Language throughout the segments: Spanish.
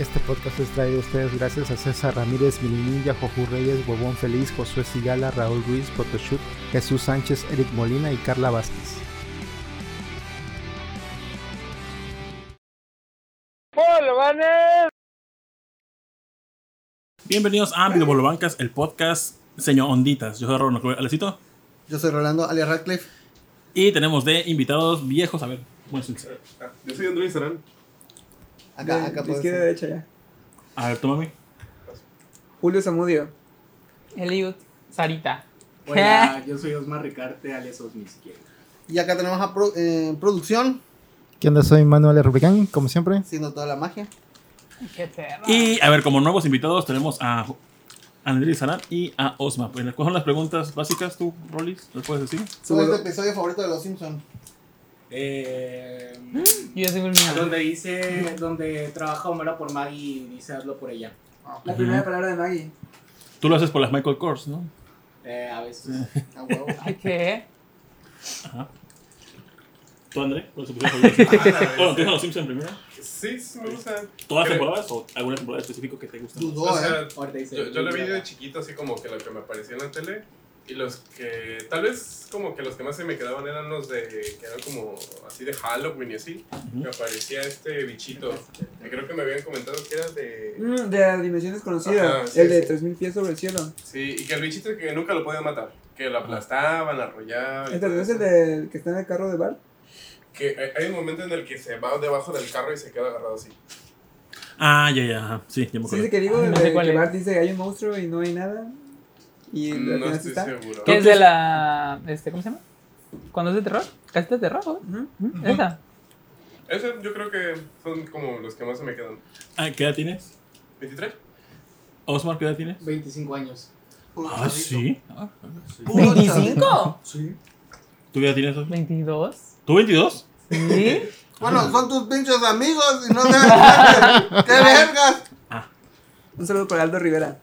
Este podcast es traído a ustedes gracias a César Ramírez, Milinilla, Jojú Reyes, Huevón Feliz, Josué Sigala, Raúl Ruiz, Photoshoot, Jesús Sánchez, Eric Molina y Carla Vázquez. Bienvenidos a Videobolobancas, el podcast Señor Onditas. Yo soy Ronald Alecito Yo soy Rolando, alias Radcliffe. y tenemos de invitados viejos. A ver, bueno, sí, sí. Ah, Yo soy Andrés Serán. Acá, de, acá de puedo izquierda a ser. derecha ya. a ver, tómame. Julio Zamudio. Eliud, Sarita. Hola, yo soy Osmar Ricarte, alias Osmisquiel. Y acá tenemos a pro- eh, producción, ¿Qué onda? Soy Manuel Rubicán, como siempre. siendo toda la magia. Qué perra. Y a ver, como nuevos invitados tenemos a Andrés Sarán y a Osma. Pues, ¿Cuáles son las preguntas básicas tú, Rolis? ¿Las puedes decir? Soy el este episodio favorito de Los Simpsons. Eh, Mm. Yo soy el mío. donde dice, donde trabaja Homero por Maggie y dice hazlo por ella. La Ujú. primera palabra de Maggie. Tú lo haces por las Michael Kors, ¿no? Eh, a veces. A huevo. Ay, ¿Qué? ¿Tú, André? ¿Cuál es tu favorito? Bueno, empieza los Simpsons primero. Sí, sí, me gusta. ¿Todas Creo- temporadas o alguna temporada específica que te gusta? Dudó, O ¿eh? sea, Ahorita dice. yo, yo lo vi de chiquito, así como que lo que me aparecía en la tele. Y los que, tal vez, como que los que más se me quedaban eran los de, que eran como así de Halloween y así. Me aparecía este bichito. Que creo que me habían comentado que era de. Mm, de dimensiones conocidas. Ajá, sí, el de sí. 3000 pies sobre el cielo. Sí, y que el bichito que nunca lo podían matar. Que lo aplastaban, arrollaban. y Este todo no es eso. el del que está en el carro de Bar. Que hay- hay un momento en el que se va debajo del carro y se queda agarrado así. Ah, ya, ya, ajá. sí, ya me acuerdo. Sí, ese que digo, Ah, el no sé de cuál que es. Bart dice hay un monstruo y no hay nada. Y al Mm, No final sí estoy está. seguro. ¿Qué es de la. Este, ¿Cómo se llama? ¿Cuándo es de terror? ¿Casita de terror? güey? Ujú. ¿Mm? Esa. Ese yo creo que son como los que más se me quedan. Ah, ¿Qué edad tienes? ¿23? Osmar, ¿qué edad tienes? 25 años. Ah, sí. Ah, sí. ¿25? Sí. ¿Tú qué edad tienes, Osmar? ¿22? ¿Tú 22? ¿Sí? Bueno, son tus pinches amigos y no te das ¡Qué vergas! Un saludo para Aldo Rivera.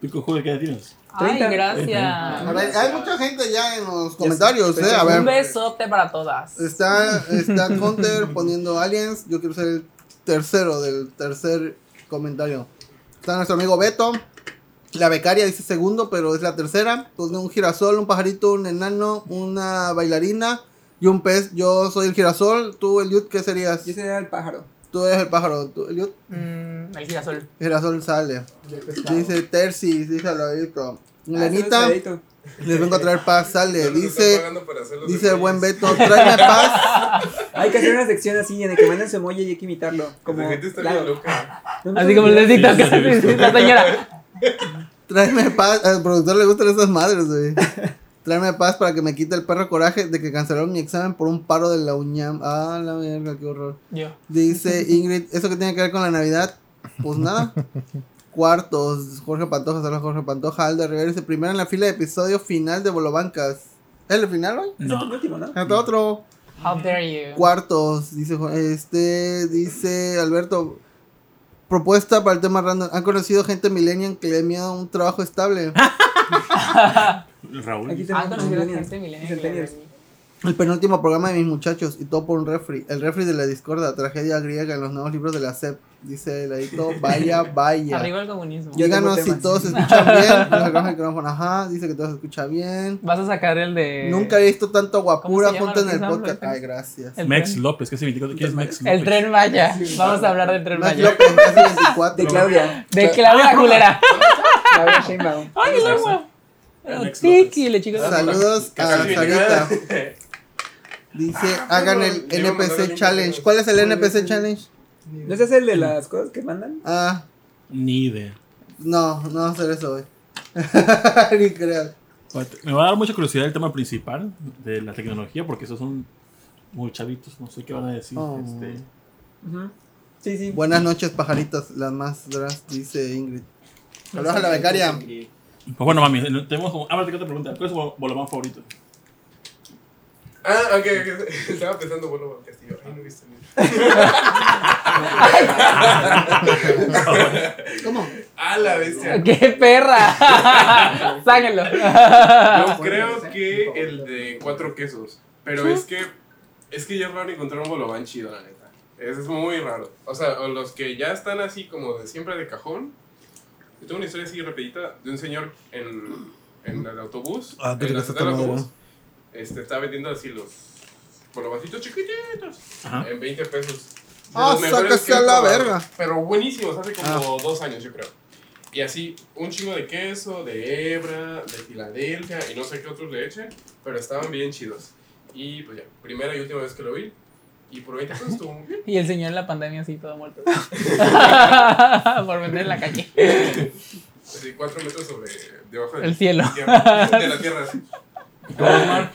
Pico Joder, ¿qué edad tienes? Ay, 30. gracias. Ahora, hay mucha gente ya en los comentarios, Ya sé, ¿eh? A Un ver. besote para todas. Está, está Hunter poniendo aliens. Yo quiero ser el tercero del tercer comentario. Está nuestro amigo Beto. La becaria dice segundo, pero es la tercera. Donde un girasol, un pajarito, un enano, una bailarina y un pez. Yo soy el girasol. Tú, Eliud, ¿qué serías? Y ese era el pájaro. Tú eres el pájaro. Tú, Eliud, Mm, el girasol. girasol sale. Dice Terci, dice Alvarito. Ah, Lenita, ese era el dedito. les vengo a traer paz, No sale. nos Dice, están pagando para hacer los dice el buen detalles. Beto, tráeme paz. Hay que hacer una sección así en el que mandan su emoji y hay que imitarlo. Como, La gente está claro. bien loca. ¿No Así como el de TikTok. sí, La señora. Tráeme paz. Al productor le gustan esas madres, güey. Tráeme paz para que me quite el perro coraje de que cancelaron mi examen por un paro de la uñam. Ah, la verga, qué horror. Yo. Dice Ingrid, ¿eso qué tiene que ver con la Navidad? Pues nada. Cuartos, Jorge Pantoja, saludos Jorge Pantoja, Alda Rivera dice, primero en la fila de episodio final de Bolobancas. ¿Es el final hoy? este Es el No. último, ¿no? Hasta otro. How dare you. Cuartos, dice Ju- este, dice Alberto. Propuesta para el tema random. ¿Han conocido gente millennial que le da miedo a un trabajo estable? Raúl. Aquí Ah, tenemos los conocido gente millennials. milenial. Centennials. El penúltimo programa de mis muchachos y todo por un refri. El refri de la discorda, tragedia griega en los nuevos libros de la SEP. Dice el edito, vaya, vaya. Arriba el comunismo. Yo- Díganos tengo si temas. todos se escuchan bien. Nos agarra el micrófono, Ajá, dice que todo se escucha bien. Vas a sacar el de. Nunca he visto tanto Eh, ¿Cómo guapura se llama junto en lo el que es podcast. AMLO? Ay, gracias. El Mex tren- López, ¿qué significa? ¿Quién es Mex López? El tren Maya. Vamos a hablar del tren Más Maya. López, casi 24. De Claudia. De Claudia Culera. Claudia Sheinbaum. Ay, el agua. Tiki, le chicos. Saludos a Casi Sarita. veintinueve. Ah, Dice, hagan el Diego mandó el NPC link, Challenge. pero- ¿Cuál es el NPC Challenge? ¿No ese es el de las cosas que mandan? Ah, Ni idea. no, no vamos a hacer eso hoy. Ni creas. Fíjate, Me va a dar mucha curiosidad el tema principal de la tecnología, porque esos son muy chavitos, no sé qué van a decir. Oh. este. Ujú. Sí, sí. Buenas noches, pajaritas, las más dras, dice Ingrid. Saludos a la becaria. Pues bueno, mami, tenemos como. Ah, espérate, ¿qué te pregunta? ¿Cuál es tu bolomán favorito? Ah, ok, ok. Estaba pensando, bueno, Juan Castillo. Ay, no viste bien. ¿Cómo? Ah, la bestia. ¡Qué perra! Sáquenlo. Yo Ponte creo ese, que por favor. el de cuatro quesos. Pero es que es que ya es raro encontrar un bolobán chido, la neta. Es, es muy raro. O sea, o los que ya están así como de siempre de cajón. Yo tengo una historia así rapidita de un señor en, en el autobús. Ah, qué en rica la está estación del esta autobús. Este, está vendiendo así los bolobasitos chiquititos Ajá. en 20 pesos. De Ah, los mejores sáquese que he a la probado. verga. Pero buenísimos, hace como Ah. dos años yo creo. Y así, un chingo de queso, de hebra, de Filadelfia y no sé qué otros le echen, pero estaban bien chidos. Y pues ya, primera y última vez que lo vi. Y por 20 pesos estuvo muy bien. Y el señor en la pandemia así todo muerto. Por vender en la calle. Así, 4 metros sobre, debajo El cielo. De la tierra. así. ¿Tu Walmart?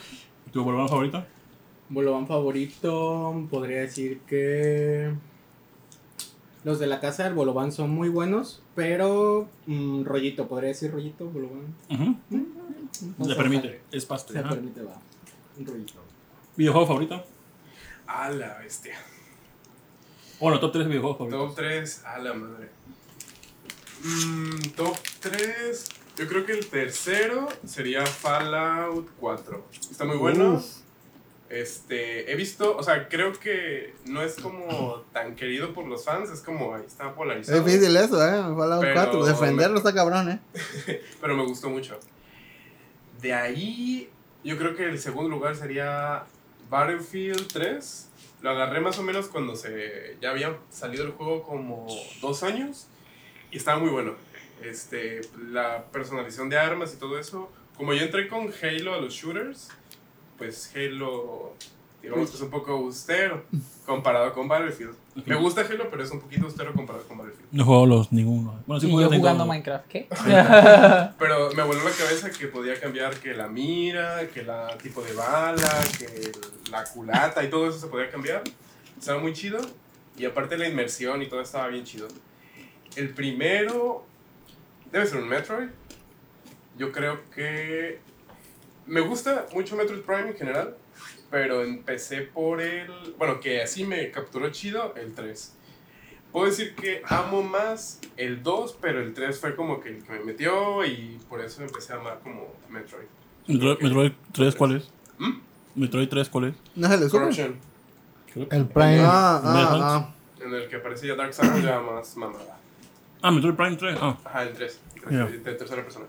¿Tu Walmart favorito? Bolobán favorito, podría decir que los de la casa del Bolobán son muy buenos, pero mm, rollito, podría decir rollito, Bolobán. Ujú. No Le se permite, sale. es pastel. Se ajá. permite, va. Un rollito. ¿Videojuego favorito? A la bestia. Bueno, top 3 videojuegos favoritos. Top 3, a la madre. Mm, top 3, yo creo que el tercero sería Fallout 4. Está muy bueno. Este, he visto, o sea, creo que no es como tan querido por los fans, es como ahí está Es polarizado. difícil eso, ¿eh? Fallout Pero- 4. Defenderlo está cabrón, ¿eh? Pero me gustó mucho. De ahí, yo creo que el segundo lugar sería Battlefield 3. Lo agarré más o menos cuando se ya había salido el juego como dos años y estaba muy bueno. Este, la personalización de armas y todo eso. Como yo entré con Halo a los shooters, pues Halo, digamos que es un poco austero comparado con Battlefield. Ok. Me gusta Halo, pero es un poquito austero comparado con Battlefield. No juego los ninguno. Bueno, sí y jugué yo Nintendo. jugando Minecraft, ¿qué? Pero me voló la cabeza que podía cambiar que la mira, que la tipo de bala, que la culata y todo eso se podía cambiar. Estaba muy chido. Y aparte la inmersión y todo estaba bien chido. El primero debe ser un Metroid. Yo creo que me gusta mucho Metroid Prime en general, pero empecé por el, bueno, que así me capturó chido el 3. Puedo decir que amo más el 2, pero el 3 fue como que el que me metió y por eso empecé a amar como Metroid. Metroid, Metroid 3, ¿cuál es? ¿Mm? Metroid 3, ¿cuál es? No se le sube. Corruption, El Prime. Ah, ah, en el que aparecía Darkseid ya más mamada. Ah, Metroid Prime 3. Ah, Ajá, el 3, Ya. de tercera persona.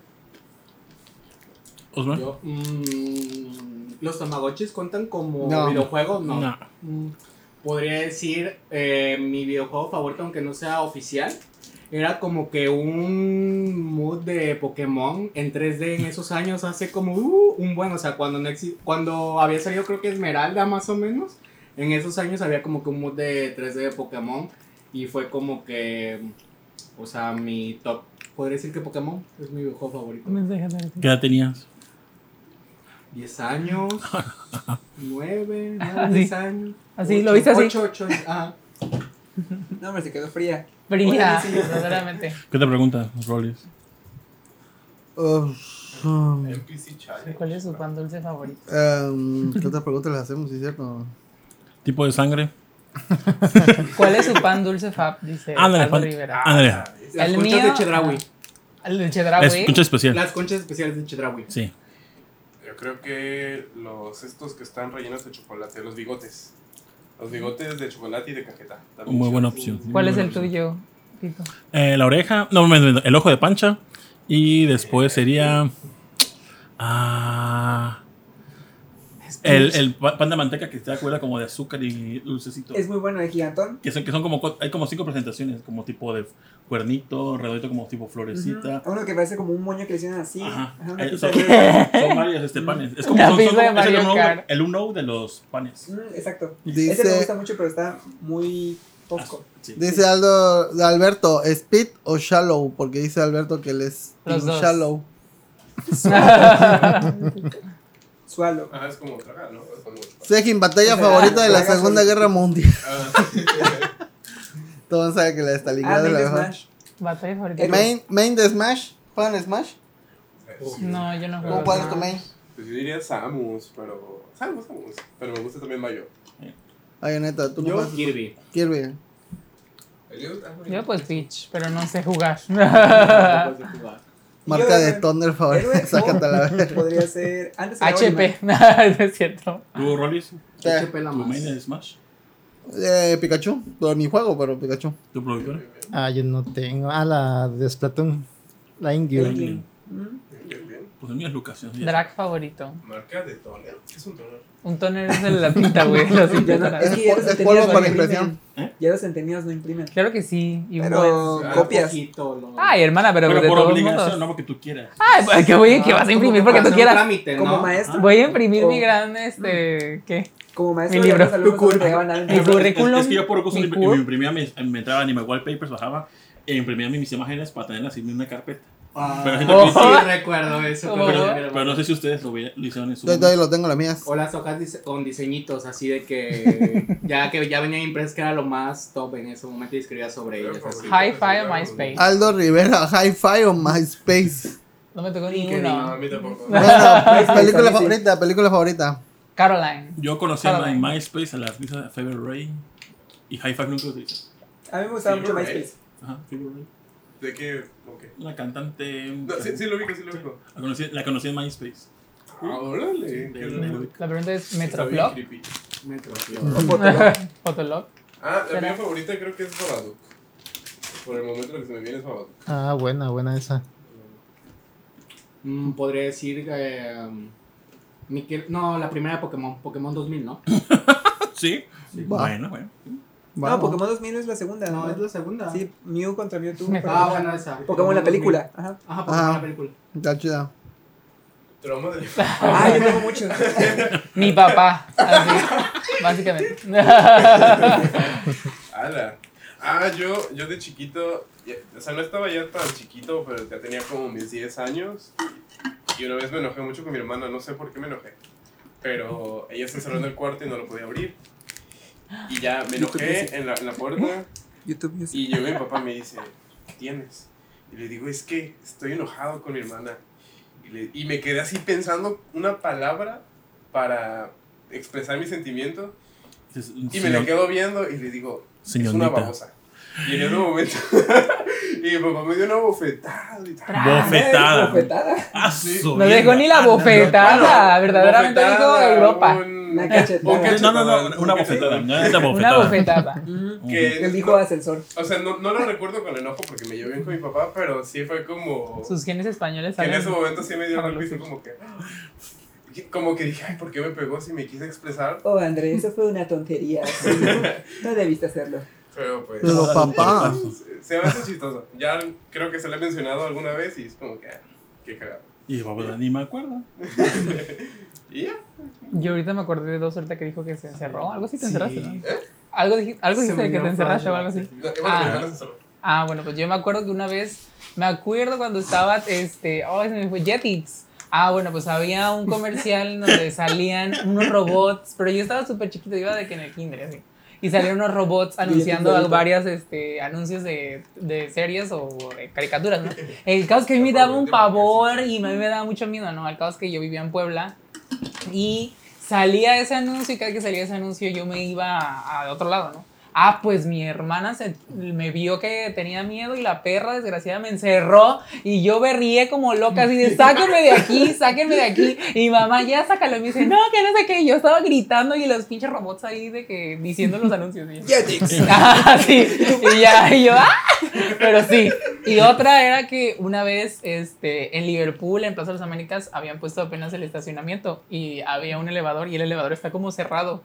Osman. Yo, mm, los Tamagotchis cuentan como No. videojuegos, no. Nah. Mm, Podría decir eh, mi videojuego favorito, aunque no sea oficial. Era como que un mood de Pokémon en 3D en esos años, hace como uh, un buen, o sea, cuando, no exi- cuando había salido creo que Esmeralda más o menos, en esos años había como que un mood de 3D de Pokémon y fue como que, o sea, mi top. Podría decir que Pokémon es mi videojuego favorito. ¿Qué edad tenías? 10 años, 9, 9 Así. 10 años. Así, lo viste así. 8, 8, ajá. No, hombre, se quedó fría. Brilla, verdaderamente. ¿Qué te preguntas, Rollis? ah. Uh, NPC Challenge. ¿Cuál es su pan dulce favorito? um, ¿Qué otra pregunta le hacemos, si es cierto? ¿Tipo de sangre? ¿Cuál es su pan dulce fab? Dice Eh, Aldo Ándale, Ah, pan- Rivera. Ah, Ándale, Las El conchas mío- de Chedraui. El de la Chedraui. escucha especial. Las conchas especiales de Chedraui. Sí. Yo creo que los estos que están rellenos de chocolate, los bigotes. Los bigotes de chocolate y de cajeta. también Muy buena chidos. opción. ¿Cuál muy es buena el opción. tuyo, Tito? Eh, la oreja, no, me- me- el ojo de pancha. Y después sería. Ah. El, el pa- pan de manteca que te acuerda como de azúcar y dulcecito. Es muy bueno de gigantón. Que son, que son como. co- Hay como cinco presentaciones, como tipo de cuernito, redondito, como tipo florecita. Uno que parece como un moño que le hicieron así. Ajá. Ajá, una Eh, pizza son, de- son varios este, panes. Es como. La Son, son pizza de como- es el Mario uno Kart. el uno de los panes. Mm, Exacto. Ese me Dice, gusta mucho, pero está muy tosco. Sí. dice Aldo de Alberto, ¿Speed o Shallow? Porque dice Alberto que él es Los team dos. Shallow. Sualo. Ajá, es como tragar, ¿no? Es como- Sejin, batalla Ah, favorita de la juegas Segunda ahorita. Guerra Mundial. Ah, Todo el mundo sabe que la de Ah, Stalingrado es Main la de mejor. Smash. ¿Batalla favorita? Héroe. Main, main de Smash. ¿Juegan Smash? No, yo no ¿Cómo juego. cuál es nada. tu main? Pues yo diría Samus, pero. Samus, Samus. Pero me gusta también Mayo. Ay, neta, tú no Yo, juegas. Kirby. Kirby. Yo pues Peach, pero no sé jugar. Después de jugar. Marca Yo, de héroe. Thunder favorita. Héroe, Sácate a la verga. Podría ser. Antes era HP, Oliver. no es cierto. ¿Tú, Rollis? Sí. HP la ¿Tu más. main de Smash? Eh, Pikachu, pero ni juego, pero Pikachu. ¿Tu productora? Ah, yo no tengo. Ah, la de Splatoon. La Ingrid. Bien. Mm. Bien, bien. Pues el mío es Lucas. ¿no? Drag favorito. Marca de toner. ¿Qué es un toner? Un toner es el de la pinta, güey. la Ya cinta no- dorada. es que ya Es los polvo centenias no para imprimen. impresión. Ya los centenias no imprimen. Claro que sí. Y un Pero buen- Ah, copias. Poquito, lo- Ay, hermana, pero, Pero de por todos obligación, modos. no porque tú quieras. Ay, pues, que voy, que Ah, vas a como imprimir que porque pasa tú un quieras. trámite, Como ¿no? maestro, Voy a imprimir Oh. mi gran, este, ¿qué? como maestro, Mi libro. los alumnos no le pegaban nada. Mi Es- currículum. Es, que yo por cosa mi me, cur- me imprimía, mis- me, entraba en mi wallpapers, bajaba e imprimía mis imágenes para tenerlas en una carpeta. Ah, Pero gente oh, que- sí, recuerdo eso. Como- cuando yo era Pero, pero no sé si ustedes lo, veían- lo hicieron en su. Yo todavía lo tengo las mías. O las hojas dise- con diseñitos así de que ya que ya venían impresas que era lo más top en ese momento y escribía sobre ellas. así. Hi-Fi o MySpace. Aldo Rivera, Hi-Fi o MySpace. No me tocó LinkedIn, No, a ninguno. mí tampoco. Bueno, película MySpace. favorita, película favorita. Caroline. Yo conocí a- Ah. en MySpace a la artista Fever Ray y High Five nunca lo utilicé. A mí me gustaba Sí, mucho yo, MySpace. Ajá, Fever Ray. ¿De qué? ¿O qué? Una cantante. No, sí, sí lo ubico, sí lo ubico. La, conocí, la conocí en MySpace. Ah, órale. qué loco. La pregunta es Está bien Metroflop. creepy. Metro. Fotolog. Ah, la Espera. mía favorita creo que es Babadook. Por el momento lo que se me viene es Babadook. Ah, buena, buena esa. Mm, Podría decir. eh, Miquel- no, la primera de Pokémon, Pokémon 2000, ¿no? Sí. Va. Bueno, bueno. No, Pokémon 2000 es la segunda. No, ¿no? es la segunda. Sí, Mew contra Mewtwo. Me- pero- Ah, bueno, esa. Pokémon la película. Ajá. 2000. Ajá, Pokémon Ah. la película. Está chida. Trauma de. Ah, yo tengo muchos. Mi papá. Así, básicamente. Ala. Ah, yo, yo de chiquito, ya- o sea, no estaba ya tan chiquito, pero ya tenía como mis 10 años. Y una vez me enojé mucho con mi hermana, no sé por qué me enojé. Pero ella se encerró en el cuarto y no lo podía abrir. Y ya me enojé en la, en la puerta. YouTube Music. Y yo mi papá me dice, ¿qué tienes? Y le digo, es que estoy enojado con mi hermana. Y, le- y me quedé así pensando una palabra para expresar mi sentimiento. Es- Y me la quedo viendo y le digo, es una Señorita. babosa. Y en otro momento, y mi papá me dio una bofetada. y tal. Bofetada. Bofetada. Ah, su No dejó mierda. ni la bofetada. Verdaderamente dijo Bofetada, Europa. un- Una cachetada. un No, no, no, cachetada, una un bofetada. cachetada. no, esa Una bofetada. bofetada. Mm. Que- Él dijo ascensor. O sea, no, no lo recuerdo con enojo porque me llevé bien con mi papá, pero sí fue como... Sus genes españoles Que en salen. ese momento sí me dio Pablo algo y fue como que. Como que dije, ay, ¿por qué me pegó si me quise expresar? Oh, André, eso fue una tontería. sí. No debiste hacerlo. Pero pues. Pero papá. Ah. Se me hace chistoso. Ya creo que se lo he mencionado alguna vez y es como que. ah, Qué cagado. Y babosa, ni me acuerdo. Y ya. Yo ahorita me acordé de dos ahorita que dijo que se encerró. Algo así te Sí. ¿Eh? encerraste, ¿no? Algo, dij- algo Se dijiste de que unió te encerraste o para- algo así. Bueno, Ah. mi hermana se salvó. Ah, bueno, pues yo me acuerdo que una vez, me acuerdo cuando estaba, este, oh, se me fue Jetix. Ah, bueno, pues había un comercial donde salían unos robots, pero yo estaba súper chiquito, iba de que en el kinder, así. Y salieron unos robots anunciando Billetito. varias, este, anuncios de, de series o de caricaturas, ¿no? El caos que a mí me daba un pavor y a mí me daba mucho miedo, ¿no? El caos que yo vivía en Puebla y salía ese anuncio y cada que salía ese anuncio yo me iba a, a otro lado, ¿no? Ah, pues mi hermana se, me vio que tenía miedo y la perra desgraciada me encerró y yo berríe como loca así de sáquenme de aquí, sáquenme de aquí. Y mi mamá ya sácalo y me dice, no, que no sé qué. Y yo estaba gritando y los pinches robots ahí de que diciendo los anuncios. Y yo, Jetix. Ah, sí. Y ya, y yo, ¡ah! Pero sí. Y otra era que una vez este, en Liverpool, en Plaza de las Américas, habían puesto apenas el estacionamiento y había un elevador y el elevador está como cerrado.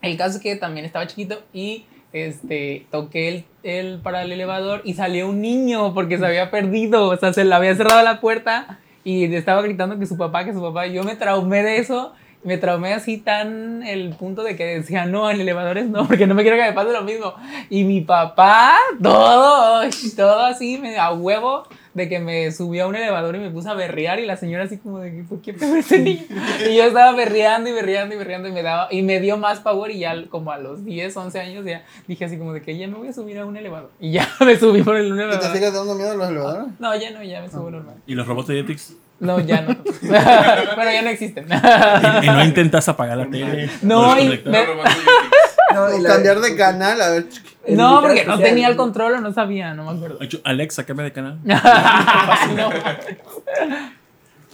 El caso es que también estaba chiquito y este, toqué el, el para el elevador y salió un niño porque se había perdido, o sea, se le había cerrado la puerta y le estaba gritando que su papá, que su papá. Yo me traumé de eso, me traumé así tan el punto de que decía, no, en elevadores no, porque no me quiero que me pase lo mismo. Y mi papá, todo, todo así, me, a huevo, de que me subió a un elevador y me puse a berrear y la señora así como de que, ¿por qué pegó este niño? Y yo estaba berreando y berreando y berreando y me, daba, y me dio más pavor y ya como a los 10, 11 años ya dije así como de que ya me voy a subir a un elevador. Y ya me subí por el ¿Y te Ah, elevador. sigues dando miedo a los elevadores? No, ya no, ya me subo normal. Y los robots de Jetix. No, ya no. Pero ya no existen. Y, y no intentas apagar la tele. No, o y- desconectar. No, no, no, no, No, Ah, y O la- cambiar de canal, a ver. ch- el No, militar porque no especial. tenía el control o no sabía, no me acuerdo. De hecho, Alexa, cambia de canal. No. eh,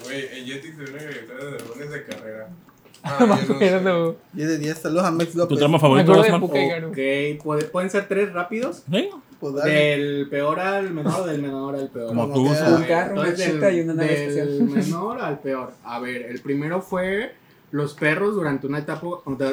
Güey, en Jetix se una directora de dragones de carrera. Ah, No me yo no sé. acuerdo. 10 de 10. Saludos a Mex ¿Tu López. trama pues, Me favorita, acuerdo de Osman? Puka y Garu. Ok, puede- pueden ser tres rápidos. ¿Sí? Pues dale. Del peor al menor o del menor al peor. Como Como tú, que- Osman. Un carro, una Entonces, chita y una nave del espacial. menor al peor. A ver, el primero fue los perros durante una etapa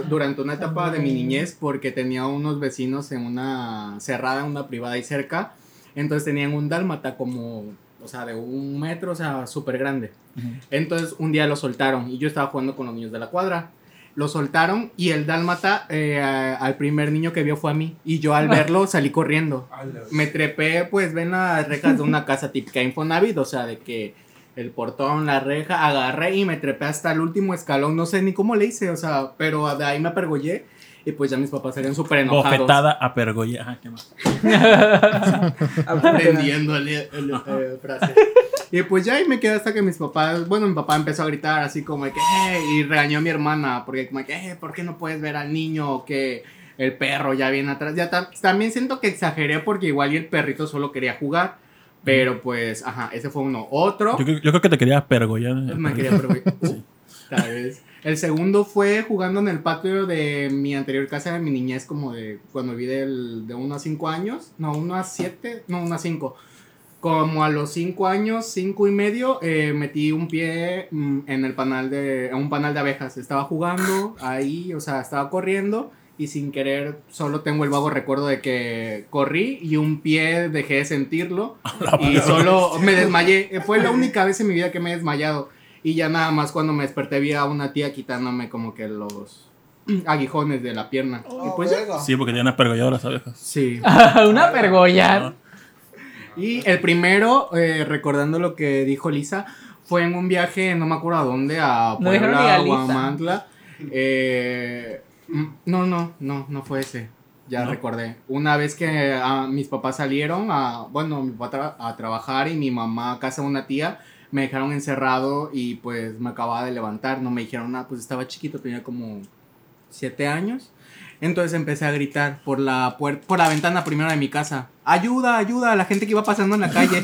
durante una etapa de mi niñez porque tenía unos vecinos en una cerrada, una privada y cerca. Entonces tenían un dálmata como, o sea, de un metro, o sea, súper grande. Ujú. Entonces un día lo soltaron y yo estaba jugando con los niños de la cuadra. Lo soltaron y el dálmata eh, a- al primer niño que vio fue a mí. Y yo al verlo salí corriendo A la- me trepé, pues ven las rejas de una casa típica Infonavit, o sea, de que el portón, la reja, agarré y me trepé hasta el último escalón, no sé ni cómo le hice, o sea, pero de ahí me pergollé y pues ya mis papás serían súper enojados. Bofetada a pergolla. Ajá, ¿qué más? Aprendiendo el- el- eh, frase. Y pues ya ahí me quedé hasta que mis papás, bueno, mi papá empezó a gritar así como de que, "Eh", y regañó a mi hermana, porque como de que, "Eh, ¿por qué no puedes ver al niño? O que el perro ya viene atrás. Ya tam- también siento que exageré porque igual y el perrito solo quería jugar, pero pues, ajá, ese fue uno. Otro, Yo, creo- yo creo que te quería pergollar. eh, me pergollar. quería aprovechar. Uh, tal vez. El segundo fue jugando en el patio de mi anterior casa de mi niñez, como de cuando viví del- de 1 a 5 años. No, 1 a 7, no, 1 a 5. Como a los 5 años, 5 y medio, eh, metí un pie mm, en el panal de, en un panal de abejas. Estaba jugando ahí, o sea, estaba corriendo y sin querer solo tengo el vago recuerdo de que corrí y un pie dejé de sentirlo y solo me desmayé. Fue la única vez en mi vida que me he desmayado. Y ya nada más cuando me desperté vi a una tía quitándome como que los aguijones de la pierna. Oh, y pues ya. verga. Sí, porque tiene unas pergolladoras abejas. Sí. Una pergolla. Y el primero, eh, recordando lo que dijo Lisa, fue en un viaje, no me acuerdo a dónde, a No dijeron Puebla ni a o a Lisa. Mantla. Eh, mm, no, no, no, no fue ese. Ya ¿No? recordé. Una vez que ah, mis papás salieron a, bueno, mi papá tra- a trabajar y mi mamá a casa de una tía, me dejaron encerrado y pues me acababa de levantar, no me dijeron nada, pues estaba chiquito, tenía como siete años. Entonces empecé a gritar por la puer- por la ventana primero de mi casa. Ayuda, ayuda a la gente que iba pasando en la calle.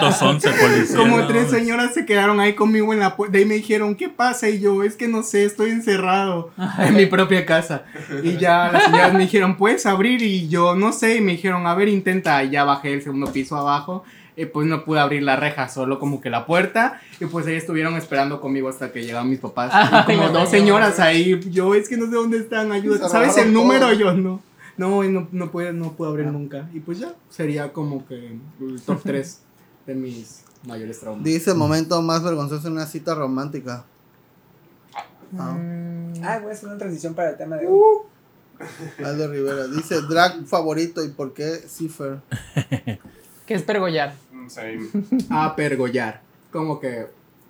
Los 11 policías. Como no, tres no. señoras se quedaron ahí conmigo en la puerta y me dijeron, ¿qué pasa? Y yo, es que no sé, estoy encerrado en mi propia casa. Y ya las señoras me dijeron, ¿puedes abrir? Y yo, no sé, y me dijeron, a ver, intenta. Y ya bajé el segundo piso abajo. Y pues no pude abrir la reja, solo como que la puerta. Y pues ahí estuvieron esperando conmigo hasta que llegaron mis papás. Y como Ay, dos no. señoras ahí. Yo, es que no sé dónde están, ayuda. Se ¿Sabes robaron el número? todo. Ah. Yo, no. No, y no, no, puedo, no puedo abrir nunca. Y pues ya, sería como que el top 3 de mis mayores traumas. Dice momento más vergonzoso en una cita romántica. Ah, Mm, Ah, voy a hacer una transición para el tema de. Aldo Rivera. Dice drag favorito y por qué Cipher. ¿Qué es pergollar? Mm, same. A pergollar. Como que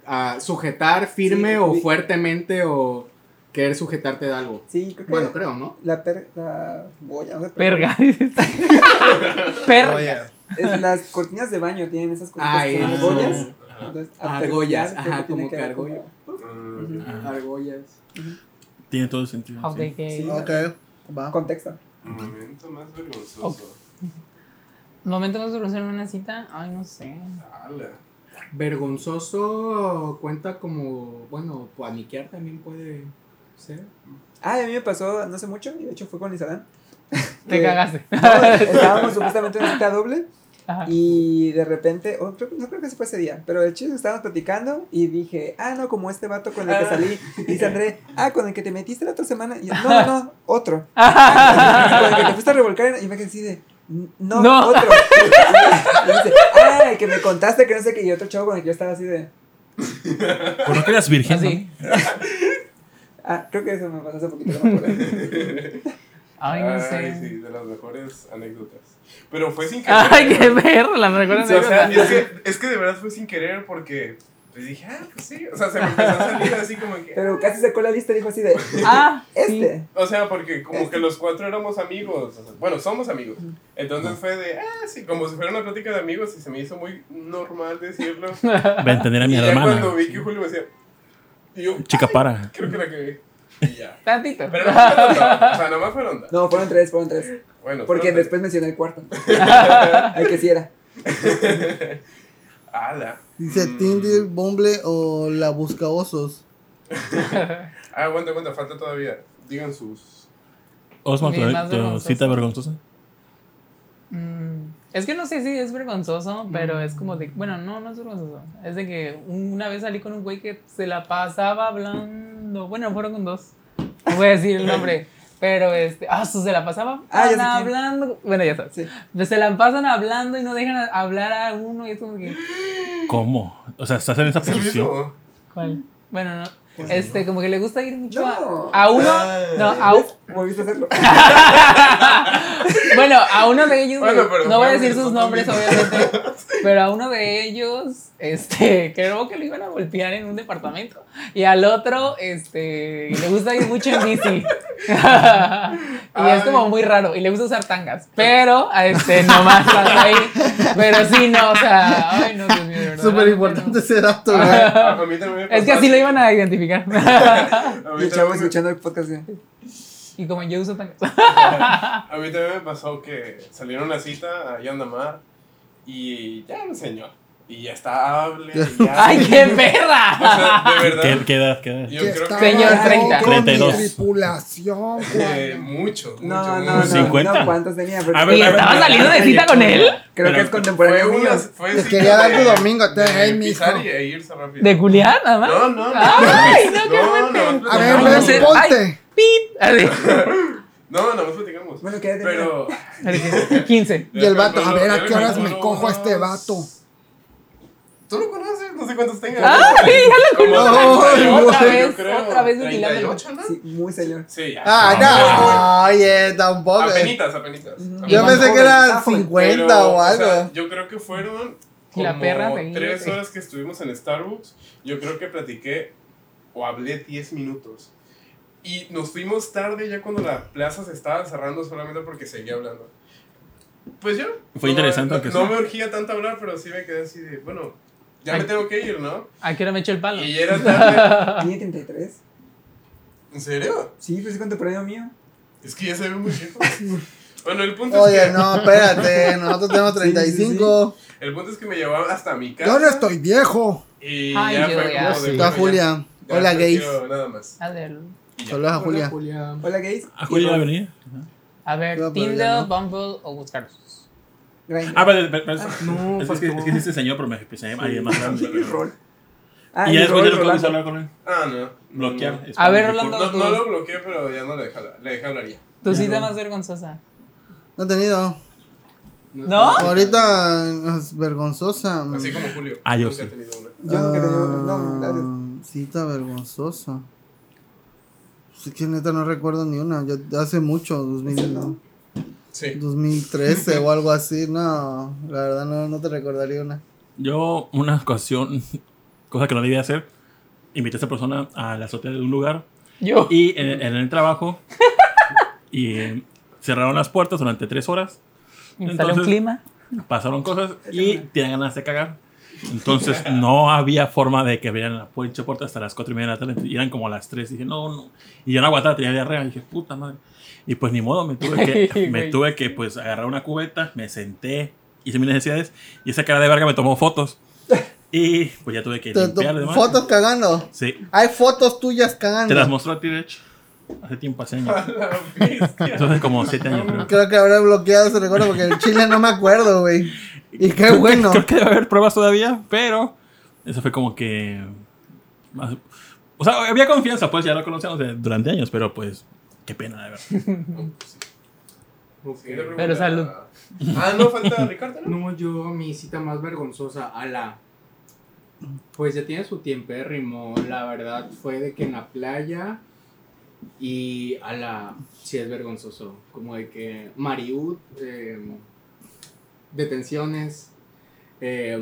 a sujetar firme Sí, o vi- fuertemente o querer sujetarte de algo. Sí, creo que. Bueno, creo, ¿no? La per. La boya, no sé, Perga. Perga. Oye, Es, las cortinas de baño tienen esas cortinas Ay, con ah. argollas. Ajá. Entonces, a Argollas, pergollar, creo ajá, tiene como que ver con- argollas. Mm, Ajá. Argollas. Tiene todo el sentido. Of the sí. game. Sí. ok, va. Contexto. Mm, Momento más vergonzoso. Momento de solución en una cita. Ay, no sé. Ala. Vergonzoso cuenta como, bueno, paniquear también puede ser. Ah, y a mí me pasó no hace mucho, y de hecho fue con Isabel. Te Eh, cagaste. Estábamos supuestamente en una cita doble. Ajá. Y de repente, o creo- no creo que se fue ese día, pero el chiste estábamos platicando y dije, ah, no, como este vato con el Ah. que salí. Y dice André, ah, con el que te metiste la otra semana. Y yo, no, no, no, otro. con el que te fuiste a revolcar. en- Y me quedé así de, no, Ah. No. otro. Y dice, ah, el que me contaste que no sé qué. Y otro chavo con el que yo estaba así de, Pues no que eras virgen. ¿no? Así. ah, creo que eso me pasó hace poquito. No me acuerdo. Ay, no sí, sé. de las mejores anécdotas. Pero fue sin querer. Ay, qué perro. La me recuerdan Sí, de o sea, verdad. es que, es que de verdad fue sin querer porque pues dije, ah, pues sí. O sea, se me empezó a salir así como que. Pero casi sacó la lista y dijo así de, Ah, sí. este. O sea, porque como que los cuatro éramos amigos. o sea, bueno, somos amigos. Entonces fue de, ah, sí, como si fuera una plática de amigos y se me hizo muy normal decirlo. Va a entender a Y mi ya hermana. cuando vi que Julio me decía, y yo, "Ah, Chica para. creo que la que. Y ya. Tantito. Pero no fue onda, o sea, nada más fue onda. No, fueron tres, fueron tres. Bueno, Porque fue onda. después mencioné el cuarto. Ay, que sí era. Ala. Dice Mm. Tinder, Bumble o la busca osos. Ah, aguanta, aguanta, falta todavía. Digan sus. Osma, Mi más tu, tu vergonzosa. cita vergonzosa. Mm, es que no sé si es vergonzoso, pero es como de. Bueno, no, no es vergonzoso. Es de que un- una vez salí con un güey que se la pasaba hablando. Bueno, fueron con dos. No voy a decir el nombre. Pero este. Ah, su, se la pasaba Ah, ya sé quién. hablando. Bueno, ya sabes. Pues Sí. Se la pasan hablando y no dejan a- hablar a uno. Y es como que. ¿Cómo? O sea, estás en esa ¿Es el posición. mismo? ¿Cuál? Bueno, no. Este, como que le gusta ir mucho No. a, a uno. No, a, u- Volviste a hacerlo. bueno, a uno de ellos, Bueno, güey, pero no voy a mames, decir no sus nombres también. obviamente, pero a uno de ellos, este, creo que lo iban a golpear en un departamento y al otro, este, le gusta ir mucho en bici. y es como muy raro y le gusta usar tangas, pero este nomás pasa ahí, pero sí no, o sea, ay no, Dios mío, de verdad, Súper no. importante ese dato, güey. A a mí también me Es que pasó. así lo iban a identificar. A mí Y el también chavo me- escuchando el podcast. ¿eh? y como yo uso tangas. Ah, A mí también me pasó que salieron a una cita allá en Mar y ya me enseñó. Y ya está, hable. y ya- Ay, qué O perra. sea, de ¿Qué, verdad. qué edad? qué edad? Yo creo que. Señor 30. Con mi 32. tripulación, Eh, cuando- mucho, mucho. No, no, no. mucho. No, 50. ¿cuántos tenía? Porque A ¿Y pues, ver, a ver, estaba a ver, saliendo a ver, de cita oye, con él? Creo que Pero es Fue contemporáneo una. mío. Fue Te cita quería dar tu de- domingo, te de hey, mijo. pisar y- e irse rápido. ¿De culiar nada más? No, no, no. Ay, no, qué no, no, A ver, No, ven, no sé. ponte. ¡Pip! Así. No, nada más platicamos. Bueno, ¿qué edad tenía? Pero. 15. Y el vato, a ver, ¿a Yo qué horas me calculo cojo a este unos- vato? Tú lo conoces, no sé cuántos tengas. ¡Ay, ya lo Como conozco. 38, Otra yo vez, creo. otra vez mutilando. 38, ¿no? Sí, muy señor. Sí, ya. Ah, no. Oye, tampoco. eh. Apenitas, apenitas. Yo Apenitas. pensé que Está eran joven. 50 Ah, pues, Pero, o algo. sea, yo creo que fueron Y como la perra eh. seguía, tres sí. horas que estuvimos en Starbucks. Yo creo que platiqué o hablé 10 minutos. Y nos fuimos tarde ya cuando la plaza se estaba cerrando solamente porque seguía hablando. Pues yo. Fue no, interesante, No, aunque no sea. me urgía tanto hablar, pero sí me quedé así de, bueno, ya Ay. me tengo que ir, ¿no? ¿A qué hora me echo el palo? Y ya era tarde. ¿Tenía 33? ¿En serio? Sí, pues es contemporáneo mío. Es que ya se ve muy viejo. Bueno, el punto, es Oye, que, no, espérate, nosotros tenemos 35. el punto es que me llevaba hasta mi casa. Yo no estoy viejo. Y Ay, ya yo fue ya. como Sí. de, Está bueno, ya. Julia. Ya, Hola, no gays. quiero Nada más. A ver, Y ya. Ah, Saludos a Julia. Hola, gays. ¿A Julia venía? a ver No, pero ya Tinder, no. Bumble o Buscaros. Grindr. Ah, pero, pero, pero- No, es, es que, es que sí se enseñó, pero me pensé alguien más grande. Mi rol. Ah, y ya mi después rol, ya no puedes Rolando. hablar con él. Ah, no. Bloquear. No, es A para ver, que- Rolando. No, no lo bloqueé, pero ya no le dejé hablar. Le dejé hablar ya. Tu cita más vergonzosa. No he tenido. ¿No? Ahorita es vergonzosa. Así como Julio. Ah, yo Nunca sí. he tenido una. Yo nunca he tenido Ah, No, gracias. Cita vergonzosa. Sí que neta no recuerdo ni una. Yo hace mucho, 2000, no. Sí. 2013 o algo así. No, la verdad no, no te recordaría una. Yo, una ocasión, cosa que no debía hacer, invité a esa persona a la azotea de un lugar Yo. y en, en el trabajo y eh, cerraron las puertas durante tres horas, Instalé un Entonces- clima. pasaron cosas y tenían ganas de cagar. Entonces no había forma de que abrieran la pinche puerta hasta las cuatro y media de la tarde. Y eran como las tres. dije, no, no. Y yo no aguantaba, tenía diarrea. dije, puta madre. Y pues ni modo, me tuve que, me Güey. tuve que pues agarrar una cubeta, me senté, hice mis necesidades. Y esa cara de verga me tomó fotos. Y pues ya tuve que Te- limpiar y demás. fotos cagando. Sí. Hay fotos tuyas Te las cagando. mostró a ti, de hecho. Hace tiempo, hace años. Entonces como siete años, creo. Creo que habré bloqueado ese recuerdo porque el chile no me acuerdo, güey. Y qué Creo que- bueno. Creo que debe haber pruebas todavía, pero eso fue como que. más- O sea, había confianza, pues ya lo conocíamos de- durante años, pero pues. Qué pena, de verdad. Siguiente pregunta. Pues Pero salud. Ah, no, falta Ricardo, ¿no? No, yo, mi cita más vergonzosa, a la. Pues ya tiene su tiempérrimo. La verdad fue de que en la playa. Y a la. Sí, es vergonzoso. Como de que. Mariud. eh, detenciones. Eh,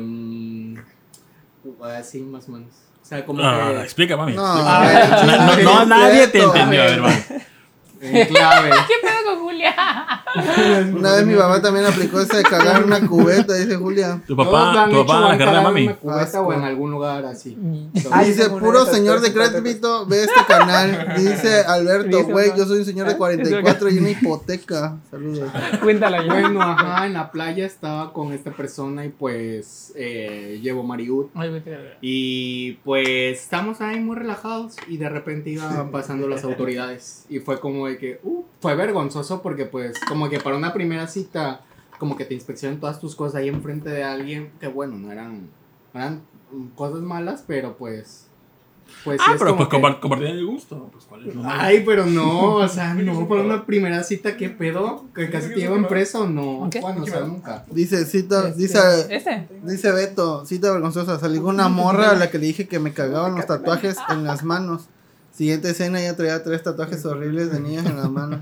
así ah, más o menos. O sea, como Ah, que. explica, mami. No, explica. güey, No, no, sí, nadie te cierto. entendió, A ver. hermano. En clave. ¿Qué pedo con Julia? Una vez mi mamá también aplicó esa de cagar en una cubeta, diise Julia. Tu Todos lo papá, han tu hecho, papá van la agarra a cagar en mami. una cubeta o en algún lugar así. Ah, Ay, Dice, esa puro moneda, señor de tres, cuatro, crédito, ve este canal. Dice Alberto, Dice, güey, no. yo soy un señor de 44 y una hipoteca. Saludos. Cuéntala ya. Bueno, ajá, en la playa estaba con esta persona y pues eh, llevo Mariut. Ay, vete a ver. Y pues estamos ahí muy relajados y de repente iban pasando las autoridades. Y fue como de que, uh, fue vergonzoso porque pues como que para una primera cita, como que te inspeccionan todas tus cosas ahí enfrente de alguien, que bueno, no eran, eran mm, cosas malas, pero pues... Pues sí Ah, es pero pues como que- compar- compartir el gusto. Pues cuál es lo malo? Ay, pero no, o sea, no, para una primera cita, ¿qué pedo? ¿Que casi te llevan preso? No, ¿Qué? bueno, o sea, nunca. Dice, cita, Este, dice, Este. dice Beto, cita vergonzosa. Salí con una morra a la que le dije que me cagaban los tatuajes en las manos. Siguiente escena, ella traía tres tatuajes horribles de niñas en las manos.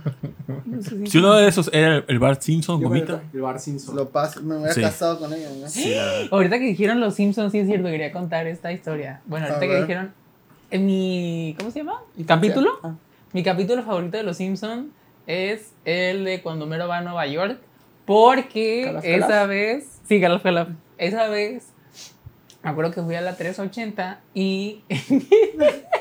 Si uno de esos era el, el Bart Simpson, gomita. El bar sin sol. Lo paso, me hubiera Sí. casado con ella, ¿no? Sí, la verdad. Ahorita que dijeron los Simpsons, sí es cierto, quería contar esta historia. Bueno, A ahorita que ver. dijeron. En mi. ¿Cómo se llama? ¿Capítulo? Ah. Mi capítulo favorito de los Simpsons es el de cuando Mero va a Nueva York. Porque Calaf, esa calaf. vez. Sí, calaf, calaf. Esa vez. Me acuerdo que fui a la 380 y ¿Qué es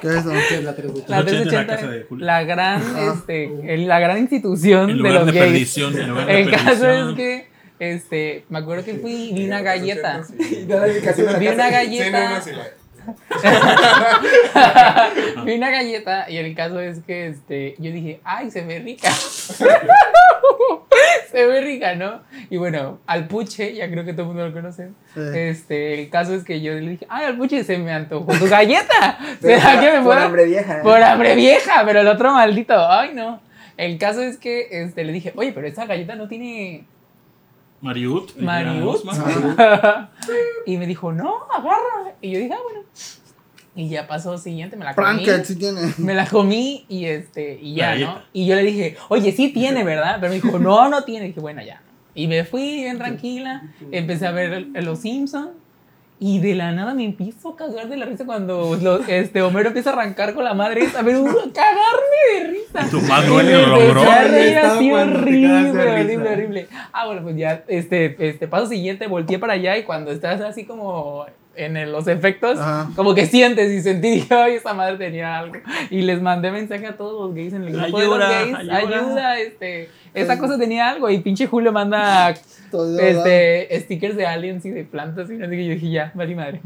eso? ¿Qué es la 380? la 380 en la 380 casa de es Julio. la gran, Ah. este, el- la gran institución El de lugar los de gays. perdición. El lugar de El caso perdición. es que, este, me acuerdo que fui y vi una galleta. Y da la ubicación de la Vi casa. una Sí, no, no, galleta. sí, la- vi una galleta y el caso es que este, yo dije, ay, se ve rica. se ve rica, ¿no? Y bueno, al puche, ya creo que todo el mundo lo conoce. Sí. Este, el caso es que yo le dije, ay, al puche se me antojó tu galleta. Pero ¿Será que me Por pueda? hambre vieja. ¿eh? Por hambre vieja, pero el otro maldito, ay, no. El caso es que este, le dije, oye, pero esta galleta no tiene Mariut. el gran Marius. Osman. y me dijo, no, agarra. Y yo dije, ah, bueno. Y ya pasó siguiente, me la comí. Franket sí tiene. Me la comí y este, y ya, Galleta. ¿no? Y yo le dije, oye, sí tiene, ¿verdad? Pero me dijo, no, no tiene. Y dije, bueno, ya. Y me fui bien tranquila, empecé a ver el- Los Simpsons. Y de la nada me empiezo a cagar de la risa cuando lo- este Homero empieza a arrancar con la madre esa, pero uh, a cagarme de risa. Tu madre Y lo me logró. empecé a reír Estaba así cuando te cagas de horrible, horrible, risa. horrible. Ah, bueno, pues ya, este, este paso siguiente, volteé para allá y cuando estás así como en el- los efectos, Ajá. como que sientes y sentí, dije, ay, esa madre tenía algo. Y les mandé mensaje a todos los gays en el grupo Ayuda, de los gays, ayuda. ayuda, este, esa cosa tenía algo. Y pinche Julio manda Todo dado. este, stickers de aliens y de plantas y no sé qué. Yo dije, ya, vale madre.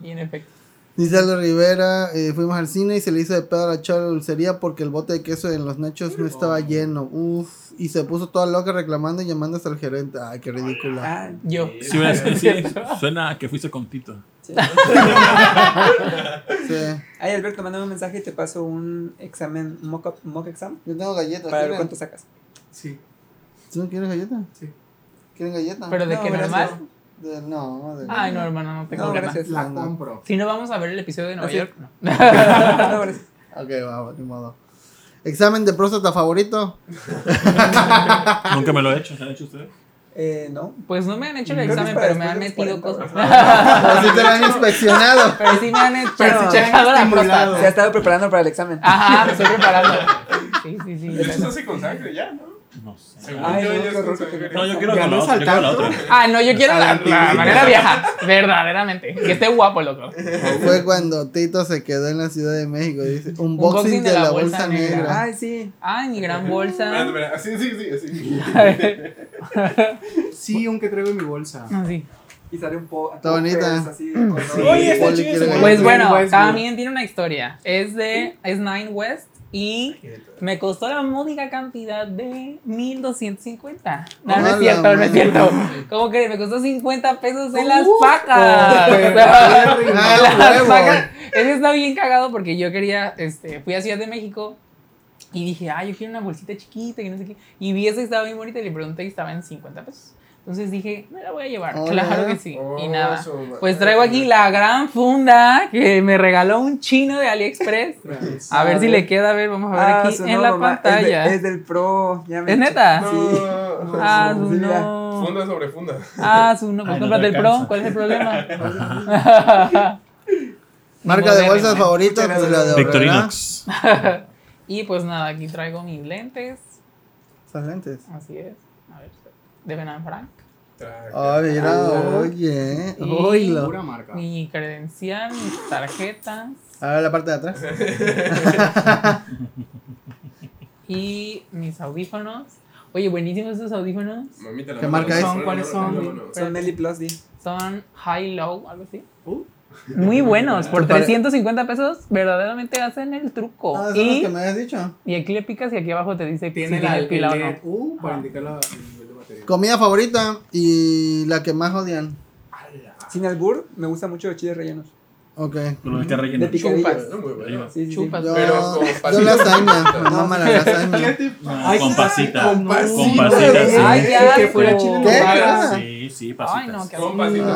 y en efecto. Dice Aldo Rivera, eh, fuimos al cine y se le hizo de pedo a la chava de la dulcería porque el bote de queso en los nachos no estaba lleno. Uf, y se puso toda loca reclamando y llamando hasta el gerente. Ay, qué ridícula. Ah, Yo. Sí, ¿ves? Sí, suena a que fuiste con Tito. sí. Sí. Ay, Alberto, mándame un mensaje y te paso un examen, un mock, mock exam, Yo tengo galletas. para ver ¿Quieren? cuánto sacas. Sí. ¿Tú no quieres galleta? Sí. ¿Quieren galleta? Pero de No, que gracias. normal. De- no, de- Ay, no, hermano, no tengo No, problema. gracias. La No. compro. Si no vamos a ver el episodio de Nueva Así. York, no. No, gracias. Ok, va, va, ni modo. ¿Examen de próstata favorito? Nunca me lo he hecho. ¿Se han hecho ustedes? Eh, no. Pues no me han hecho el Creo que es examen, para pero me han después de metido los 40. cosas. Así te lo han inspeccionado. Pero sí me han hecho Pero sí te han checado Ah, la estimulado. próstata. Se ha estado preparando para el examen. Ajá, me estoy preparando. Sí, sí, sí. Eso se hace con sangre ya, ¿no? No sé. Según Ay, yo, no, ya qué es con horror, sangre. No, yo quiero Ya con la no otra. Yo quiero la otra. Ah, no, yo quiero la, la antigua. manera vieja. Verdaderamente. Que esté guapo, loco. Fue cuando Tito se quedó en la Ciudad de México. Dice, unboxing boxing de, la bolsa, negra. Ay, sí. Ay, mi gran Espera, bolsa. espera, Así, Ah, sí, sí, así. Sí, aunque traigo en mi bolsa. Así. Y sale un poco. Está bonita. Así, de color. Oye, está Poli quiere chido ese galleta. Pues bueno, Westwood. también tiene una historia. Es de es Nine West y me costó la módica cantidad de 1250. No, no Hola, es cierto, no es madre. cierto. ¿Cómo que me costó 50 pesos en las Uh, pacas? pero- Ah, Las huevo. vacas. Eso está bien cagado porque yo quería, este, fui a Ciudad de México y dije, ah, yo quiero una bolsita chiquita y no sé qué. Y vi esa que estaba bien bonita y le pregunté y estaba en 50 pesos. Entonces dije, me la voy a llevar. Hola. Claro que sí. y Oh, nada. su madre. Pues traigo aquí la gran funda que me regaló un chino de AliExpress. A ver si le queda, a ver, vamos a ver Ah, aquí su en no, la mamá, es de- pantalla. Es, Es, del pro. Ya me neta? No. Ah, Sí, su mira. no. Funda sobre funda. Ah, su no. Pues Ay, no cómprate te el pro. alcanza. ¿Cuál es el problema? Marca de Moderno, bolsas ¿eh? favorita, pues la de Victorinox. Y pues nada, aquí traigo mis lentes. Esas lentes. Así es. A ver, de Ben Frank. Ay, mira, Ah. oye. Y- Oilo. Pura marca. Mi credencial, mis tarjetas. A ver la parte de atrás. Y mis audífonos. Oye, buenísimos estos audífonos. Mamita, la ¿Qué mano, marca la es? mano, ¿Cuáles la mano, son? la mano. Son Nelly Plus, di. Son high low, algo así. Uh. Muy buenos, por Te pare- 350 pesos verdaderamente hacen el truco. Ah, son los Oh. y, que me habías dicho. y aquí le picas y aquí abajo te dice Tiene si la tiene el pila o LED no. U Uh, para Ajá. indicar la, el nivel de batería. Comida favorita y la que más odian. ¡Hala! Sin albur, me gusta mucho los chiles rellenos. Ok. Lo de este que De relleno. picadillas. No, muy bueno. Sí, sí, sí. Chupas. Yo, Pero con yo pasitas. lasaña. Me mama la lasaña. Fíjate, No, con pasita. con pasita. Con pasita, sí. Ay, ya, Que fuera pero- chile ¿Qué? nogada. Ah. Sí, sí, pasitas. Ay, no, qué Con asco. pasitas. Ay,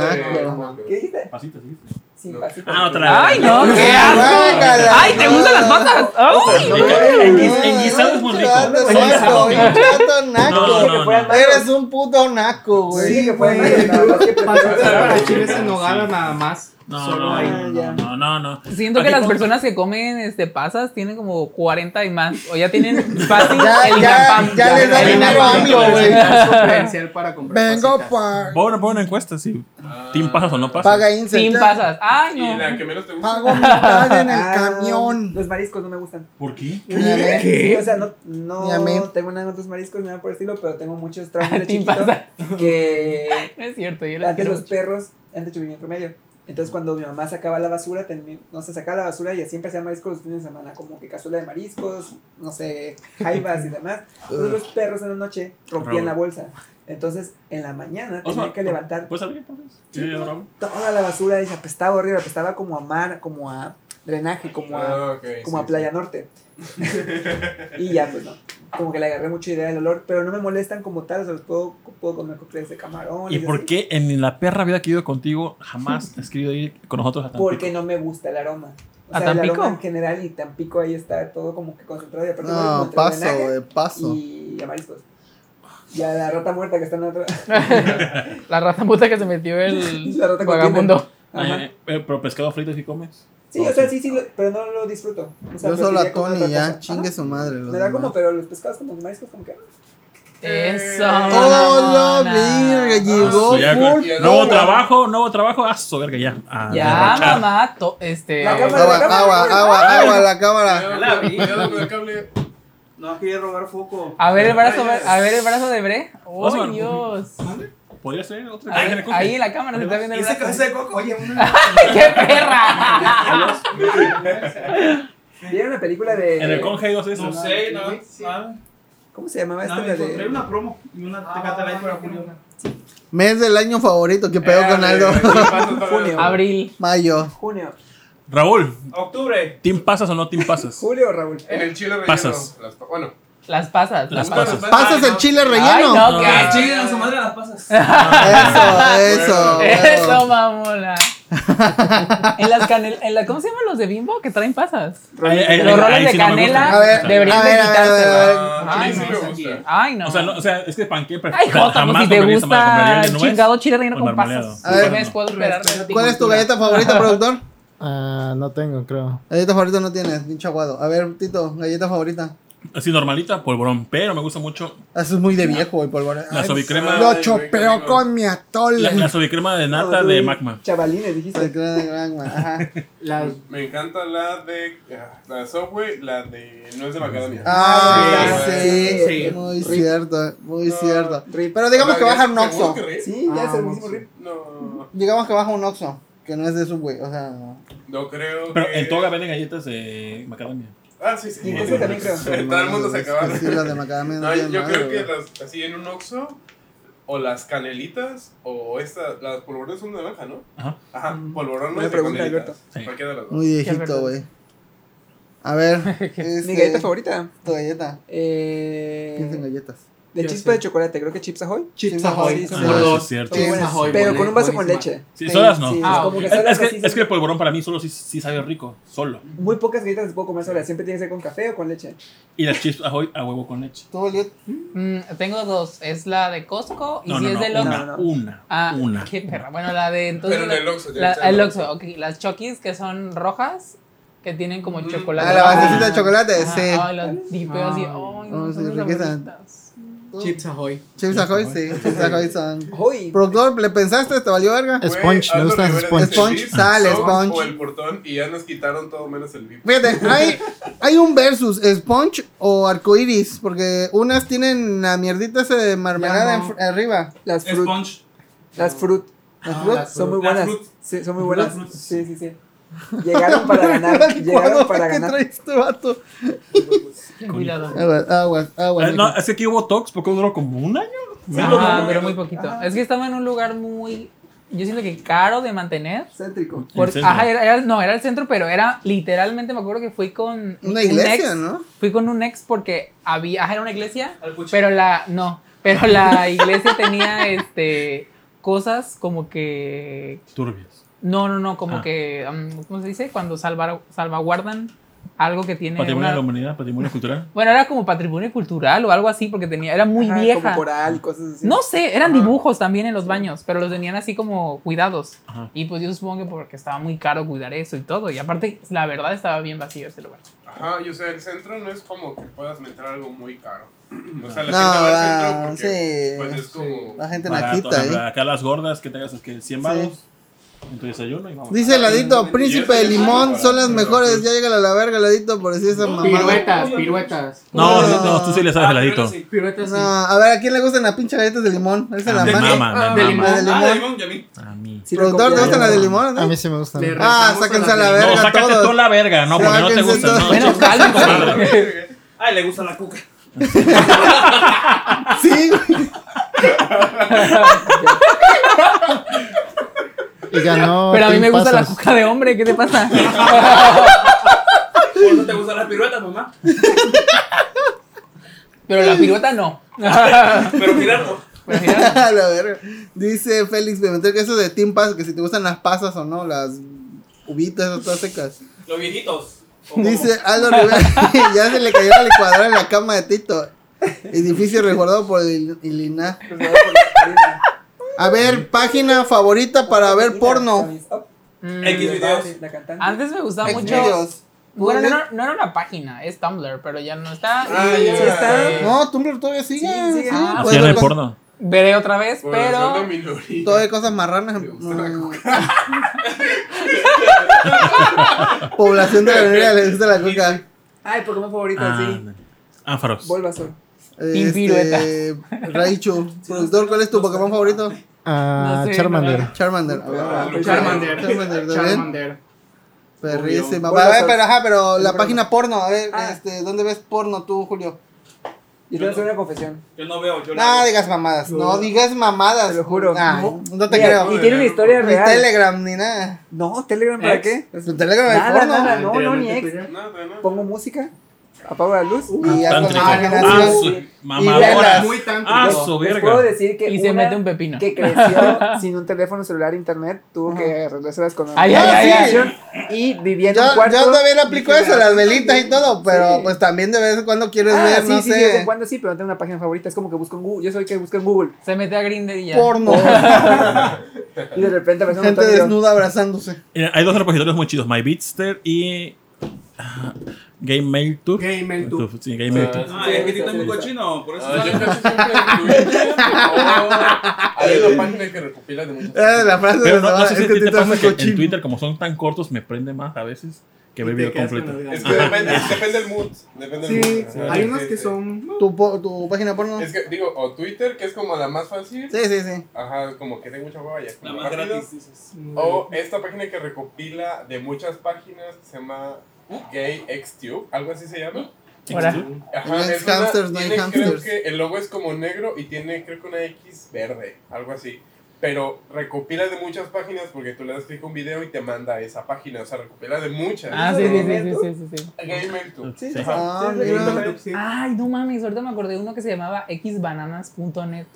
chenaco. ¿Qué dijiste? Pasitas, sí. Sin No. pasita. Ah, otra vez. Ay, no, qué asco. Guácala. Ay, te gustan las patas. Ay, No, en guis- en guisado es muy rico. Chato En guisado naco, es muy rico. chato naco. No, no, no. Eres un puto naco, güey. Sí, que fue Nelly, nada más que Pasitas para chiles Sí. en nogada nada más. No, Solo no, ahí. no, ya. no, no, no. Siento que Aquí las con- personas que comen este, pasas tienen como 40 y más. O ya tienen fácil Ya, el ya, pan. ya les da Ahí dinero no, a AMLO, güey. Es confidencial para comprar Vengo pasitas. pa. Pon, pon una encuesta si Ah. Team pasas o no pasas. Paga Ince. Sin pasas. Ay, Y la no. que menos te gusta. Pago mitad en el Ah, camión. Los mariscos no me gustan. ¿Por qué? Sí, O sea, no, no Ni a mí. tengo nada contra los mariscos ni nada por el estilo, pero tengo muchos traumas de Sin chiquito pasas. que No es cierto, yo les antes quiero los mucho. perros, antes yo vivía en promedio. Entonces cuando mi mamá sacaba la basura, ten- no sé, sacaba la basura y siempre hacía mariscos los fines de semana, como que cazuela de mariscos, no sé, jaivas y demás. Entonces los perros en la noche rompían la bolsa. Entonces en la mañana O sea, tenía que levantar ¿Puedes abrir, por favor? Sí, yo lo toda la basura y se apestaba horrible, apestaba como a mar, como a drenaje, como a Ah, ok, como sí, a Playa Norte. y ya, pues no. Como que le agarré mucha idea del olor, pero no me molestan como tal, o sea, los puedo, puedo comer cócteles de camarón. ¿Y por qué en la perra vida que he ido contigo jamás has querido ir con nosotros a Tampico? Porque no me gusta el aroma. O ¿A sea, el Tampico? aroma en general y Tampico ahí está todo como que concentrado y aparte huele como No, entre paso, drenaje güey, paso. Y a mariscos. Y a la rata muerta que está en la otra. La rata puta que se metió el La rata con vagabundo. Ajá. Eh, eh, pero pescado frito sí comes. Sí, o sea, sí, sí, lo- pero no lo disfruto. O sea, Yo solo preferiría a comer Tony otra ya, cosa. chingue Ajá. su madre. los Me da como, demás. pero los pescados como los mariscos como que... ah. Eso. ¡Oh, la mamona. verga! Llegó Ah, sí, ya, full. güey. Nuevo no. trabajo, nuevo trabajo. Ah, su verga, ya. A Ya, derrochar. mamá, to- este. La cámara, Agua, la cámara, agua, la cámara. agua, agua, la cámara. Cuidado con- cuidado con el cable. No quería robar foco. A ver el brazo, a ver el brazo de Bre. ¡Oh, Osman. Dios! ¿Podría ser otra? A ver, Déjame coger. ahí en la cámara se está viendo el brazo. de coco? Oye, ¡Ay, qué perra! ¿Vieron la película de... En el conge hay dos de No esos. sé, no, nada. ¿Cómo se llamaba esta? Nada, La me encontré de... una promo y una tecata light para Julio. Mes del año favorito que pegó Eh, con Aldo. Junio. Abril. Mayo. Junio. Raúl, Octubre. ¿team pasas o no team pasas? Julio o Raúl. En el chile relleno. Pasas. Las pa- Bueno, Las pasas. Las me gustan pasas. ¿Pasas el chile Ay, relleno? no, qué Ah, chido. chinguen a su madre las pasas. Eso, eso. Eso, mamona. en las canel, en la, ¿Cómo se llaman los de bimbo que traen pasas? Ahí- ahí- Los roles ahí de sí no me canela gustan. A ver, deberían a de ver, a ver, a ver, a ver. ah, a mí Ay, sí no, me es gusta. aquí. Ay, no. O sea, no, o sea, es que panqué prefiero. Ay, Jota, pues si te gusta el chingado chile relleno o con marmoleado. pasas. A ver. ¿Qué me puedo esperar? de ti, ¿Cuál es tu cultura? galleta favorita, productor? Ah, no tengo, creo. Galleta favorita no tienes, pinche aguado. A ver, Tito, galleta favorita. Ah, Así normalita, polvorón, pero me gusta mucho Eso es muy de viejo, güey, polvorón. la Ay, sobicrema, Lo Ay, güey, chopeo qué con mi atole. la, la sobicrema de nata de Macma. Chavalines, se dijiste. cree de gran, güey, Ajá. Las Me encanta la de. ah, La de Subway, la de. No es de macadamia. Ah, Sí, sí, sí. muy Rip. cierto, muy No. cierto. Rip. Pero digamos que ¿Seguro baja un Oxxo. que ríe? Sí, ya Ah, es el mismo rip. No. Digamos que baja un Oxxo, que no es de Subway, o sea... no. No creo. Pero que- en Toga venden galletas de macadamia. Ah, sí, sí. Y en Costco también creo. Este, Todo el mundo se Es que acaba. Sí, las de macadamia no No, yo tienen madre, creo que güey. las, así en un Oxxo, o las canelitas, o estas, las polvorones son naranja, ¿no? Ajá. Ajá, polvorones Buena y pregunta, canelitas. Alberto. Sí. Cualquiera de las dos. Muy Qué viejito, verdad. güey. A ver, Mi este, galleta favorita. Tu galleta. Piensa en Eh, galletas. de Yo chispa sé. de chocolate, creo que Chips Ahoy. Chips Sí, Ahoy. sí, Ah, sí. Son sí, dos. es cierto. Chips Pero- Ahoy, Pero buena- con un vaso con buenísima. leche. Sí, solas no. Sí, Ah, como que Es, es solas que, así se- es que el polvorón para mí solo sí, sí sabe rico, solo. Muy pocas galletas las puedo comer solas. Siempre tiene que ser con café o con leche. Y las chips ahoy a huevo con leche. ¿Tú, Elliot? Mm, tengo dos. Es la de Costco y No, si no, es no, del una, Oxxo. No, no. una, Ah, una. qué perra. Bueno, la de entonces. Pero en el Oxxo. ya la- sea el en Oxxo, ok. Las Chokis que son rojas, que tienen como Mm. chocolate. Ah, la basecita de Ah, chocolate, ajá, sí. Ah, ay, las dipeo así. Ay, no, No, sí, son mis riqueza. favoritas. Chips Ahoy. Chips Ahoy, sí. Chips Ahoy son. Hoy. Productor, ¿le pensaste? ¿Te valió verga? Fue Sponge, me Aldo gustan Rivera Sponge. de Sponge, Televisa, sale, Soul Sponge. O el portón y ya nos quitaron todo menos el VIP. Fíjate, hay, hay un versus, Sponge o Arcoiris, porque unas tienen la mierdita esa de marmelada Ya no. en fr- arriba. Las fruit. Sponge. Las fruit. Ah, las Son muy fruit. buenas. Las fruit. Sí, son muy Las buenas. fruit. Sí, sí, sí. Llegaron para ganar. Llegaron para ¿Qué ganar. trae este vato? Cuidado. Aguas, aguas, aguas. Eh, no, mijo. es que aquí hubo Tox, porque duró como un año. Menos, Ajá, ¿no? pero muy poquito. Es que estaba en un lugar muy. Yo siento que caro de mantener. Céntrico. Por- ¿El centro? ajá, era, era- no, era el centro, pero era literalmente, me acuerdo que fui con un Una iglesia, ex, ¿no? Fui con un ex porque había, ajá, era una iglesia, Al cuchillo. pero la, no, pero la iglesia tenía, este, cosas como que, Turbias. no, no, no, como Ah. que, mm, ¿cómo se dice? Cuando salvar, salvaguardan algo que tiene Patrimonio de la una- humanidad, patrimonio cultural. bueno, era como patrimonio cultural o algo así, porque tenía, era muy Ajá, vieja. Como coral y cosas así. No sé, eran Ajá. dibujos también en los baños, pero los tenían así como cuidados. Ajá. Y pues yo supongo que porque estaba muy caro cuidar eso y todo. Y aparte, la verdad estaba bien vacío ese lugar. Ajá, y o sea, el centro no es como que puedas meter algo muy caro. O sea, la No, gente va al ah, centro porque pues es sí. como La gente Barato, naquita, ajá, ¿eh? Acá las gordas que tengas es que 100 baros en tu desayuno y vamos. Dice Ladito, Príncipe de Limón, son las Sí. mejores. Ya llega a la verga, Ladito, por decir esa mamada. Piruetas, piruetas. no, No. no, no, tú sí le Ah, sabes heladito. Ah, Sí. Piruetas, No, sí. a ver, ¿a quién le gustan las pinches galletas de limón? Esa es la me mano. mama, me mama. de limón. de Ah, de limón. limón, ya vi. A mí. Sí, le Productor, ¿te copiaron. gustan las de limón? A eh? mí sí me gustan. Le Ah, rezamos sáquense a las la de verga. No, sácate todos. toda la verga, no, porque no te Sáquense gusta. todos. No, Ah, Bueno, chingas a tu cálmate. madre. Ay, le gusta la cuca. Sí, güey. Y ganó. pero a mí Team me gusta la Pasos. cuca de hombre, ¿qué te pasa? ¿Por no te gustan las piruetas, mamá? pero la pirueta no. Pero mirando. Pero mira, A la verga. Dice Félix Pimentel que eso de Team Pass, que si te gustan las pasas o no, las uvitas esas todas secas. Los viejitos. ¿O Dice Aldo Rivera, ya se le cayó la licuadora en la cama de Tito. Edificio resguardado por el el INAH. A ver, página favorita para ver porno. mm, X videos. La cantante. antes me gustaba mucho. Xvideos. Bueno, no, no- no era una página, es Tumblr, pero ya no está. Ah, Y ya. Sí, está. Eh. No, Tumblr todavía sigue. Sí, sigue. sí. Ah, Así Puedes era ver el cosas- porno. Veré otra vez, población pero. minoría. Todavía hay cosas marranas. Me gusta la Mm. Población de la Veneria le gusta la coca. Ay, Pokémon favorito, Ah, sí. Ánfaros. Bulbasaur. Team Este, Raichu, productor, ¿cuál es tu Pokémon favorito? Ah, No sé, Charmander. no. Charmander. Ah, Charmander. Charmander, ¿también? Charmander. Perrísima. Obvio. A ver, pero, ajá, pero la Es página porno, a ver, Ah. este, ¿dónde ves porno tú, Julio? Yo te voy a hacer una confesión. Yo no veo, yo No la veo. digas mamadas, no Juro. digas mamadas. Te lo juro. Ay, No. no te Mira, creo. Y tiene una historia Ni real. Telegram ni nada. No, Telegram para Ex. qué? Tu Telegram es Nada, porno. nada, no, no, ni ex. Anteriormente, Nada, nada. Pongo música, apago la luz. Y ya con Tántrico. la Ah, imaginación. su Y mamadora. Muy tanto. Ah, Les- Oh, su les puedo verga. decir que Y se una mete un pepino. que creció sin un teléfono celular internet tuvo que arreglárselas con Ay, ay, ay, y vivía Ah, en Yo, un cuarto yo también aplico dije, eso, las velitas y todo, pero Sí. pues también de vez en cuando quieres ah, ver, sí, no sí, de vez en sé, cuando sí pero no tengo una página favorita es como que busco en Google yo soy el que busca en Google Se mete a Grinder y ya. porno. y de repente aparece un Gente montón de videos. desnuda abrazándose. Eh, Hay dos repositorios muy chidos, MyBeatster y ah, Game Mail Tour. Game Mail Tour. Sí, Game Mail Tour. Ah, es que Tito es muy cochino, por eso. Ah, yo casi siempre en Twitter, o hay una página que recopila de Ah, muchas Era de Ah, la frase de Pero la no, no semana, sé es si que te, te Tito es pasa muy que en cochino. Twitter, como son tan cortos, me prende más a veces que ver te video quedas con completo. las Es que ganas. Ajá. depende, depende del mood. Depende del Sí, mood. Sí, hay sí, unos que son. ¿Tu, po- tu página porno? Es que digo, o Twitter, que es como la más fácil. Sí, sí, sí. Ajá, como que tengo mucha hueva ya. La como más rápido. gratis. Oh, dices. O esta página que recopila de muchas páginas que se llama Gay X Tube, algo así se llama. Ahora. No Ajá, hay es una- hamsters, no hay tiene, creo hamsters. que el logo es como negro y tiene creo que una X verde, algo así. Pero recopila de muchas páginas porque tú le das clic a un video y te manda a esa página. O sea, recopila de muchas. Ah, sí, sí, sí, sí, sí, sí, sí. Gay Mail Tube. Sí. Ajá. Ah, Sí, mira. sí. Ay, no mames, ahorita me acordé de uno que se llamaba xbananas.net.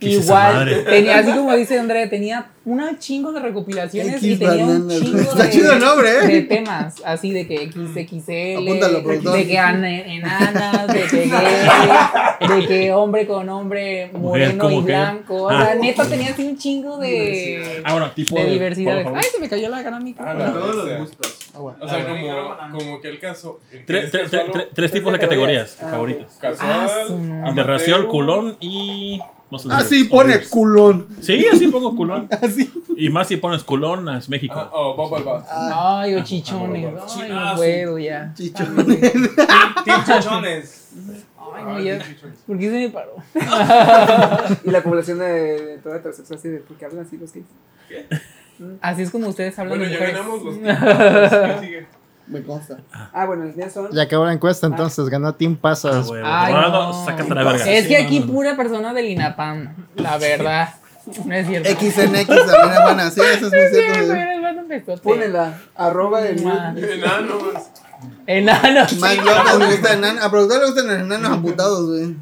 Chis a madre. Igual, tenía, así como dice André, tenía una chingo de recopilaciones y X tenía un bananas. chingo Está de, chido el nombre, ¿eh? de temas, así de que XXL, Apúntalo, productor. de que ana- enanas, de que gay, de que hombre con hombre, Mujer moreno y como que- blanco. O sea, Ah. neta tenía así un chingo de, Ah, bueno, tipo. de diversidad. por favor. Ay, se me cayó la gran micro. Ah, Para no. todos los gustos. Ah, bueno. O sea, como, como que el caso. el que Tres, es tres- casual, tres- tres tipos de categorías favoritas: Casual, Ah, su madre. Interracial, amateur, culón y. no sé, Ah, sí, pone hombres. culón. Sí, así pongo culón. Así. Y más si pones culón, es México. ah, O Bubble Bath. Ay, o chichones. Ay, no puedo ya. Chichones. Team Chichones. Ay, no, ya. ¿Por qué se me paró? Y la población de, de toda heterosexual, así de, ¿por qué hablan así los gays? Así es como ustedes hablan Bueno, de ya mujeres. ganamos los tipos. ¿Qué sigue? Me consta. Ah, bueno, las mías son. Ya acabó la encuesta, entonces ganó Team Ah, Pasas. huevo. Ay, Dorado, no. sácate la verga. Es que aquí pura persona del INAPAM, la verdad. No es cierto. XNX también es buena. Sí, eso es muy cierto. sí. Enano, Pónela, arroba el Ma. Enanos. Enanos. Más locos, le gustan enanos. A productor le gustan los enanos amputados, güey.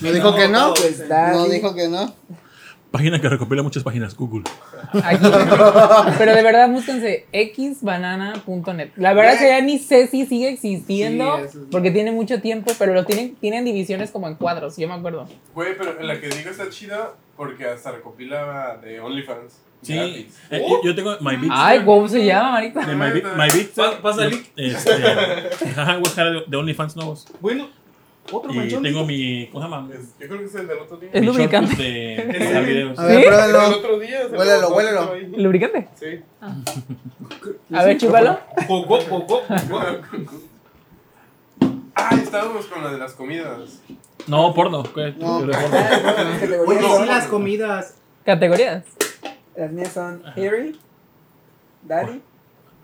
¿No dijo que no? Pues No dale. dijo que no. Página que recopila muchas páginas, Google. Aquí. Pero de verdad, búsquense xbanana.net. La verdad que ya ni sé si sigue existiendo Sí, eso es- porque tiene mucho tiempo, pero lo tienen, tienen divisiones como en cuadros, yo me acuerdo. Güey, pero la que digo está chida porque hasta recopila de OnlyFans. Sí. Gratis. Ah, Eh, yo- yo tengo My Beats. Ay, ¿cómo se llama, Marita? De My, Beat- My Beats. Pa- pasa el link. Este, ajá, voy a dejar de OnlyFans nuevos. Bueno, otro Y manchón. tengo mi. ¿Cómo se llama? Es- Yo creo que es el del otro día. Es Mi lubricante. shortcut de grabar videos. A ver, ¿Sí? El del pruébalo. otro día. se Huélelo, lo- huélelo. lo- lo- ¿Lubricante? Sí. A ver, chúpalo. Poco, poco, poco. Ah, estábamos con la de las comidas. No, porno. ¿qué? No. Yo de porno. Las categorías Oye, pues, sí, son- las comidas. Categorías. Las mías son Harry, Daddy,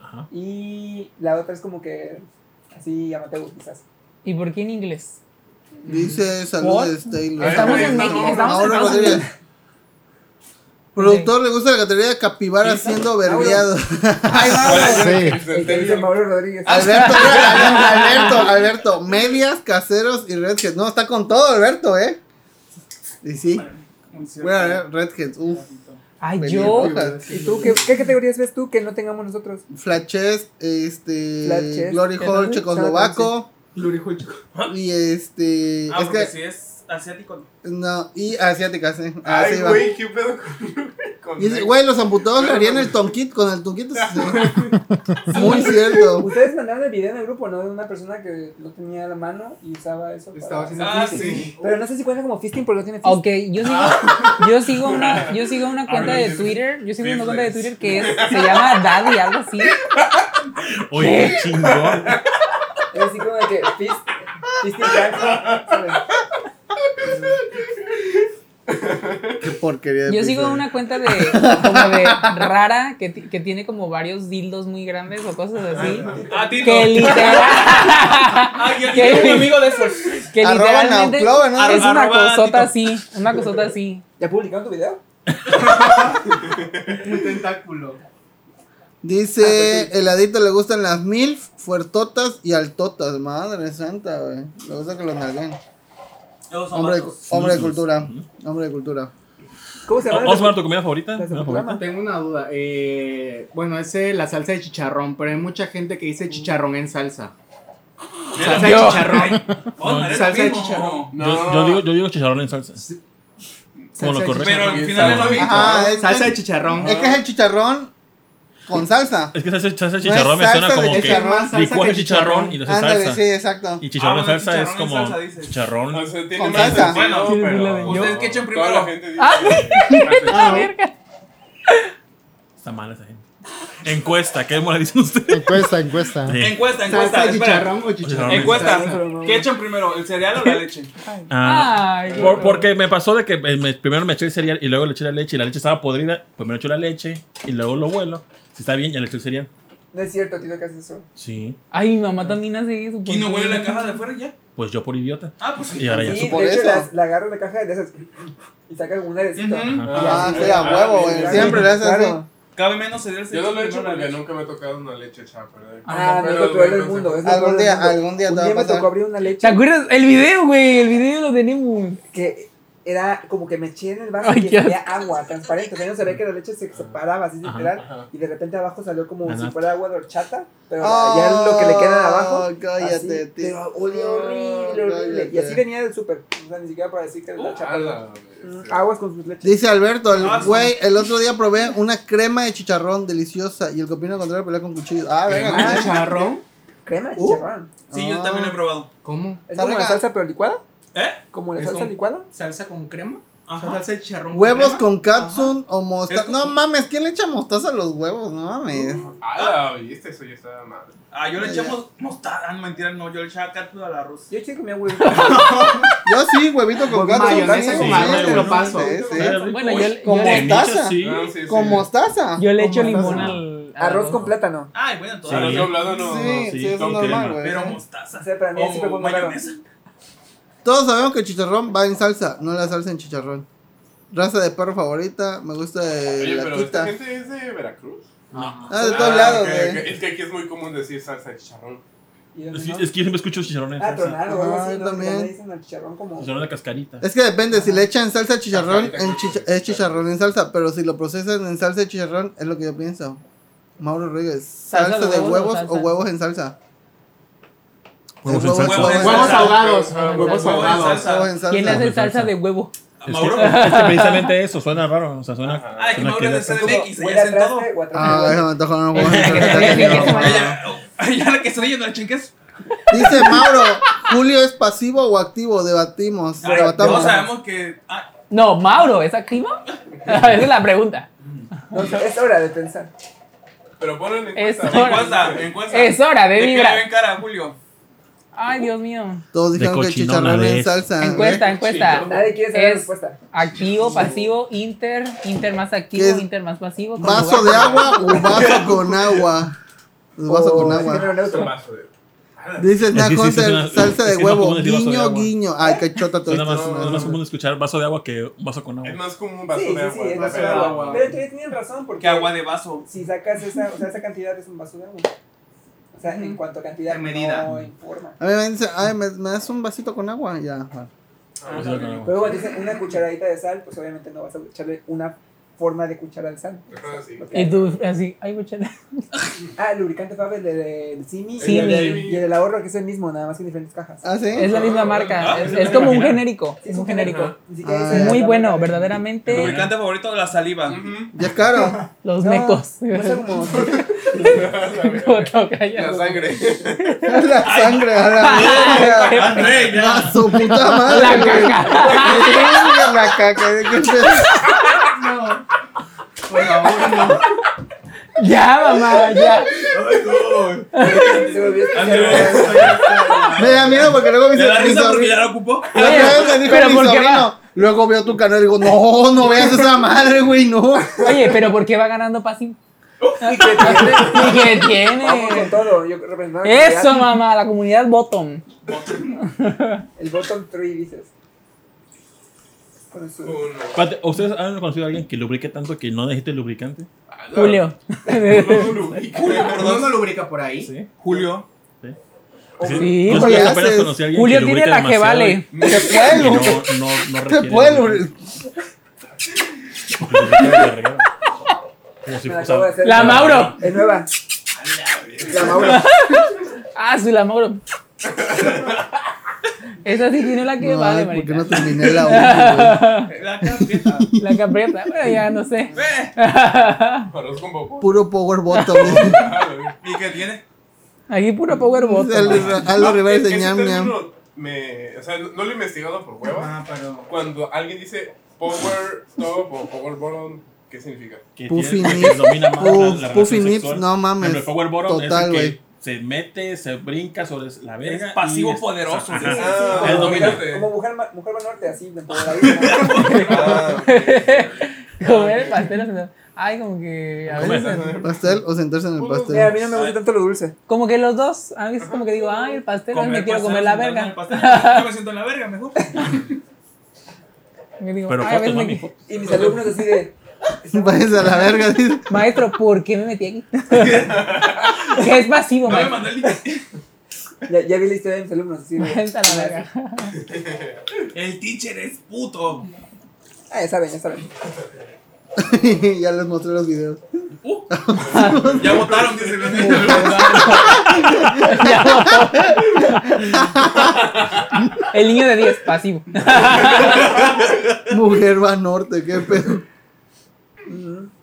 Ajá. y la otra es como que así amateur, quizás. ¿Y por qué en inglés? Dice saludos, Taylor. Estamos en México, estamos en Ahora Estados Rodríguez. Unidos. Productor le gusta la categoría de capibara siendo verbiado. ¡Ay, vamos! Sí. El El que dice centenio. Mauro Rodríguez. Alberto, Alberto, Alberto, Alberto, medias, caseros y redheads. No, está con todo Alberto, ¿eh? Y sí, bueno, eh, redheads, uff. Ay, yo. ¿Y tú qué, qué categorías ves tú que no tengamos nosotros? Flat chest, este, Flat chest, Glory ¿qué Hall tal? checoslovaco y este, Ah, es porque que si es asiático. no y asiáticas, ¿eh? Ay, Así va. güey, qué pedo con. con Y dice, güey, los amputados le harían el tonquito con el tonquito. se- Muy cierto. Ustedes mandaron el video en el grupo, ¿no? De una persona que no tenía la mano y usaba eso. para- Estaba haciendo Ah, fisting. sí. Pero no sé si cuenta como fisting porque no tiene fisting. Ok, yo sigo, Ah. yo sigo una, yo sigo una cuenta de Ahora, Twitter, yo sigo una Netflix. cuenta de Twitter que es, se llama Daddy, algo así. Oye, qué chingón. Es así como de que fist, fisting time, ¿sabes? Qué porquería. de Yo sigo episodio. una cuenta de como de rara que, ti- que tiene como varios dildos muy grandes o cosas así. Ah, Tito. Que literal, Ah, yo que- tengo un amigo de esos. que Arroba literalmente Nauclova, ¿no? es una Arroba cosota Tito. así, una cosota así. ¿Ya publicaron tu video? Un tentáculo. Ah, pues Dice, el heladito le gustan las mil, fuertotas y altotas. Madre santa, güey. Le gusta que los nalguen. Esos son Hombre, de- vatos. hombre de cultura. Hombre de cultura. ¿Cómo se llama? O- Osmar, ¿tu comida favorita? Las de ¿Comida programa. favorita? Tengo una duda. eh, bueno, es eh, la salsa de chicharrón, pero hay mucha gente que dice chicharrón en salsa. Salsa de chicharrón. Oh, no, es Salsa lo de mismo. chicharrón. No. Yo, yo digo, yo digo chicharrón en salsa. Como Salsa lo de correcto. Pero al final es lo mismo. Ajá, es, Salsa de es- chicharrón. es que es el chicharrón con salsa. Es que salsa, salsa de chicharrón No me es suena salsa de como Es que chicharrón. más salsa licuar que el chicharrón y le hace Ándale, sí, salsa. exacto. Y chicharrón en Ah, bueno, salsa es chicharrón en como salsa, dices. O chicharrón. sea, tiene Con más salsa. Ah, sentido, Bueno, pero- pero- Ustedes Yo- que echen primero. Toda la la gente dice. La verga. Está mal esa gente. Encuesta, ¿qué le dicen ustedes? Encuesta, encuesta. Sí. Encuesta, Salsa encuesta. de espera. chicharrón o chicharrón. en salsa. Encuesta. ¿Qué echan primero, el cereal o la leche? Ah, Ay, Por- porque me pasó de que eh, me- primero me eché el cereal y luego le eché la leche y la leche estaba podrida. pues Primero eché la leche y luego lo vuelo. Si está bien, ya le eché el cereal. No es cierto, Tito, que haces eso. Sí, ay, mi mamá también hace eso. ¿Y no ¿por qué? huele la caja de afuera ya? pues yo por idiota. Ah, pues sí. Y ahora ya. Sí, Por de hecho, eso. la, la agarro la caja y le haces y sacas un airecito. Ujú. Y Ah, así, sí, a huevo, güey. claro, Siempre le haces así. claro. Cabe menos se dio el Yo no servicio lo he hecho primero a la porque leche. nunca me he tocado una leche chapa. ¿verdad? Ah, no es Pero lo peor del me mundo. es lo Algún peor del día- mundo. algún día te Un va a día me pasar. tocó abrir una ¿Te leche acuerdas? El video, güey. El video lo tenemos. que era como que me eché en el vaso Ay, y qué salía agua transparente. O sea, yo no sabía que la leche se separaba así Ajá, literal. ajá. Y de repente abajo salió como Ajá. si fuera agua de horchata, pero la- ya lo que le queda de abajo. Oh, Cállate, así, tío. pero olía horrible, No, horrible. Y cállate. así venía del súper. O sea, ni siquiera para decir que era la chapa. Ala, Mm, Ah, bestia. Aguas con sus leches. Dice Alberto, el Ah, sí. güey, el otro día probé una crema de chicharrón deliciosa y el que opina contrario pelea con cuchillo. Ah, ¿Crema de venga. charrón? Crema de Uh. chicharrón. Sí, yo también lo he probado. ¿Cómo? ¿Es Está como la rica. salsa pero licuada? ¿Eh? ¿Como la Es salsa como- licuada? ¿Salsa con crema? Ajá. ¿Salsa de chicharrón Huevos crema? con katsun o mostaza. Es como- No mames, ¿quién le echa mostaza a los huevos? No mames. Ala, Ah, viste, eso ya está mal. Ah, yo le echamos mostaza. Ah, no, mentira, no. Yo le echaba cátula al arroz. Yo eché comía huevo. Yo sí, huevito con katsun. mayonesa sí, con sí, mayo, te lo sí, paso. sí, sí. Bueno, yo, le- Con yo, le- mostaza. Sí. Ah, sí, sí. Con mostaza. yo le echo Como limón mostaza. al. al Arroz con plátano. Ay, bueno, todo. Sí. Al arroz. otro lado Ah, no. Sí, no, sí, sí, eso es con normal, crema. güey. Pero sí. mostaza. O sea, para mí o siempre fue muy raro. mayonesa. Todos sabemos que el chicharrón va en salsa, no la salsa en chicharrón. Raza de perro favorita, me gusta de Oye, la pero quita. esta gente es de Veracruz. No. Ah, de Ah, todos lados, ok, güey. ok. Es que aquí es muy común decir salsa de chicharrón. Y yo, Es, no. que- es que yo siempre escucho chicharrones. Ah, tronar o algo Ah, yo así. ¿no? Que ya también. le dicen al chicharrón como... Chicharrón de cascarita. Es que depende, si le echan salsa de chicharrón, Ajá, en chicha- es chicharrón en salsa, pero si lo procesan en salsa de chicharrón, es lo que yo pienso. Mauro Rodríguez, ¿Salsa salsa de de huevos o huevos salsa? o huevos en salsa. Huevos en Huevos salsa. en Huevos Huevos salsa. ahogados. Ah, Huevos salsa. Huevos ahogados. salsa. Huevos en salsa. ¿Quién hace Salsa. salsa de huevo? Ah, Mauro. Mauro. Es que precisamente eso, suena raro. O sea, suena. Ajá. Ay, que suena Mauro es de de- CDMX. Huele Ella a es en todo. traste o a traste de Ah, huevo. déjame antojar unos huevos en Ella- salsa, ella- déjame ella- probar. Ya la que se no la chingues. Dice Mauro, Julio es pasivo o activo, debatimos, Ay, debatamos. Todos sabemos que. ah, No, Mauro, ¿es activo? Esa es la pregunta. No, es hora de pensar. Pero ponen en Es cuenta. hora. Encuesta, encuesta. Es hora de ¿De qué le vibrar. ven cara, Julio? Ay, Dios mío. Todos De dijeron que cochinona chicharrón en ves. salsa. Encuesta, ¿eh? encuesta. Nadie quiere saber la Es- respuesta. Activo, pasivo, inter, inter más ¿Qué activo, es? inter más pasivo. conjugar. ¿Vaso de agua o vaso con agua? Vaso O con género agua. neutro. Un vaso de- Dice Snack sí, sí, Hunter, suena- salsa de sí, no huevo, podemos decir vaso de guiño, agua. guiño. Ay, qué chota este Suena más, tuviste, No, no, es más no. común escuchar vaso de agua que un vaso con agua. Es más como un Sí, vaso sí, de sí, agua. es ¿no? vaso de Pero- agua. Pero ustedes tienen razón porque Que agua de vaso. si sacas esa, o sea, esa cantidad es un vaso de agua. O sea, en cuanto a cantidad En medida. no informa. A mí me dice, ay, ¿me, me das un vasito con agua? Ya. va. Ah, Vaso con agua. Luego cuando dicen una cucharadita de sal, pues obviamente no vas a echarle una forma de cuchara de sal. Ajá, sí. Lo que- Y tú, así, ay, muchacha. Ah, el lubricante Faber del del Simi, Simi. Y, el del, y el del ahorro que es el mismo, nada más que en diferentes cajas. ¿Ah, sí? Es la misma marca. Ah, Es, sí, es me como un imagino. genérico. Sí, Es un genérico. Ni siquiera Ah. dice Muy la bueno, marca. El verdaderamente. lubricante favorito de la saliva. Ya es caro. Los No, mecos. Cuesta como Como tocaya. La sangre. la sangre, a la mierda. André, ya. A su puta madre. La güey. caca. Venga, La caca. ¿de qué te- Por favor, no. Ya, mamá, ya. se volvió André, especial. Me da miedo porque luego me ¿Le dice. da mi risa porque sobrino- ya la ocupó? La otra vez me dijo Pero mi ¿por qué sobrino, va? Luego veo tu canal y digo, no, no veas esa madre, güey, no. Oye, pero ¿por qué va ganando pasivo? Y que tiene- ¿Y qué Vamos con tiene? todo. Yo representaba la Eso, comunidad. mamá, la comunidad bottom. El bottom 3 dices. Pues, eh, Con su. Uno. Espérate, ¿Ustedes han conocido a alguien que lubrique tanto que no necesite lubricante? Julio. Julio, ¿por dónde no lubrica por ahí? Sí. Julio. Oh, Sí, Yo porque apenas haces- conocí a alguien Julio que tiene lubrica la que demasiado vale. Te y No, puedo, no, no te requiere puedo. lubricante. Lubrica de regalo. Como si Me la fuese- acabo de hacer. La Mauro. Es nueva. La Mauro. Ah, su la Mauro. Esa sí tiene la que No, vale, ay, porque Marita. no terminé la otra, güey. La capeta. La que aprieta. Bueno, ya no sé. Ve. Arroz con popó. Puro power bottom. dice. ¿Y qué tiene? Aquí puro power bot. Aldo Aldo Rivera Ese dice ñam ñam. término me, o sea, no lo he investigado por hueva. Ah, pero. Cuando alguien dice power top o power bottom, ¿qué significa? que Puffy tiene- Nips. que domina más Uf, la- la Puffy relación Nips, sexual. no mames. El Power Bottom Total, es el güey. que se mete, se brinca sobre la verga. Es pasivo y es- poderoso. Ajá. Sí, Ah, Él como, domina. mujer, como mujer, ma- mujer norte, así, de empoderadísima. Ah, ok. Comer el pastel. o sea, Ay, como que a Comer. veces. Pastel o sentarse en el Mira, a pastel. mí no me gusta tanto lo dulce. Como que los dos. A veces como que digo, ay, el pastel, ay, me quiero pastel, comer la sentarme en verga. el pastel. Yo me siento en la verga, mejor. Me digo, Pero ay, a veces fotos, me mami. qui- Y mis alumnos así de. Váyanse a la verga, dice. Maestro, ¿por qué me metí aquí? que es pasivo, No me maestro. mandó el link. Ya, ya vi la historia de mis alumnos. así de- Váyanse a la verga. El teacher es puto. Ah, ya saben, ya saben. ya les mostré los videos. Uh. ya votaron, dice. El niño de 10, pasivo. Mujer va norte, qué pedo.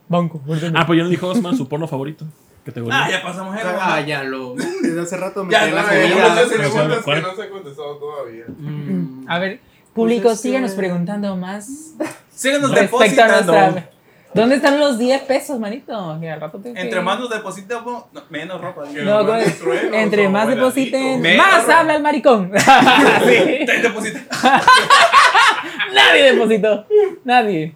Banco. Ah, pues ya no dijo Osman su porno favorito. Categoría. Ah, ya pasamos el Ah, ya lo. Desde hace rato me Ya, quedé en la no, Hay ya, comida. muchas pero ¿sabe preguntas cuál? que no se han contestado todavía. Mm. A ver, público, Pues es que- síganos preguntando más Síguenos respecto a depositando. nuestra. ¿Dónde están los 10 pesos, manito? Que al rato tengo que- Entre más nos depositamos, no, menos ropa. digo. No, más pues, truenos entre o más bailarito. depositen, Me- más habla el maricón. Sí. Ah, Te deposita. Nadie depositó. Nadie.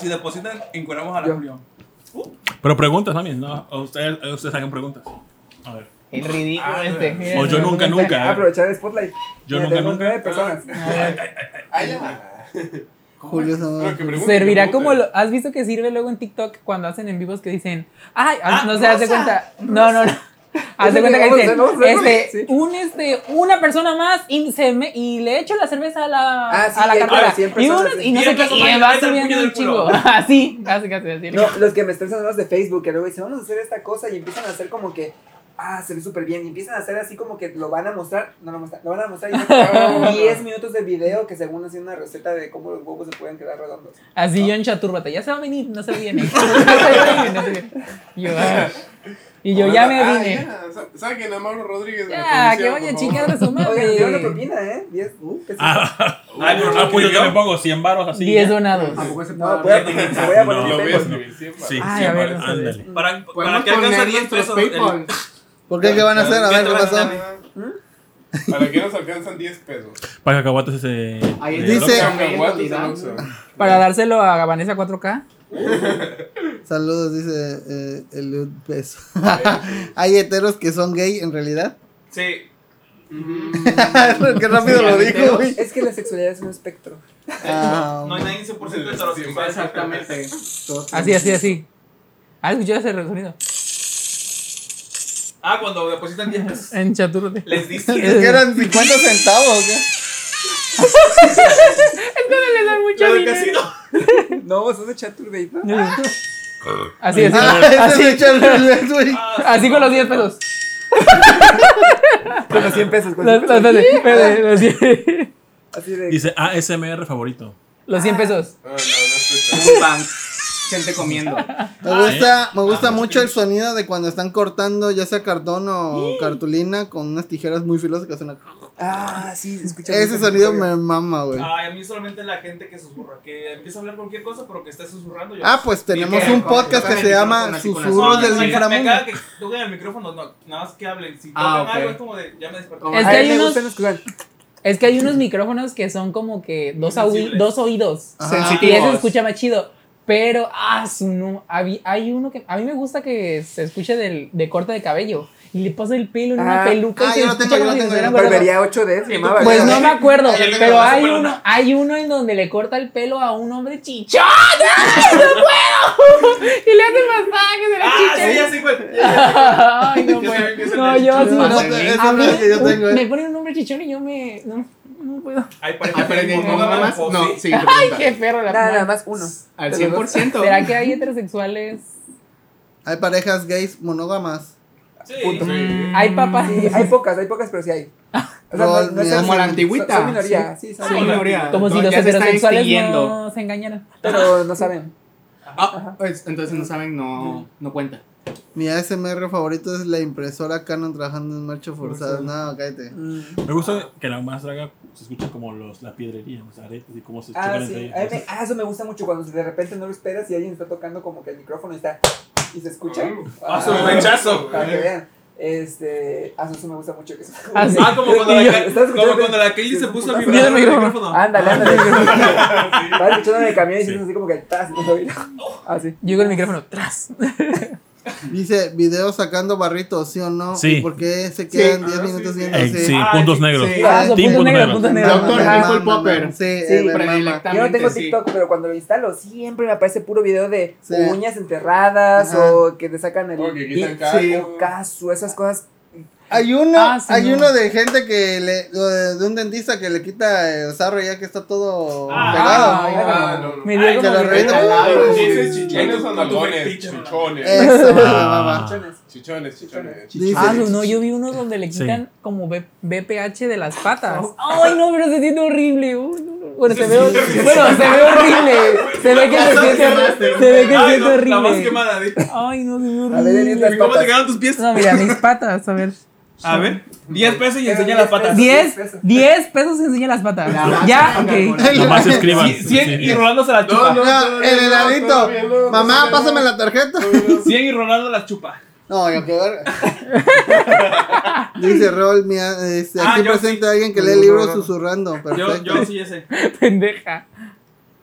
Si depositan, encueramos a la Yo. Julián. Pero preguntas también, ¿no? O Ustedes, ustedes hagan preguntas. A ver. El ridículo Ah, este. O yo nunca, nunca. eh. Aprovechar el spotlight. Yo Mira, nunca, tenemos nunca. nueve personas. Julio Pero no. que pregunten, Servirá como pregunten. lo. ¿Has visto que sirve luego en TikTok cuando hacen en vivos que dicen. Ay, Ah, no se hace cuenta. No, no, no. Haz de Eso cuenta que llegamos, dicen, ¿no? Luego, este, sí. un, este, una persona más y, se me- y le echo la cerveza a la, Ah, sí, a la llega- cartera. ah, cien y, personas, uno- sí. y no sé Cien qué, personas, y le va metes el subiendo puño un del culo. chingo. Así, casi, casi. así. No, los que me estresan son los de Facebook, que luego dicen, vamos a hacer esta cosa y empiezan a hacer como que, ah, se ve súper bien. Y empiezan a hacer así como que lo van a mostrar, no lo muestran, lo van a mostrar y sacan 10 minutos de video que según hacen una receta de cómo los huevos se pueden quedar redondos. Así yo en chatúrbate, ya se va a venir, no se viene. No se viene, no se viene. Y yo, ah. Y yo ya me Ah, vine. ya, sa- Saquen a Mauro Rodríguez. de la Ya, que comisión, vaya por chingas favor. de su Oigan, me dieron una madre. propina, ¿eh? 10, uh, ¿qué es eso? Ah, Ay, pero ah, no, pues yo te yo le pongo 100 baros así. 10 ya. donados. ¿A poco se puede No, pues, voy a, hablar? voy a poner No, Lo el voy a Facebook. escribir siempre. Sí, Ay, 100 a ver, baros, no sé. ándale. Para, para Podemos que alcanza poner 10 nuestros pesos. Paypal. ¿Por qué? ¿Qué van a hacer? A ver, ¿qué pasó? ¿Mm? Para que nos alcanzan 10 pesos. Para cacahuates ese. Ahí de está. Dice- Ahí está, Cacahuates en ¿no? Oxxo. Para dárselo a Vanessa 4K. Saludos, dice eh, Eliud Beso. Hay heteros que son gay en realidad. Sí. Qué rápido lo dijo, güey. Es que la sexualidad es un espectro. Ah, No hay nadie 100% de Ah, heterosexual. Exactamente. Todos Así, así, así. Ah, escuché ese sonido. Ah, cuando depositan 10 pesos. En chatúrbate. Les ¿Es dice. que eran 50 centavos o qué? Entonces le dan Lo mucho del dinero. casino. No, vos sos de chaturbate, ¿no? Así, así. Ah, ese es Así, Ah, de Charles güey. así con los 10 pesos. Con los 100 pesos. Con los Los, 100 los- pesos. los- los- los- Así de. Dice ASMR favorito. los 100 pesos. Ah, No, no, no escucho. Mukbang. Gente comiendo. Me gusta, me gusta mucho el sonido de cuando están cortando ya sea cartón o cartulina con unas tijeras muy filosas que hacen una- Ah, sí, se escucha. Ese mucho sonido episodio. me mama, güey. Ay, a mí solamente la gente que susurra, que empieza a hablar cualquier cosa, pero que está susurrando. yo- Ah, pues tenemos que un con- podcast que con se el llama micrófono así con las Susurros manos. del me ca- Me Inframundo. caga que toquen el micrófono, no, nada más que hablen. Si tocan Ah, ok. algo es como de, ya me despertó. Es A que él hay le unos- gustan los que usan. Es que hay unos micrófonos que son como que dos, oí- Sensibles. dos oídos. Ajá. Y Sensitivos. eso se escucha más chido. Pero, ah, su no. Habí- Hay uno que. A mí me gusta que se escuche del, de corte de cabello. Y le pasa el pelo en una Ah, peluca. ah, y se yo lo escucha tengo, yo como lo si tengo, fuera yo lo gordo. Barbería 8D se llamaba. Pues ¿verdad? no me acuerdo, Ah, yo tengo pero dos, hay bueno, uno, no. hay uno en donde le corta el pelo a un hombre chichón. ¡Ay, ¡No puedo! Y le hace masajes de la Ah, chicha. sí, ya sí, güey. Ay, no Yo sé que puedo. es el No, del yo así No, no. no, ese A es mí, el que yo tengo, eh. me ponen un hombre chichón y yo me. No, no puedo. Ay, pues, parece Ah, pero que ¿no no nada hablan más? por No, sí. siguiente Ay, pregunta. qué perro la Nada, nada más uno. Pero Al los- 100%. ¿Será que hay heterosexuales? Hay parejas gays monógamas. Sí. Punto. Hay papás. Sí, hay pocas, hay pocas, pero sí hay. O sea, no, No, no, ni es como la son- antigüita. Son minoría, sí, son Sí, minoría, minoría. Como si No, los ya se están heterosexuales extinguiendo. no se engañaran. Pero no saben. Ah, pues, entonces no saben, no, no cuenta. Mi ASMR favorito es la impresora Canon trabajando en marcha forzada. No, cállate. Me gusta que la más draga se escucha como los, la piedrería, los aretes y cómo se Ah, chocan sí. entre A mí me- ellos. Eh, ah, eso me gusta mucho cuando de repente no lo esperas y alguien está tocando como que el micrófono y está. Y se escucha. Ah, su rechazo. Para que vean. Este. Ah, eso me gusta mucho. Que Ah, sí. Ah, como cuando Y yo, la, ¿estás Ka- escuchando? como cuando Ah, la Kelly se puso a Mira el vibrar en el micrófono. micrófono. Ándale, ándale. Vas escuchando en el camión y sientes así como que. tas, y todo, y- Ah, sí. Llegó el micrófono. ¡Tras! Dice, video sacando barritos, ¿sí o no? Sí. ¿Y por qué se quedan Sí. 10 Ah, minutos sí, viendo? Eh, sí, Ah, puntos sí, negros. sí. Ah, Team puntos punto negros, negro. puntos negros. Doctor Ajá, People mamá. Popper. Sí, Sí, eh, me mama. predilecta. Yo no tengo Exactamente, sí. TikTok, pero cuando lo instalo siempre me aparece puro video de Sí. uñas enterradas Ajá. o que te sacan el O que quitan y- casco. o caso, esas cosas. Hay uno, Ah, sí, hay no. uno de gente que le, lo de, de un dentista que le quita el sarro ya que está todo Ah, pegado. ay, Ah, no, no. Me dio Ay, como que la que- reina- Calabros, Sí, chiches, sí, chichones, chichones, son los andones, fetiches, mamá. Eh. chichones. Eso, me Ah. mama. Chichones, chichones. Dice- Ah, no, no, yo vi uno donde le Sí. quitan como B- BPH de las patas. Ay, no, pero se siente horrible. Uy, no, no. Bueno, se ve, bueno, se ve horrible. Se ve que se siente, se ve que se siente Ay, no, La más horrible. quemada, di. Ay, no, se ve A ver, Denis, las horrible. ¿Cómo te patas. quedaron tus pies? No, mira, mis patas, a ver. A ver, 10 pesos y Pero enseña diez las patas. pesos. 10, 10 pesos se enseña las patas. Ya, ok. Nomás escriban. Cien- cien y Rolando se la No, no, chupa. Mira, no, no, el no, heladito. todavía no, Mamá, todavía no. pásame la tarjeta. 100 y Rolando la chupa. No, yo qué verga. Dice Rol, mira, este, Ah, aquí yo presente alguien que No, lee no, libros no, no. susurrando. Yo, Perfecto. yo sí ya sé. Pendeja.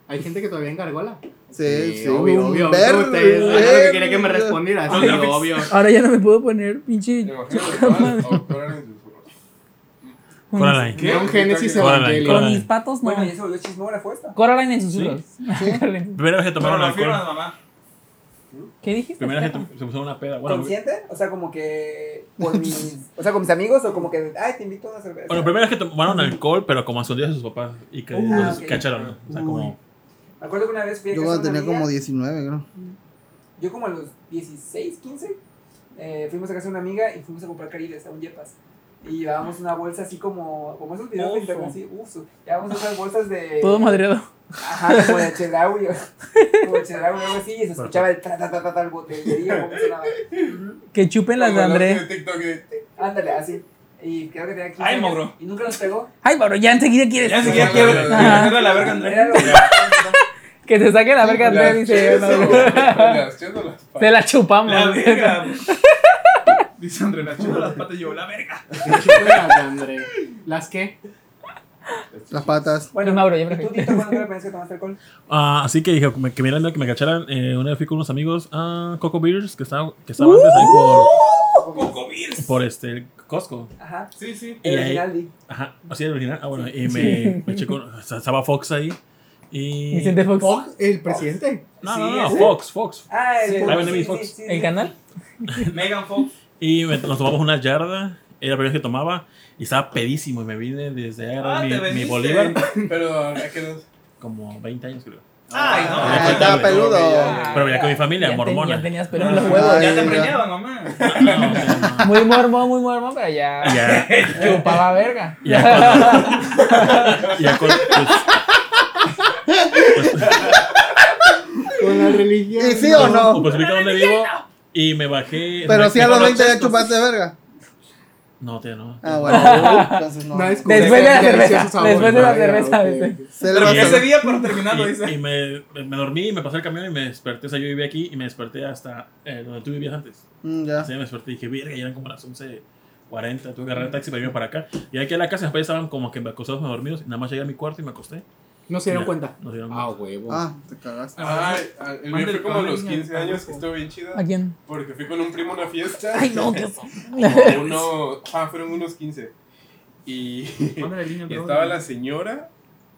Hay gente que todavía engargola. Sí, sí. obvio, un obvio. ver- Ustedes, ah, era lo que quería que me ver- respondieras. Los Sí, graphics. obvio. Ahora ya no me puedo poner pinche. Me imagino que todas las autoras en susurros. Coraline. ¿Qué? Neon Genesis Coraline, Evangelion. Con Coraline. mis patos, no. Bueno, ya se volvió chismógrafo esta. Coraline en susurros. Primera vez que tomaron Pero firmas, alcohol. mamá. ¿Qué dijiste? Primera vez que to- se pusieron una peda. Bueno, ¿Consciente? O sea, como que por mis, o sea, con mis amigos o como que, ay, te invito a una cerveza. bueno, primera vez que tomaron alcohol, pero como a sus días de sus papás. Y que Ah, entonces ok. cacharon. ¿no? O sea, como. Me acuerdo que una vez fui a Yo casa de cuando una tenía amiga, como 19, creo. yo como a los 16, 15, eh, fuimos a casa de una amiga y fuimos a comprar caribes a un yepas. Y llevábamos una bolsa así como, como esos videos de Uso. Instagram, así, uso. Llevábamos esas bolsas de... Todo madreado. Ajá, como de chedraui, o- como de chedraui, algo así, y se escuchaba el ta ta ta ta ta el botellería, como sonaba. Que chupen las de Como los André. de TikTok de- Ándale, así. Y creo que tenía 15 Ay, años, mogro. Y nunca nos pegó. Ay, pero ya enseguida quieres. Este, Ya enseguida Ajá. quiero quiero hacerle la verga, André. Era lo que... Que te saque la verga Las André, dice. chelas no, o- güey. las chelas o las patas. Te la chupamos. La verga. Dice André, la chupa las patas y yo, la verga. André. ¿Las qué? Las patas. Bueno, Mauro, ya ¿Y tú, me Tito, cuándo fue la primera vez que tomaste alcohol? Ah, así que dije, como que mira, que me cacharan. Eh, una vez fui con unos amigos a Coco Beers, que estaban, que estaban antes ahí por, Coco Beers. por este, Costco. Ajá. Sí, sí. Y El ahí- original, di. Ajá, así era original. Ah, bueno, y me, me checó. Estaba Fox ahí. Y. Vicente Fox. Fox, el presidente. No, Sí, no, no, ese. Fox, Fox. Ah, el... Sí. Fox, Ahí viene mi sí, sí, Fox. sí, sí. ¿El canal? Megan Fox. Y me- nos tomamos una yarda. Era la primera vez que tomaba. Y estaba pedísimo. Y me vine desde ahí Ah, te mi, mi veniste. Bolívar. Pero, ¿a qué nos- Como 20 años, creo. Ay, no. Ah, Ah, Ya, estaba cuéntame. peludo. Pero venía con mi familia, Ya ten- mormona. ya tenías pelo en los Ah. huevos. ya te Ay, preñaba, mamá. No, no, no. Muy mormón, muy mormón, pero ya. Ya, Chupaba verga. ya cuando. Ya cuando. pues, Con la religión. ¿Y sí o no? pues vi que dónde vivo. Y me bajé. Pero me- si a me- los 20 ya chupaste verga. No, tío, no. Ah, bueno. Entonces no. No, es Se Después de la Delicioso cerveza, sabor, después de la ah, cerveza, ok. dice. le Pero va a que ese hacer- día por terminado, Y, y dice. me, me dormí, me pasé el camión y me desperté. O sea, yo vivía aquí y me desperté hasta eh, donde tú vivías antes. Mm, ya. Así me desperté y dije, verga, ya eran como las 11.40. Tuve que agarrar el taxi para irme para acá. Y aquí a la casa, después estaban como que me acostados, me dormidos. Y nada más llegué a mi cuarto y me acosté. No se dieron cuenta. No se dieron Ah, cuenta. huevo. Ah, te cagaste. Ay, ah, el mío fue como a los 15 años que estuvo bien chido. ¿A quién? Porque fui con un primo a una fiesta. Ay, no, qué oso. Como uno, ah, fueron unos 15. Y, Mándale el niño, y bro. estaba la señora,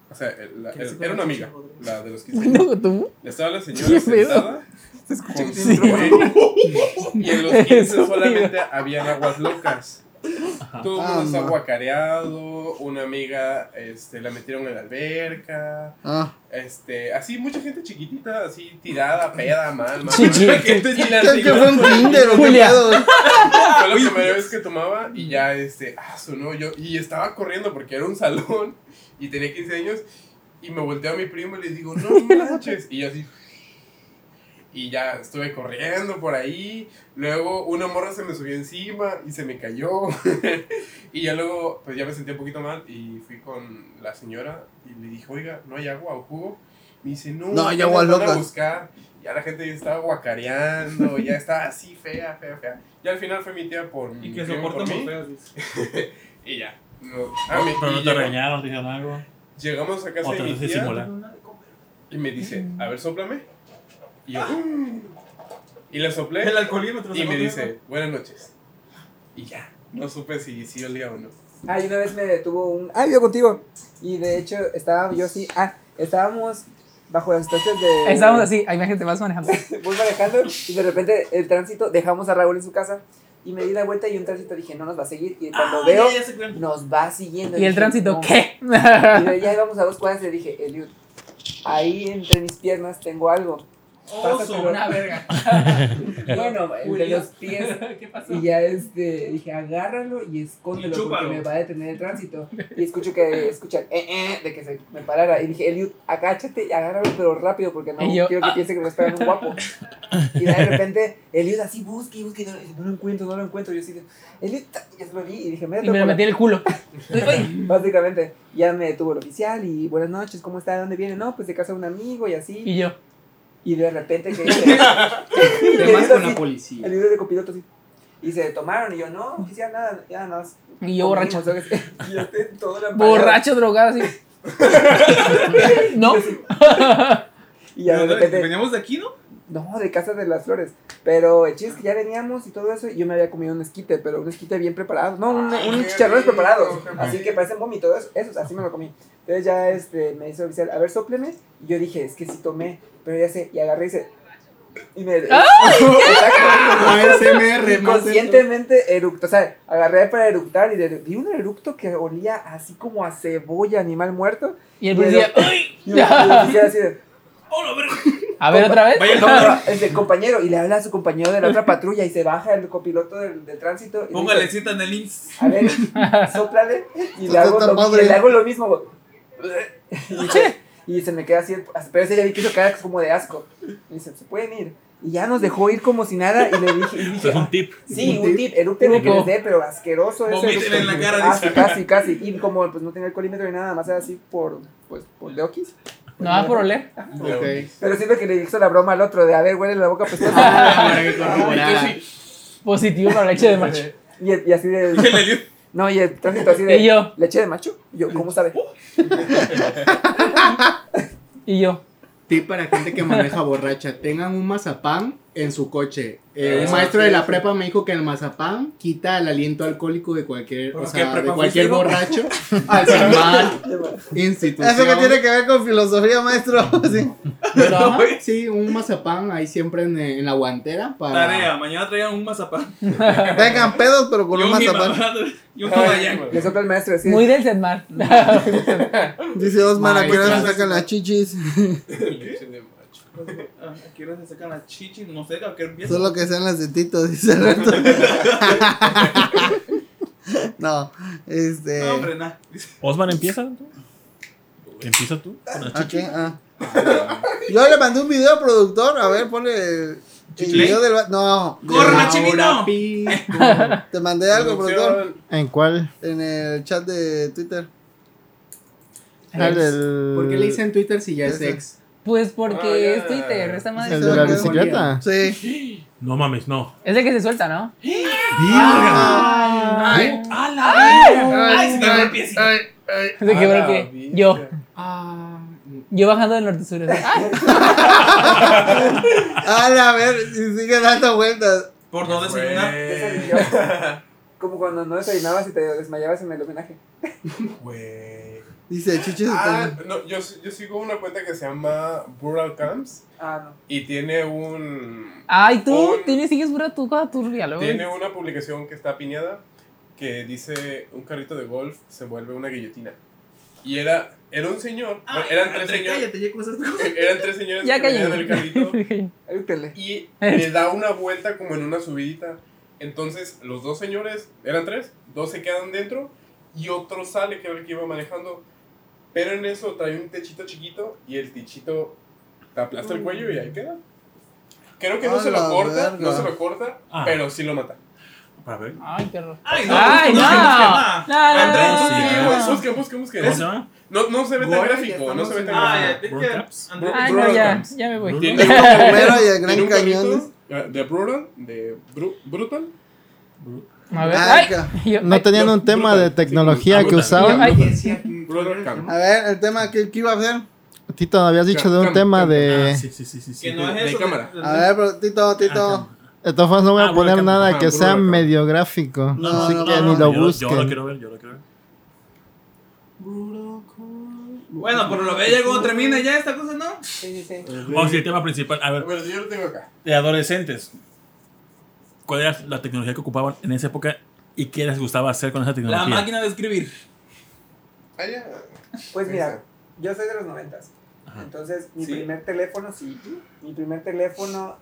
o sea, el- la- Que el- se era una fue amiga, a los la de los 15 años. No, tú. Estaba la Qué señora pedo. sentada con su güey, y en los Eso, 15 solamente habían aguas locas. Todo el Ah, mundo está no. guacareado, una amiga este, la metieron en la alberca, Ah. este, así mucha gente chiquitita, así tirada, peda, mal, mal. Chiquita. Gente y la ¿Qué, qué fue señora- un Tinder o qué Julia. pedo? Fue la primera vez que tomaba y ya, este, ah, sonó yo. Y estaba corriendo porque era un salón y tenía 15 años. Y me volteé a mi primo y le digo, no manches. Y yo así. Y ya estuve corriendo por ahí. Luego una morra se me subió encima y se me cayó. y ya luego, pues ya me sentí un poquito mal. Y fui con la señora y le dije, oiga, ¿no hay agua o jugo? Me dice, no, No, hay ya agua nos van a loca. buscar. Ya la gente ya estaba guacareando, ya estaba así fea, fea, fea. Y al final fue mi tía por mi Y que primo soporta por mí. feos. dice. Y ya. No, ah, me- Pero y no te llegó- regañaron, te dijeron algo. Llegamos a casa O te de mi dejaste tía simular. y me dice, a ver, sóplame. Y yo, "Mm". Y le soplé ¡Ah! El alcoholímetro. y se me lo dice, buenas noches. Y ya, no supe si, si olía o no. Ay, Ah, una vez me detuvo un. ¡Ay, yo contigo! Y de hecho, estaba yo así. Ah, estábamos bajo las estancias de. Estábamos así, ahí gente vas manejando. Voy manejando y de repente el tránsito, dejamos a Raúl en su casa. Y me di la vuelta y un tránsito dije, no nos va a seguir. Y cuando Ah, veo, ya, ya sé cuál. nos va siguiendo. Y el dije, tránsito, "No". ¿qué? Y de- ya íbamos a dos cuadras y le dije, Eliud, ahí entre mis piernas tengo algo. Oso. Pásatelo. verga. Bueno, el de los pies. ¿Qué pasó? Y ya este, dije, agárralo y escóndelo Y chúpalo. porque me va a detener el tránsito. Y escucho que escuchan, eh, eh, de que se me parara. Y dije, Eliud, agáchate y agárralo, pero rápido porque no Y yo, "Ah". quiero que piense que me esperan un guapo. Y de repente, Eliud así busca y busca y no, no lo encuentro, no lo encuentro. Yo así, de, Eliud, ta- ya se lo vi y dije, métete Y me por la- metí el culo. Básicamente, ya me detuvo el oficial y buenas noches, ¿cómo está? ¿De dónde viene? No, pues de casa de un amigo y así. Y yo, Y de repente que dice, y el Temas libro con así, la policía. el libro de copiloto así. Y se tomaron y yo, no, oficial, nada, ya nada más. y yo borracho. comimos, o sea, que- y yo estoy toda la Borracho, drogado, así. ¿No? Y ya de Pero, repente, Veníamos de aquí, ¿no? no, de Casa de las Flores. Pero el chiste es que ya veníamos y todo eso. Y yo me había comido un esquite, pero un esquite bien preparado. No, un, un chicharrones preparados. Así que parecen vómitos, esos, esos, así me lo comí. Entonces ya este, me dice el oficial, a ver, sopleme. Y yo dije, es que sí tomé, pero ya sé. Y agarré y se. Y me. Exacto. ASMR, más Conscientemente eructo, o sea, agarré para eructar y de- vi un eructo que olía así como a cebolla, animal muerto. Y el policía, ¡ay! Y el oficial así de, A ver, otra vez. Vaya, No, no, el del compañero, y le habla a su compañero de la otra patrulla y se baja el copiloto del, del tránsito. Y le Póngale dice, cita en el IMSS. A ver, sóplale. Y le, Está hago tan lo, padre. y le hago lo mismo. Y, dice- y se me queda así. Pero ese ya vi que hizo cara como de asco. Y dice, se pueden ir. Y ya nos dejó ir como si nada. Y le dije, Eso y dije, "Ah, es un tip. Sí, un tip, eructen que Eructo. les dé, pero asqueroso ese Vomiten eructo. en la cara, Casi, casi, casi. Y como pues no tenía el colímetro ni nada, más era así por, pues, por de okis. No, va por oler. Ok. Pero siento que le hizo la broma al otro de, a ver, huele la boca, pues. Para que corroborara. Positivo para leche de macho. y, el- y así de, Le dio- no, y el tránsito así de, Y yo. leche de macho. Y yo, ¿cómo sabe? Oh. Y yo, Tip para gente que maneja borracha, tengan un mazapán en su coche. Eh, Ah, un maestro sí, de la sí. prepa me dijo que el mazapán quita el aliento alcohólico de cualquier, o ¿Por qué sea, de prepa cualquier fuiste, no? borracho al formar institución. Eso que tiene que ver con filosofía, maestro. Sí. Pero, ajá, güey. sí, un mazapán ahí siempre en, en la guantera para Tarea, mañana traigan un mazapán. Vengan pedos, pero con Y un un mazapán. jiba- Y un tobayán, güey. Le sopla el maestro así. muy del Sedmar. Dice Osman, ¿a qué hora se Maestro. sacan las chichis? Ah, Aquí ahora se sacan las chichis, no sé, a qué empieza. Solo que sean las de Tito, dice Alberto. no, este. No, hombre, nada. Osman, empieza. tú. Empieza tú. con la ¿a chichi. qué? Ah. Yo le mandé un video al productor, a ver, ponle el el video del. va- No, Corre. Ahora chivito! pico. te mandé algo, productor, ¿En cuál? en el chat de Twitter. El del- ¿Por qué le dicen Twitter si ya es Ese. ex? Pues Ah, porque ya. es Twitter, esta madre. ¿El es de la una- bicicleta? Sí. No mames, no. Es el que se suelta, ¿no? Ah. ¡Virga! Ay. ¡A la verga! Ay, se te agarró el piecito. Se quebró el pie. Yo, Ah, yo bajando del norte sur. así. A Ah, la ver, y sigue dando vueltas. Por no desayunar. Eh, Como cuando no desayunabas y te desmayabas en el homenaje. Güey. Dice chichis. Ah, no, yo, yo sigo una cuenta que se llama Rural Camps Ah, no. y tiene un. Ay, tú Un- tienes, sigues pura tu cosa turbia, luego. Tiene una publicación que está piñada que dice un carrito de golf se vuelve una guillotina. Y era, era un señor, bueno, eran tres André, señores, Cállate, ya con esas cosas. eran tres señores Ya que venían en el carrito callé. Erúctenle. y le da una vuelta como en una subidita. Entonces los dos señores, eran tres, dos se quedan dentro y otro sale que era el que iba manejando. Pero en eso trae un techito chiquito y el techito te aplasta el cuello y ahí queda. Creo que no Mm. A se lo la corta, no verga. se lo corta, Ah. pero sí lo mata. Para ver. Ay, qué horror. Ay, no. Ay, no. no, No, Andrés, sí, no, no, Busquen, no, no. busquen, busquen, busquen. Ah. ¿Cómo se llama? No, no se ve tan Gordo, gráfico, ya no se ve tan estamos gráfico. Ah, ya, vete Brutal. que- Andrés. Ay, no, ya, ya me voy. Tiene- El primero y el tiene Gran un carrito Cañón. eh, de Brutal, de Bru- Brutal. A ver. Ah, Ay, ca- yo, ¿No ay, tenían no, un tema de brutal, sí, tecnología brutal. que Ah, brutal. usaban? Ay. decía que- Brother Cam. A ver, el tema que, que iba a hacer. Tito, habías dicho de un Cam- tema cam- de. Ah, sí, sí, sí, sí. sí. Que no de- es de eso. cámara. de- A ver, pero Tito, Tito. De todas formas, no voy Ah, a poner Burger nada King, que ah, sea Burger King. medio gráfico. No, así no, que ni no, lo no, yo, Yo lo busquen. quiero ver, yo lo quiero ver. Bueno, pero lo ve ya cuando termina ya esta cosa, ¿no? Sí, sí, sí. Ah, Vamos al tema principal. A ver, Bueno, yo lo tengo acá. de adolescentes. ¿Cuál era la tecnología que ocupaban en esa época y qué les gustaba hacer con esa La tecnología? máquina de escribir. Ah, ya. Pues mira, yo soy de los noventas. Ajá. Entonces, mi Sí. primer teléfono, sí. Mi primer teléfono,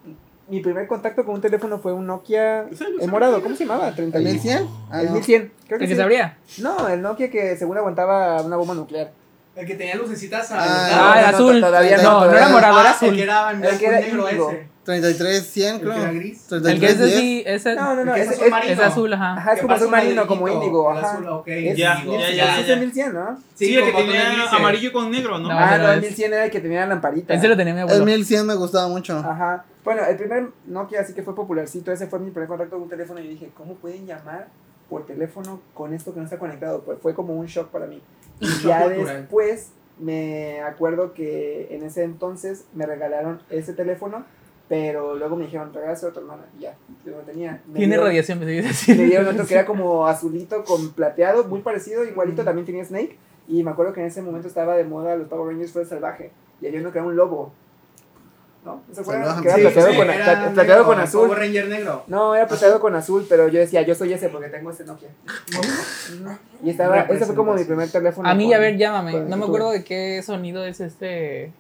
mi primer contacto con un teléfono fue un Nokia el morado. ¿Cómo se llamaba? ¿30 ¿El mil? 1100? Ah, El no. 1100. Creo que ¿El que sí. se abría? No, el Nokia que según aguantaba una bomba nuclear. El que tenía lucecitas Ah, Ah, Ah, el no, azul. todavía no, No, no era todavía no. morado, Ah, era El que azul. era en El que era blanco y negro índigo. ese. 33, 100, El que era creo. gris. El que es 33, 10. así, ese No, no, Ah, no. ¿El que Es, es es- azul es azul, ajá. ajá, es como pasa azul marino, como amarillito, índigo. el azul, Ajá. ok. Es Ya, mil- ya, ya, ese es ya. el 1100, ¿no? Sí, el que con botones tenía grises. amarillo con negro, ¿no? No, ah, ese no, no el es. 1100 era el que tenía la lamparita. Ese lo tenía mi El abuelo. 1100 me gustaba mucho. Ah. Ajá. Bueno, el primer Nokia así que fue popularcito, ese fue mi primer contacto con un teléfono y dije, ¿cómo pueden llamar por teléfono con esto que no está conectado? Pues fue como un shock para mí. Y ya cultural. después me acuerdo que en ese entonces me regalaron ese teléfono, pero luego me dijeron, regálase a tu hermana. Y ya, yo no tenía. Me Tiene dieron- radiación, me seguí me dieron otro diciendo. que era como azulito con plateado, muy parecido, igualito, también tenía Snake. Y me acuerdo que en ese momento estaba de moda los Power Rangers fue salvaje. Y había uno que era un lobo. ¿No? ¿No se acuerdan? Salvaje. Que era Sí, plateado, sí, con, era pla- plateado negro, con el azul. Power Ranger negro. No, era plateado con azul, pero yo decía, yo soy ese porque tengo ese Nokia. Ujú. y estaba, ese fue como mi primer teléfono. A mí, con- a ver, llámame. con el No me futuro. acuerdo de qué sonido es este.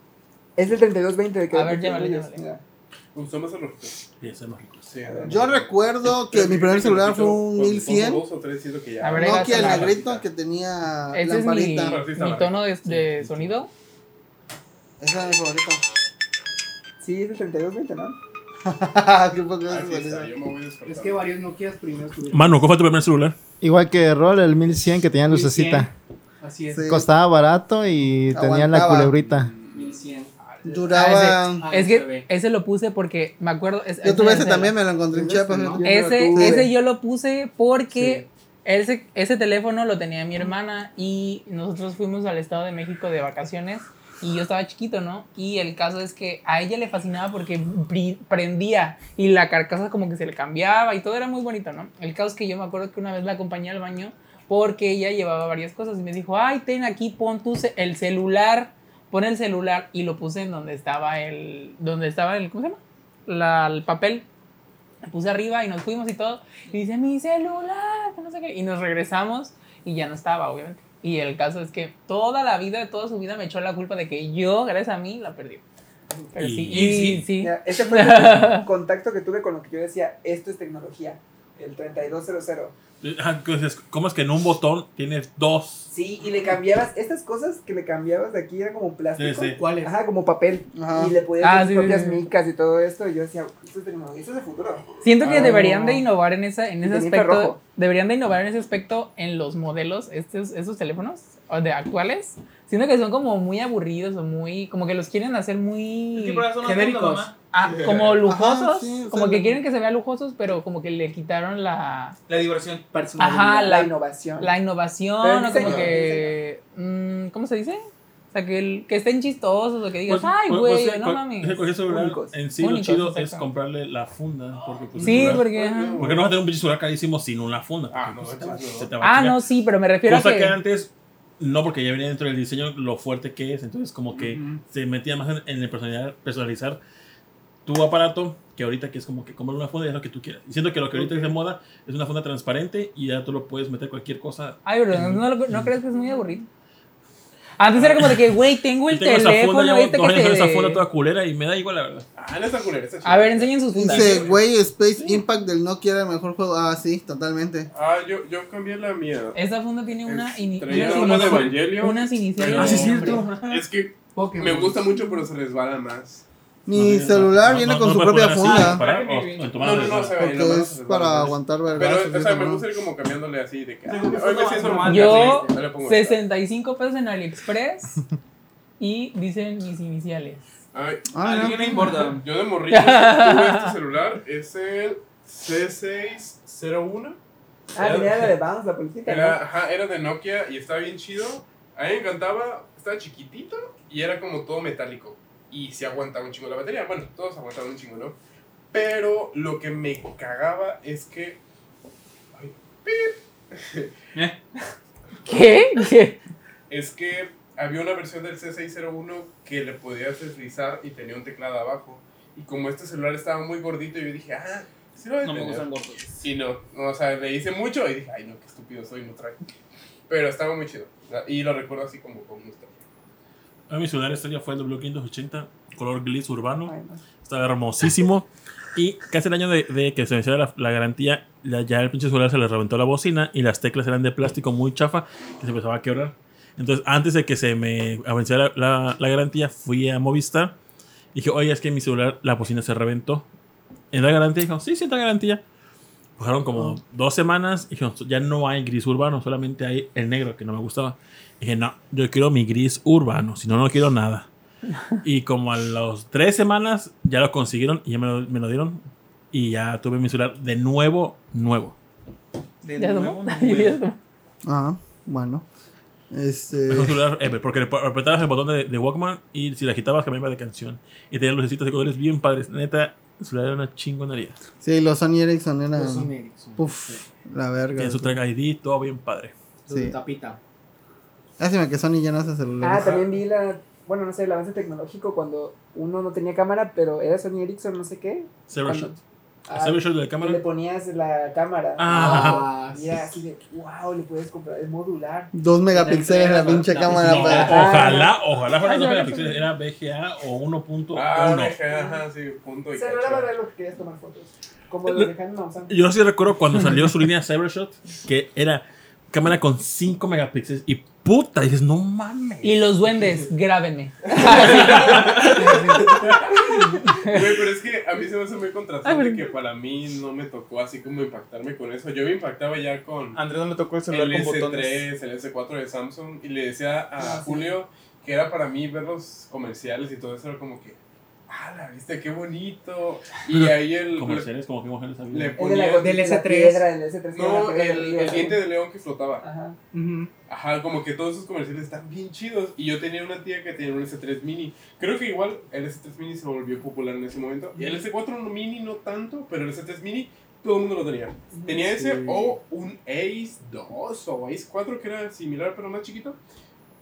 Es el 3220 de que A ver, llámale, llámale. Mira. Usó más a los ricos. Sí, eso es más rico. Sí, a ver. Yo recuerdo que mi primer celular fue un Con- con 1100. dos o tres, siento que ya. A ver, ahí Nokia, el Regásala. negrito que tenía Ese es mi, lamparita. Sí, está mi mal. tono de, de sonido. Esa era mi Sí, es el 3220, ¿no? favorita. Qué poco Así es está, Ah, yo me voy a despertar. Es que varios Nokias primero tuvieron. Manu, ¿cuál fue tu primer celular? Igual que Roll, el 1100 que tenía lucecita. Así es. Sí. Costaba barato y tenía la Aguantaba. culebrita. 1100. Ah, Duraba. Ah, Ah, Es se que ve. ese lo puse porque me acuerdo. es- Yo tuve ese es- también, me lo encontré en Ese, Chiapas. ¿no? fíjate. Ese, tuve. ese yo lo puse porque ese, ese teléfono lo tenía mi hermana y nosotros fuimos al Estado de México de vacaciones y yo estaba chiquito, ¿no? Y el caso es que a ella le fascinaba porque bri- prendía y la carcasa como que se le cambiaba y todo era muy bonito, ¿no? El caso es que yo me acuerdo que una vez la acompañé al baño porque ella llevaba varias cosas y me dijo, ay, ten aquí, pon tu ce- el celular, pon el celular y lo puse en donde estaba el, donde estaba el, ¿cómo se llama? La- el papel. Lo puse arriba y nos fuimos y todo. Y dice, mi celular, que no sé qué. Y nos regresamos y ya no estaba, obviamente. Y el caso es que toda la vida, toda su vida me echó la culpa de que yo, gracias a mí, la perdí. Pero sí, Y- y, sí. Mira, ese fue el primer contacto que tuve con lo que yo decía, esto es tecnología. El 3200. Ah, entonces, ¿Cómo es que en un botón tienes dos? Sí, y le cambiabas, estas cosas que le cambiabas de aquí eran como plástico. Sí, sí. ¿Cuál es? Ajá, como papel. Ajá. Y le podías Ah, hacer sí, tus propias sí, sí. micas y todo esto. Y yo decía, esto es tecnología, esto es el futuro. Siento que Ah. deberían de innovar en, esa, en ese Tenía aspecto. infrarrojo. Deberían de innovar en ese aspecto en los modelos, estos, esos teléfonos o de actuales. Siento que son como muy aburridos o muy. como que los quieren hacer muy. Es que por eso no tengo, genéricos. mamá. Ah, como lujosos. sí, o como sea, que lo- quieren que se vea lujosos, pero como que le quitaron la, La diversión. Personalidad, la- innovación. la Pero innovación el o como diseño, que. mm, ¿Cómo se dice? O sea, que, el- que estén chistosos o que digas, Pues, ay, pues, güey, pues, no pues, mames. ese- ese celular Únicos. En sí, Únicos, lo chido exacto. es comprarle la funda. Porque, pues, el Sí, celular- porque. ajá. Porque no vas a tener un pinche celular carísimo sin una funda. Ah, Porque, no, pues, manches, no. se te va a Ah, chingar. no, sí, pero me refiero Cosa a que... que. antes, no, porque ya venía dentro del diseño lo fuerte que es. Entonces, como que se metía más en, en el personalizar, personalizar tu aparato que ahorita que es como que comprar una funda y es lo que tú quieras. Y siento que lo que ahorita es de moda es una funda transparente y ya tú lo puedes meter cualquier cosa. Ay, pero no, no lo- no crees que es muy aburrido. Antes era como de que, güey, tengo el Yo tengo esa teléfono funda, llevo este dos que años con esa se- funda toda culera y me da igual la verdad. Ah, no está culera, está chida. A ver, enseñen sus fundas. Dice, güey, Space Impact del Nokia era el mejor juego. Ah, sí, totalmente. Ah, yo, yo cambié la mía. Esta funda tiene una, ini- Traía unas una de inici- Evangelion. unas iniciales. Ah, sí, de nombre. Es que Pokémon. me gusta mucho, pero se resbala más. Mi celular No, viene no, con no su me propia puedo funda. así parar o- o en tu mano No, no, no, de- o sea, en la Porque mano es se para resbala. aguantar Pero, vergazos. o sea, me gusta ir como cambiándole así, de que... Sí, ah, me gusta Hoy me más siento normal. mal. Yo- sí, le pongo esta. 65 pesos en AliExpress y dicen mis iniciales. Ay, Ah, a no. alguien le importa. Yo de morrillo tuve este celular, es el C601. Ah, tenía la de Bounce, la política. Era, ajá, era de Nokia y estaba bien chido. A mí me encantaba. estaba chiquitito y era como todo metálico. Y se aguantaba un chingo la batería. Bueno, todos aguantaban un chingo, ¿no? Pero lo que me cagaba es que. ay, pip. ¿Qué? ¿Qué? es que había una versión del C601 que le podías deslizar y tenía un teclado abajo. Y como este celular estaba muy gordito, yo dije, ah, sí lo voy a No me tener". gustan gordos. Y no, no, o sea, le hice mucho y dije, ay no, qué estúpido soy, no trae. Pero estaba muy chido. Y lo recuerdo así como con gusto. A mi celular estrella fue el W580, color glis urbano. Estaba hermosísimo. Y casi el año de, de que se venciera la, la garantía, la- ya el pinche celular se le reventó la bocina y las teclas eran de plástico muy chafa que se empezaba a quebrar. Entonces, antes de que se me venciera la, la- la garantía, fui a Movistar. Y dije, oye, es que mi celular, la bocina se reventó. ¿En la garantía? Dijo, sí, sí, en la garantía. Pasaron como dos semanas y dijeron, ya no hay gris urbano, solamente hay el negro, que no me gustaba. Dije, no, yo quiero mi gris urbano, si no, no quiero nada. Y como a las tres semanas ya lo consiguieron y ya me lo, me lo dieron. Y ya tuve mi celular de nuevo, nuevo. De ¿Ya nuevo, tomó? no, ¿Ya güey. tomó? Ah, bueno. Este. Es un celular, eh, porque le apretabas el botón de, de Walkman y si la agitabas cambiaba de canción. Y tenía lucecitos de colores bien padres. Neta, el celular era una chingonería. Sí, los Sony Ericsson eran. Los Sony Ericsson. Puf, la verga. Tiene su track ID, todo bien padre. Los de Sí. tapita. Lástima que Sony ya no hace Ah, celulares. también vi la. Bueno, no sé, el avance tecnológico cuando uno no tenía cámara, pero era Sony Ericsson, no sé qué. Cybershot. Cuando- ¿El Ah, Cybershot de la y le cámara? ponías la cámara. Ah. Y era así de, wow, le puedes comprar, es modular. Dos megapíxeles la pinche No, cámara. No, para- ojalá, ojalá fuera Ay, dos no, no, megapíxeles, Era BGA o 1.1. Ah, deja, ajá, sí, punto y O sea, no era cacho. verdad lo que querías tomar fotos. Como lo Eh, Lo- dejan Samsung. Yo sí recuerdo cuando salió su línea Cybershot, que era cámara con 5 megapíxeles y puta, dices, no mames. Y los duendes, grábenme. Güey, pero es que a mí se me hace muy Ah, contrastante Ay, pero- que para mí no me tocó así como impactarme con eso. Yo me impactaba ya con Andrés no le tocó el celular el con botones. S3, el S4 de Samsung y le decía Ah, a Julio que era para mí ver los comerciales y todo eso era como que, ah, la viste, qué bonito. Y ahí el... Comerciales, como que mujeres había. Le- Es de la, Del de la S3. piedra, del S3. que era la No, piedra el, de el arriba. diente de león que flotaba. Ajá. Ujú. Ajá, como que todos esos comerciales están bien chidos. Y yo tenía una tía que tenía un S3 mini. Creo que igual el S3 mini se volvió popular en ese momento. Y el S4 mini no tanto, pero el S3 mini todo el mundo lo tenía. Tenía ese o un Ace 2 o Ace 4 que era similar pero más chiquito.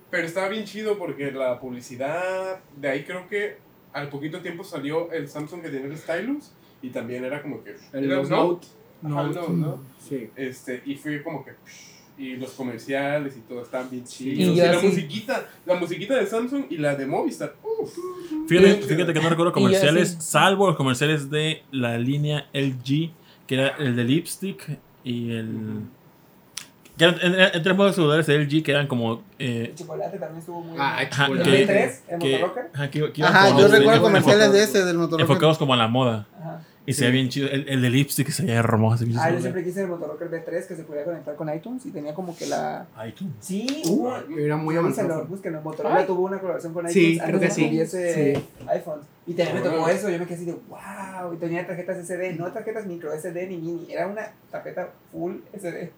Pero estaba bien chido porque la publicidad, de ahí creo que al poquito tiempo salió el Samsung que tenía el Stylus y también era como que... El era los un Note. Note. Ajá, un Note, ¿no? Sí. Este, y fui como que. psh, Y los comerciales y todo estaban bien chidos. Y Y, yo la así. musiquita, la musiquita de Samsung y la de Movistar. Uf. Fíjate, fíjate que no recuerdo Y yo comerciales, así. salvo los comerciales de la línea LG, que era el de lipstick y el. que eran- en- en- Entre ambos celulares de LG que eran como. eh, El chocolate también estuvo muy. Ah, ajá, ¿El chocolate. que- B3? ¿El que- Motorola? ajá, que- que iban Ajá, como yo los- recuerdo enfo- comerciales de ese, del Motorola. Enfocados como a la moda. Ajá. Y se veía bien chido. El, el de lipstick se veía hermoso. ese pinche Ah, yo celular. siempre quise el Motorola B3 que se podía conectar con iTunes y tenía como que la. Ay, tú. Sí, Uh, hubo- Era muy Búsquenlo, avanzado. búsquenlo. Motorola Ay. tuvo una colaboración con iTunes Sí, antes creo que de sí. hubiese Sí. iPhones. Y también me Ah. tocó eso. Yo me quedé así de wow. Y tenía tarjetas SD, no tarjetas micro SD ni mini. Era una tarjeta full SD.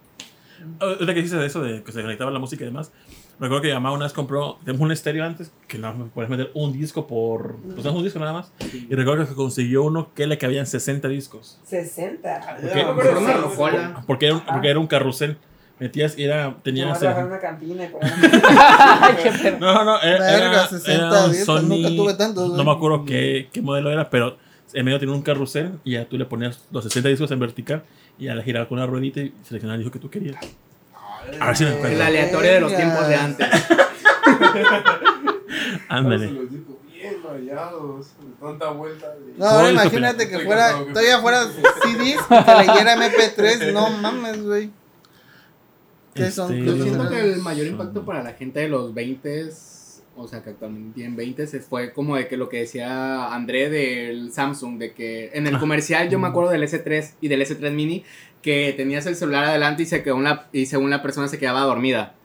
Ah, Ahorita que dices de eso, de que se conectaba la música y demás, me acuerdo que mi mamá una vez compró, tenemos un estéreo antes, que no me podías meter un disco por, pues no, un disco nada más, y recuerdo que consiguió uno que le cabían 60 discos, 60. Ok. Yo me acuerdo Por una de eso. rocola. porque era un, Ajá. porque era un carrusel, metías y era, Mi tenía... mamá no sé, trabajaba en una cantina y ponía Qué perro. no, no, era, Verga, era- 60 era un discos, Sony, nunca tuve tantos, güey. no me acuerdo qué, qué modelo era, pero en medio tenía un carrusel y ya tú le ponías los 60 discos en vertical y ya la giraba con una ruedita y seleccionaba el disco que tú querías. A ver si me El acuerdo. aleatorio de los tiempos de antes. Se Ándale. los dijo bien rayados. de Tanta vuelta. de- No, ahora Todo imagínate estúpido. que fuera, Estoy cansado, todavía fuera CDs y que leyera MP3. No mames, güey. ¿Qué son? Este, Yo Sí, siento sí. que el mayor Son- impacto para la gente de los 20 o sea, que actualmente tienen 20 es- fue como de que lo que decía André del Samsung, de que en el comercial yo me acuerdo del S3 y del S3 mini, que tenías el celular adelante y, se quedó una, y según la persona se quedaba dormida.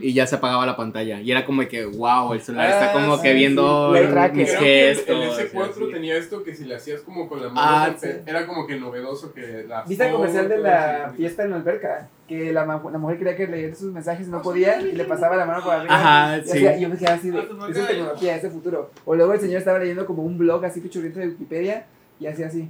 y ya se apagaba la pantalla. Y era como de que, wow, el celular está Ah, como que sí, viendo sí. el- El este. tracker. mis Creo que el, el gestos, S4 así. tenía esto que si le hacías como con la Ah, mano, sí. era como que novedoso que la ¿Viste el foto, comercial de todo la así. fiesta en la alberca? Que la, ma- la mujer quería que leyera sus mensajes y no podía y le pasaba la mano por arriba. Ajá, Y sí. hacía- y yo me quedaba así de, Ah, pues, eso es acá, tecnología, eso es futuro. O luego el señor estaba leyendo como un blog así pichurriento de Wikipedia y hacía así.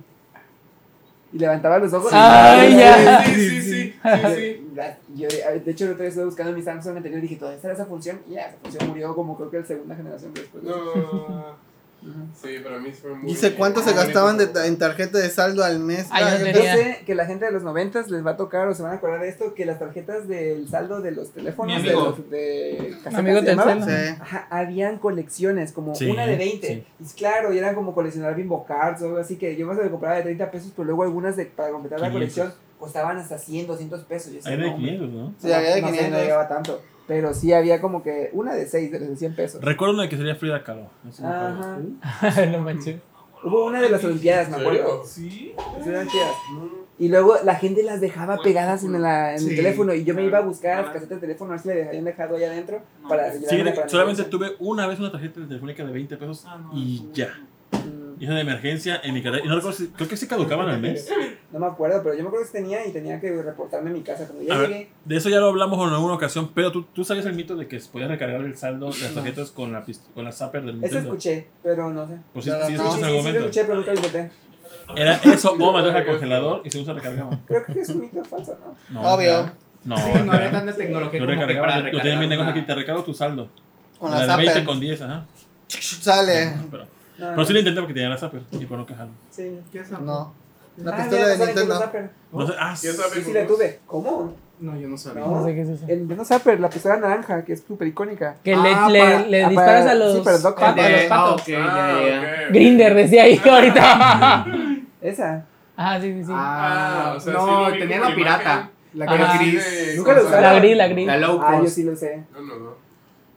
Y levantaba los ojos. y- Ah, Ay, ya. Sí, sí, sí, sí, sí, sí. La- yo, de hecho, el otro día estuve buscando mi Samsung anterior y dije, ¿todavía está esa función? Y ya, esa función murió como creo que la segunda generación después. de eso. No. Ujú. Sí, para mí fue muy. Dice cuánto se muy gastaban de bonito. ta- en tarjeta de saldo al mes. Ay, Ah, yo Yo tenía- sé que la gente de los 90 les va a tocar o se van a acordar de esto, que las tarjetas del saldo de los teléfonos Mi de amigo. los de casetas, amigo ¿se llamaba? Telcel. Sí. Ajá, habían colecciones, como Sí, una de 20. sí. Y claro, y eran como coleccionar bimbo cards o algo así, que yo más le compraba de 30 pesos, pero luego algunas de, para completar la 500. colección costaban hasta 100, 200 pesos. Yo decía, Era de "No, hombre". 500, ¿no? Sí, había de no, sé, 500. no llegaba tanto. Pero sí había como que una de 6, de las de 100 pesos. Recuerdo una que sería Frida Kahlo. Eso me acuerdo. Ajá. no manches. Hubo una de las Olimpiadas, me acuerdo. Sí. Sí, eran chidas. Y luego la gente las dejaba pegadas en, la- en el Sí. teléfono y yo me iba a buscar las Ah. casetas de teléfono a ver si las habían dejado allá adentro para Sí, llevármela Sí, para mi solamente bolsa. tuve una vez una tarjeta de telefónica de 20 pesos Ah, no, y ya. Mm, Y esa de emergencia en mi cartera. Y no recuerdo si, creo que sí caducaban al mes. No me acuerdo, pero yo me acuerdo que tenía y tenía que reportarme en mi casa cuando A ya ver. llegué. De eso ya lo hablamos en alguna ocasión, pero tú, tú sabías el mito de que podías recargar el saldo de las tarjetas con la, pist- con la zapper del Eso Nintendo. escuché, pero no sé. Pues sí, No, no, sí, Sí, eso sí, en algún sí, sí lo momento. escuché, pero nunca lo intenté. Era eso, o mandarlo al congelador y según se recargaba. Creo que es un mito falso, ¿no? No, Obvio. No, Sí, no era tanta tecnología Yo como que recargaba, para yo tenía mi recargar Ah, negocio una- aquí, te recargo tu saldo. Con la de la 20 zapper. con 10, ajá. Sale. No, Pero, No, pero sí no. lo intenté porque tenía la zapper y por no quejarme. Sí. ¿Qué es eso? No. La Ah, pistola mira, de no saben que Nintendo. es un zapper. No sé, ah, ¿Quién Sí, sabe? sí la tuve. ¿Cómo? No, yo no sabía. No. No sé qué es eso. El Nintendo Zapper, la pistola naranja, que es súper icónica. Que Ah, le, para- le, le ah, disparas para- a los sí, para el Doc patos, a Ah, los de- ah, patos. ok, ya, Ah, ya, ya. ok. Grinder decía ahí ahorita. Esa. ah, sí, sí, sí. Ah, Ah, o sea, no, sí lo vi tenía como imagen. la pirata. La que Ajá. era Así gris. de- Nunca lo con- usaron. la gris, la gris. La low Ah, yo cost. sí lo usé. No, no, no.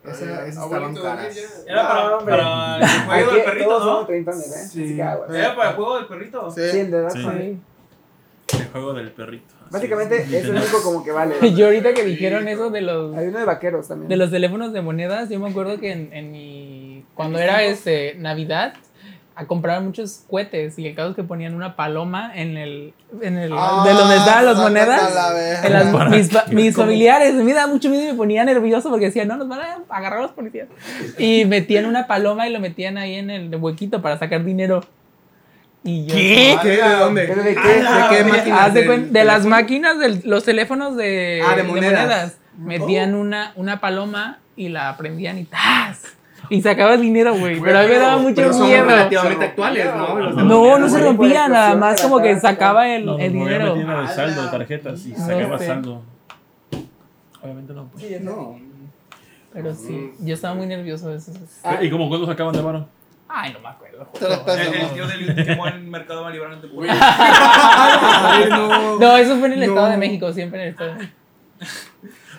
Esa- esas Ah, estaban bonito, caras. ya. Era No, para, hombre. para el juego Aquí del perrito, todos ¿no? somos treintones, ¿eh? Sí. Así que aguas. Era para el juego del perrito. Sí, Sí. el de Dark Sí. Souls. Sí. El juego del perrito. Así Básicamente es el Nintendo. único como que vale. Yo ahorita que dijeron eso de los Hay uno de vaqueros también. de los teléfonos de monedas, yo me acuerdo que en, en mi cuando era este Navidad a compraban muchos cohetes y el caso es que ponían una paloma en el en el Ah, de donde estaban las monedas. En las- Para mis, fa- que- mis ¿cómo? familiares, me da mucho miedo y me ponía nervioso porque decían, no, nos van a agarrar los policías. Y metían una paloma y lo metían ahí en el huequito para sacar dinero. Y yo, ¿Qué? ¿De dónde? ¿Pero de qué? Ah, ¿De qué la máquina? Haz de, cuen- de las máquinas de los teléfonos de, Ah, de monedas. Metían una, una paloma y la prendían y ¡tas! Y sacaba el dinero, güey. Pero a mí me daba mucho Pero son miedo. relativamente actuales, ¿no? Los de No, no monedas. se Por rompía, explosión nada que más la como que sacaban. sacaba el, No, el me había dinero. metido de saldo, de Ah, tarjetas y no sacaba sé. saldo. Obviamente no. pues. No. Pero sí, yo estaba muy nervioso de eso. Ah. ¿Y como cuándo sacaban de varo? Ay, no me acuerdo. Tres El, Eh, pesos. el tío del que quemó el mercado Balibar en Tepoztlán. Ay, no. No, eso fue en el No. Estado de México, siempre en el Estado de México.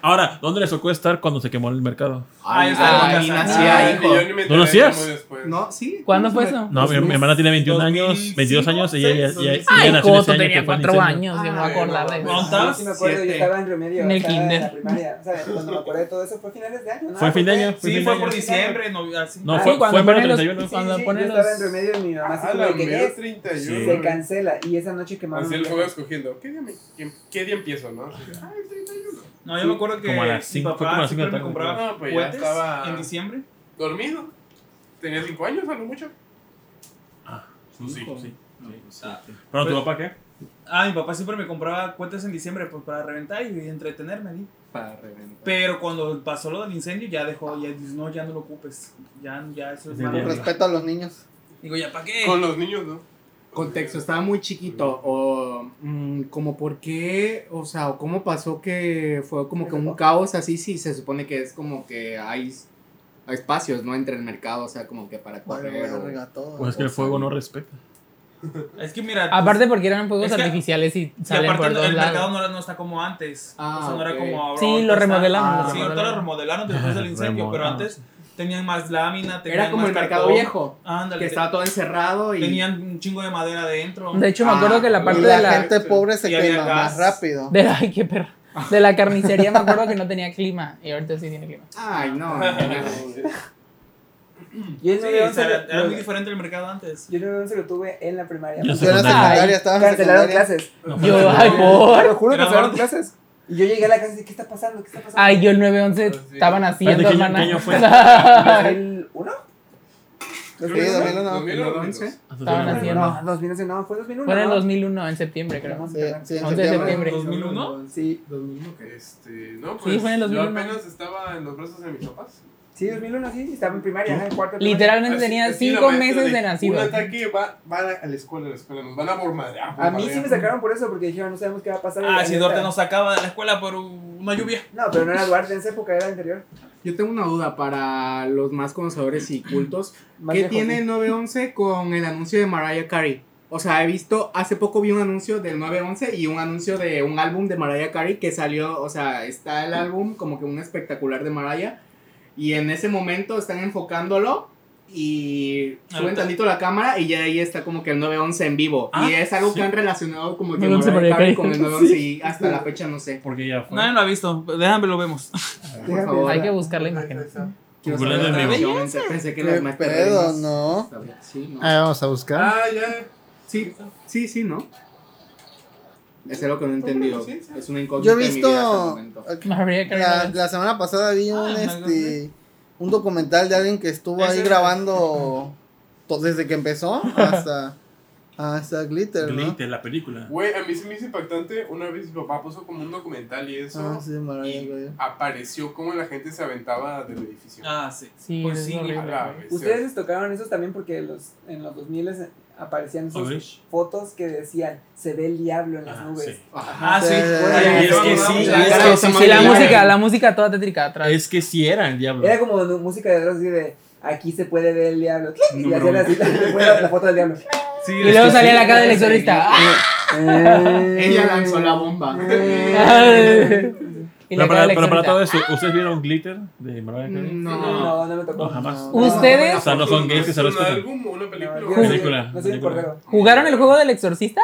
Ahora, ¿dónde les tocó estar cuando se quemó el mercado? Ay, Ay, ahí no. nacía, Ah, hijo. y yo ni me ¿No lo enteré hacías? como después. No, sí. ¿Cuándo fue eso? No, mi, mi hermana tiene 21 años, 22 años, y ella, ya- ya- ella Ay, nació en ese Coto año tenía que fue el cuatro incendio. años, yo no Ay, me acordaba de no, eso. no. Yo sí me acuerdo, yo Siete. estaba en remedio. En el estaba En la kinder. primaria. O sea, cuando me acordé de todo eso fue finales de año. ¿no? Fue fin de año. pues Sí, fin fue de por año. diciembre, no, así. No, Ah, fue, sí, cuando fue ponen en mayo los- 31. Sí, Cuando sí, ponen yo estaba los- en remedio y mi mamá así Ah, como la de que mía, "Eh, 31. se cancela y esa noche quemaron. Así el el juego teléfono. escogiendo. ¿Qué día, me- qué- qué día empiezo, no? Así, ah, el 31. No, yo me acuerdo que Como a las mi cinco, fue como a papá las cinco de siempre la me tarde. compraba No, pues ya juguetes estaba- en diciembre. Dormido. Tenía 5 años, a lo mucho. Sí, sí, sí. Ah, ¿Pero tu papá qué? Ah, mi papá siempre me compraba cohetes en diciembre pues, para reventar y entretenerme. ¿sí? Para reventar. Pero cuando pasó lo del incendio ya dejó, ya dices, no, ya no lo ocupes. Ya, ya eso es Sí, malo. ya. Respeto a los niños. Digo, ¿ya para qué? Con los niños, ¿no? Contexto, estaba muy chiquito. O, mm, como por qué, o sea, o cómo pasó que fue como que un caos así, sí, se supone que es como que hay, hay espacios, ¿no? Entre el mercado, o sea, como que para Vale, correr. o- verga, todo. Pues es que el fuego no respeta. Es que mira, Aparte porque eran fuegos Es que- artificiales y y salen aparte por el todos mercado lados. no, era- no está como antes. Ah, o sea, ok. no era como ahora. Sí, ahorita lo está- Ah, remodelaron, lo sí, ahorita remodelaron. lo remodelaron después del incendio, pero Remodelaron. antes tenían más lámina, tenían Era como más el mercado cartón. viejo, Ándale, que te- estaba todo encerrado y... tenían un chingo de madera adentro. De hecho, me Ah, acuerdo que la Y parte la, de la... gente pobre se Y había quema gas. más rápido. de la- ay, qué perro. De la carnicería me acuerdo que no tenía clima y ahorita sí tiene clima. Ay, no. Yo el Sí, 9 o sea, era, era muy diferente el mercado antes. Yo el 9 lo tuve en la primaria. Yo porque sé. Yo era secundaria, estaba en Cancelaron secundaria. clases. Yo, ay, por. Te lo juro, Pero cancelaron ahora- clases. Y yo llegué a la casa y dije, ¿qué está pasando? ¿Qué está pasando? Ay, yo el 9-11 estaban Espérate, haciendo, ¿qué año- hermana. qué año fue? ¿2001? Sí, ¿2001? 2001, no. Estaban haciendo. No, 2011 no, fue 2001. Fue en el ¿no? 2001, en septiembre, creo. Sí, sí, en 11 de septiembre. septiembre. 2001. Sí, Este, no, Sí, pues fue en el yo 2001. apenas estaba en los brazos de mis papás. sí, 2001, sí, estaba en primaria, ajá, en cuarto. de primaria. Literalmente tenía Así, así la 5 maestra meses de Un nacido. ataque va, van a la escuela, a la escuela, nos van a bombardear. A mí sí me sacaron por eso, porque dijeron, no sabemos qué va a pasar. Ah, Y si ahí Duarte está. nos sacaba de la escuela por una lluvia. No, pero no era Duarte, en esa época era anterior. Yo tengo una duda para los más conocedores y cultos. Más ¿Qué lejos, tiene sí. 911 con el anuncio de Mariah Carey? O sea, he visto, hace poco vi un anuncio del 911 y un anuncio de un álbum de Mariah Carey que salió, o sea, está el álbum como que un espectacular de Mariah y en ese momento están enfocándolo y suben Ahorita. tantito la cámara y ya ahí está como que el 911 en vivo. Ah, y es algo sí. que han relacionado como que 911 Mariah, Mariah Carey. Carey con el 911 y hasta la fecha no sé. Porque ya fue. Nadie lo ha visto. Déjame lo vemos. Por Déjame favor, Hay que buscar la imagen. quiero Google saber en la vivo. 911. Pensé que ¿Qué las más pedo, no? Sí, no. Ah, vamos a buscar. Ah, ya. Sí, sí, sí, ¿no? Es algo que no he entendido. Sí, sí. Es una incógnita. Yo he en mi vida hasta el visto. momento. María La, Carey. la semana pasada vi un Ah, este un documental de alguien que estuvo Ese ahí es- grabando to- desde que empezó hasta hasta Glitter, ¿no? Glitter, la película. Güey, a mí se me hizo impactante. Una vez mi papá puso como un documental y eso. Ah, sí, maravilla, Y güey. apareció como la gente se aventaba del edificio. Ah, sí. Sí, Pues es sí, horrible. A la bestia. Ustedes les tocaron esos también porque los, en los 2000 aparecían A ver. esas fotos que decían, se ve el diablo en las Ah, nubes. sí. Ah, sí. Sí, Oye, es que sí, la- es la- que la- Sí, la música, la música toda tétrica atrás. Es que sí era el diablo. Era como nu- música de Dross, así de, aquí se puede ver el diablo. Y Número hacían así la, la- la foto del diablo. Sí, Y luego es que salía sí. la cara del exorcista. ¡Ah! Eh. Ella lanzó la bomba. eh, Y Pero la para, cara del pero para exorcista. todo eso, ¿ustedes vieron Glitter de Mariah Carey? Mm, No. No, no me tocó. No, jamás. No. ¿Ustedes? O sea, no son gays que se ¿Es lo un escuchan. álbum o una película? No, yo- Güey, Película, No soy un película. cordero. ¿Jugaron el juego del exorcista?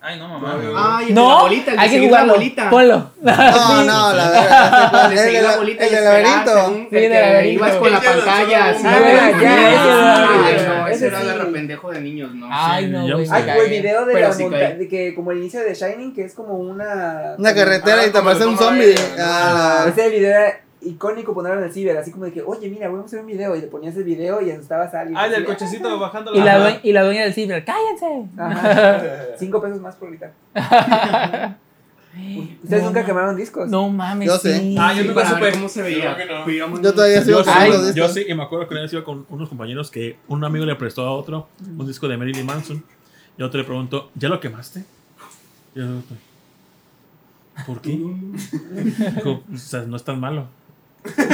Ay, no, mamá. No, Ay, el de la No, bolita, el hay que seguir la jugarlo. bolita. Ponlo. No, no, la verdad. El no sé de cuál. seguir El, la el, bolita, el, el el esperar, según laberinto. el Sí, que del laberinto. ibas con Ella la lanzó la pantalla. bomba. sí. Ah, ya, Ay, ese sí. no, Ese ese era sí. de pendejo de niños, ¿no? Ay, no, ya güey. me Ay, cagué. o el video de Pero la sí monta- cae. de que como el inicio de Shining, que es como una... Una carretera Ah, y te como aparece lo un toma zombie. Brian, ¿no? Ah, Ah, ese video era icónico ponerlo en el ciber, así como de que, oye, mira, vamos a hacer un video, y le ponías el video y asustabas a alguien. Ay, del Así de, cochecito bajando Y la, Ajá. due- y la dueña del ciber, cállense. Ajá. Cinco pesos más por gritar. ¿Ustedes No, nunca ma- quemaron discos? No mames. Yo sé. sí. Ah, yo Sí, nunca para ver supe. cómo se Yo veía. creo que no. Cuidamos- yo todavía sigo Yo sí, haciendo de yo esto. sí, y me acuerdo que una vez iba con unos compañeros que un amigo le prestó a otro Mm. un disco de Marilyn Manson. Y otro le preguntó, ¿ya lo quemaste? Y el otro, ¿por qué? Dijo, o sea, no es tan malo.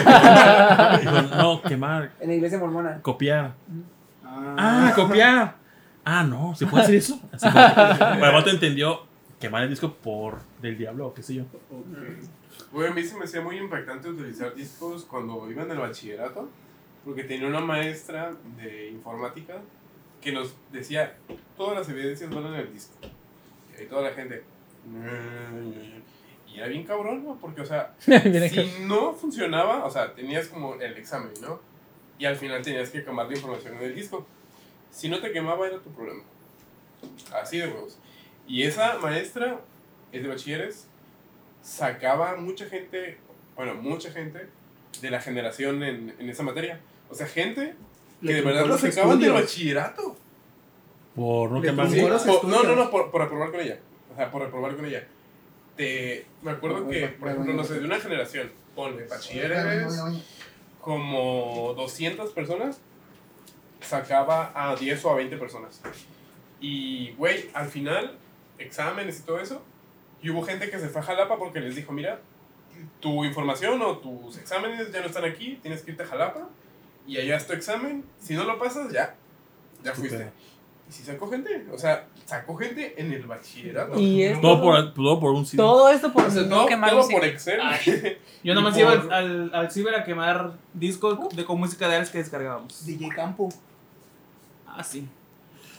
Dijo, no, quemar, En la iglesia mormona. copiar. Ah. Ah, copiar. Ah, no, ¿se puede hacer eso? Así como- pero el vato entendió quemar el disco por del diablo o qué sé yo. Güey, a mí se me hacía muy impactante utilizar discos cuando iban al bachillerato, porque tenía una maestra de informática que nos decía, todas las evidencias van en el disco. Y ahí toda la gente... "Mm". Y era bien cabrón, ¿no? Porque, o sea, Mira que- si no funcionaba, o sea, tenías como el examen, ¿no? Y al final tenías que quemar la información en el disco. Si no te quemaba era tu problema. Así de huevos. Y esa maestra es de bachilleres, sacaba mucha gente, bueno, mucha gente de la generación en, en esa materia. O sea, gente que Le de verdad truncó lo los sacaban del estudios. bachillerato. Por no Le quemar. Sí, truncó los por- no, no, estudios. no, por, por aprobar con ella. O sea, por aprobar con ella. Te, me acuerdo que, por ejemplo, no sé, de una generación, ponle bachilleres, como 200 personas, sacaba a 10 o a 20 personas. Y, güey, al final, exámenes y todo eso, y hubo gente que se fue a Jalapa porque les dijo, mira, tu información o tus exámenes ya no están aquí, tienes que irte a Jalapa, y allá es tu examen, si no lo pasas, ya, ya fuiste. pedo. Y si sacó gente, o sea, sacó gente en el bachillerato. Y es Todo por, todo por un CD. todo esto por O sea, no todo, quemar todo música. por Excel. Yo nomás Y iba por- al, al, al ciber a quemar discos de, con música de Ares que descargábamos. DJ Campo. Ah, sí.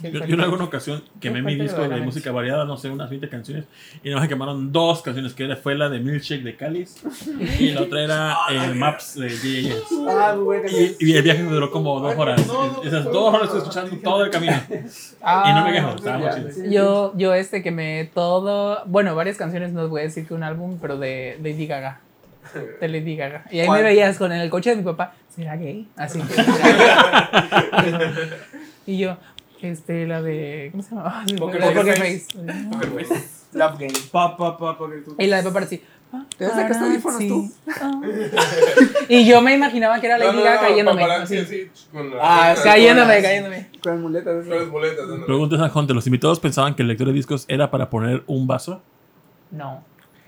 Yo, yo en alguna ocasión quemé mi disco de música variada, no sé, unas 20 canciones, y nos quemaron dos canciones, que una fue la de Milkshake de Cáliz y la otra era eh, Maps de DJs. Ah, muy buena Y, canción. y el viaje me duró como dos horas. Esas dos horas estuve escuchando todo el camino. Ah. Y no me quejo, Ah, estaba muy chido. Yo, yo este quemé todo, bueno, varias canciones, no os voy a decir que un álbum, pero de Lady Gaga. De Lady Gaga. Y ahí ¿Cuál? me veías con el coche de mi papá, ¿será gay? Así que. y yo, este, la de. ¿Cómo se llama? Ah, se me fue, Poker la de Face. Poker Face. Poker Face. Love Game. Pa, pa, pa, pa, que tú- Y la de paparazzi. Te vas a sacar audífonos Paparazzi. tú. Ah. y yo me imaginaba que era Lady Gaga cayéndome. paparazzi, así. así, con la- Ah, con Cayéndome, cayéndome. Con muletas. las boletas. dándole. Preguntas a Hunter, ¿los invitados pensaban que el lector de discos era para poner un vaso? No.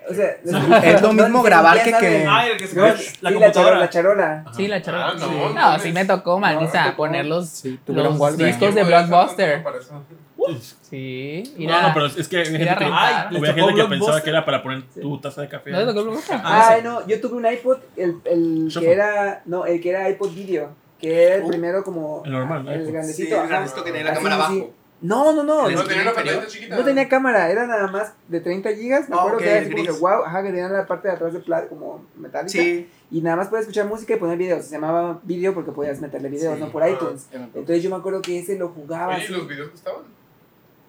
O sea, es Es lo mismo grabar que que- Ah, el que se No, cae. sí, La la charola, computadora. la charola. Sí, la charola. Ah, no, sí. no no, mames. sí me tocó, manita, tocó. poner los, Sí, tuvieron los Walkman. discos de Sí, podía ser Blockbuster. tanto para eso. Sí, No, no, mira. pero es que había gente Mira, que, ay, hubo gente que Blockbuster. pensaba que era para poner tu taza de café. ¿No te tocó el Blockbuster? Ay, Ah, no, yo tuve un iPod, el, el Shuffle. que era, no, el que era iPod video, que era el primero como El normal, ¿no? el iPod. Sí, grandecito. el ajá. grandecito que tenía la Así, cámara así. abajo. No, no, no, El No tenía una pantalla inferior. chiquita. no tenía cámara, era nada más de 30 gigas, me Ah, acuerdo ok, que era el así como que gris. wow, ajá, que tenía la parte de atrás de pla- como metálica Sí. y nada más podías escuchar música y poner videos, se llamaba video porque podías meterle videos, Sí. no por iTunes. Entonces yo me acuerdo que ese lo jugaba Oye, ¿y así. los videos gustaban?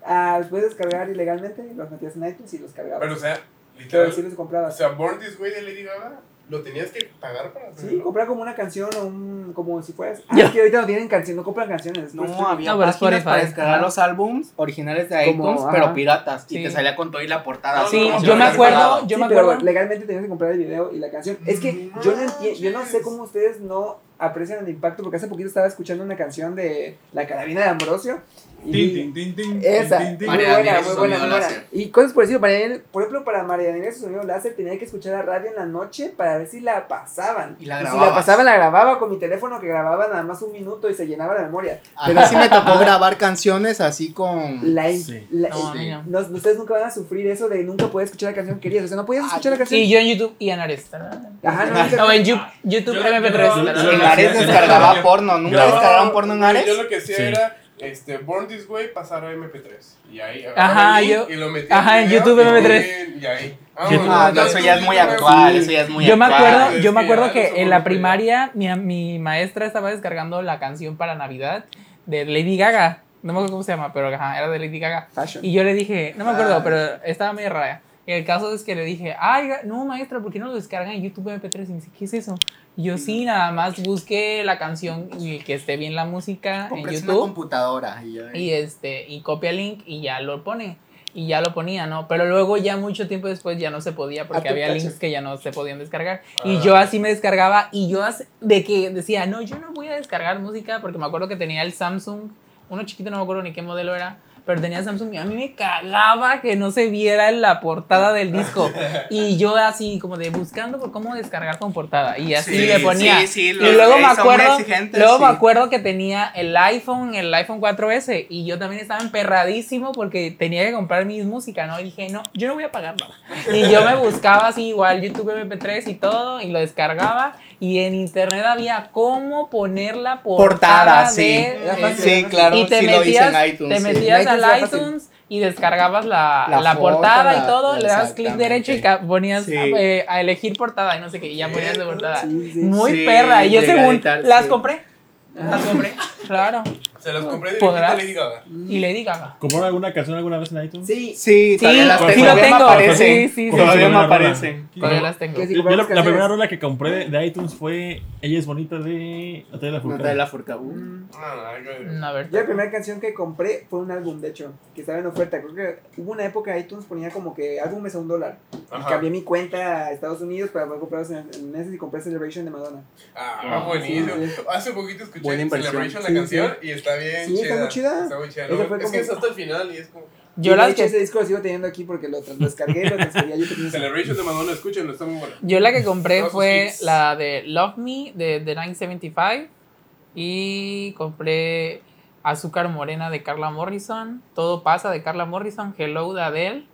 Ah, los puedes descargar ilegalmente, los metías en iTunes y los cargabas. Pero, o sea, Pero sí literal, los o comprabas. sea, Born This Way de Lady Gaga, lo tenías que pagar para Sí, hacerlo. comprar como una canción o un. como si fueras. Ah, Ya. es que ahorita no tienen canciones, no compran canciones. No, pues, había No, pero páginas Spotify. para descargar Ajá. los álbums originales de Como, iTunes, ajá. pero piratas. Sí. Y te salía con todo y la portada. Ah, así Sí, como si yo lo me hubieras acuerdo, guardado. yo sí, me pero acuerdo. legalmente tenías que comprar el video y la canción. Es que yo no entiendo, yo no sé cómo ustedes no aprecian el impacto, porque hace poquito estaba escuchando una canción de La Carabina de Ambrosio. Y Tin, vi- tin, tin, tin, Esa, tin, tin, tin. muy María buena, Daniel, muy buena, sonido muy buena. láser. Y cosas por decirlo, María Daniel- por ejemplo, para María Daniel su sonido láser tenía que escuchar la radio en la noche para ver si la pasaban. Y la si la grababas. pasaban, la grababa con mi teléfono que grababa nada más un minuto y se llenaba la memoria. A mí sí me tocó grabar canciones así con. La, Sí. la- No, a mí no. no, ustedes nunca van a sufrir eso de nunca poder escuchar la canción que querías. O sea, no podías escuchar la canción. Y yo en YouTube y en Ares. Ajá, no, nunca- Ah, No, en Yu- YouTube Yo- MP3. yo- En Ares descargaba porno. Nunca Grababa- descargaron porno en Ares. Ah, Yo lo que hacía Sí. era este, Born This Way pasar a MP3. Y ahí. Ajá, agarraba el link yo- Y lo metía ajá, en video, YouTube y- MP3. Y ahí. YouTube. Ah, no, eso ya es muy actual. Eso ya es muy Yo me actual. acuerdo, yo me Es que acuerdo ya no que en somos la muy primaria mi, mi maestra estaba descargando la canción para Navidad de Lady Gaga. No me acuerdo cómo se llama, pero ajá, era de Lady Gaga. Fashion. Y yo le dije, no me acuerdo, Ah. pero estaba medio rara. Y el caso es que le dije, ay, ga- no, maestra, ¿por qué no lo descargan en YouTube MP3? Y me dice, ¿qué es eso? Y yo sí, nada más busqué la canción y que esté bien la música en Compré una YouTube computadora. Y yo, y este y copia el link y ya lo pone y ya lo ponía no pero luego ya mucho tiempo después ya no se podía porque Ah, tú había cachas. links que ya no se podían descargar Ah. y yo así me descargaba y yo as- de que decía no yo no voy a descargar música porque me acuerdo que tenía el Samsung uno chiquito no me acuerdo ni qué modelo era pero tenía Samsung y a mí me cagaba que no se viera en la portada del disco y yo así como de buscando por cómo descargar con portada y así Sí, le ponía sí, sí, los y luego gays me son muy acuerdo exigentes, luego me sí. acuerdo que tenía el iPhone el iPhone 4S y yo también estaba emperradísimo porque tenía que comprar mis música no y dije no yo no voy a pagar nada y yo me buscaba así igual YouTube MP3 y todo y lo descargaba y en internet había cómo poner la portada, Portada, de- sí. Era fácil. Sí, claro. y te sí lo hice metías, en iTunes. te sí. metías En iTunes al era fácil. iTunes y descargabas la, La la foto, portada la- y todo, le dabas clic exactamente. derecho y ca- ponías Sí. eh, a elegir portada y no sé qué, y ya ponías de portada. Sí, sí. Muy Sí, perra, y yo llegar según y tal, las sí. compré. Las compré, claro. Se los compré ¿Podrás? directamente a Lady Gaga. Y Lady Gaga. ¿Compraron alguna canción alguna vez en iTunes? Sí, Sí, Sí, todavía las sí tengo. lo todavía tengo, me aparecen. sí, sí, sí. Todavía Sí, me buena rola. aparecen. Todavía las tengo. que si Yo- yo la, comprabas la primera canciones- rola que compré de iTunes fue Ella es bonita de Natalia No Furcade. te la furcabú. No, Ah, no, algo de- Mm, A ver. Yo la primera canción que compré fue un álbum, de hecho, que estaba en oferta. Creo que hubo una época que iTunes ponía como que álbumes a un dólar. Y Ajá. cambié mi cuenta a Estados Unidos para poder comprarlos en, en meses y compré Celebration de Madonna. Ah, Sí, buenísimo. Hace poquito escuché Buena inversión. Celebration, Sí, la canción, y está bien Sí, está chida. muy chida. Está muy chida. Esa ¿no? fue Es como- que es hasta el final y es como. Y Yo de las hecho, que ese disco lo sigo teniendo aquí porque lo, lo descargué y lo transferí a YouTube. Celebration de Madonna, escúchenlo, está muy bueno. Yo la que compré Todos fue hits. la de Love Me de The 975 y compré Azúcar Morena de Carla Morrison, Todo pasa de Carla Morrison, Hello de Adele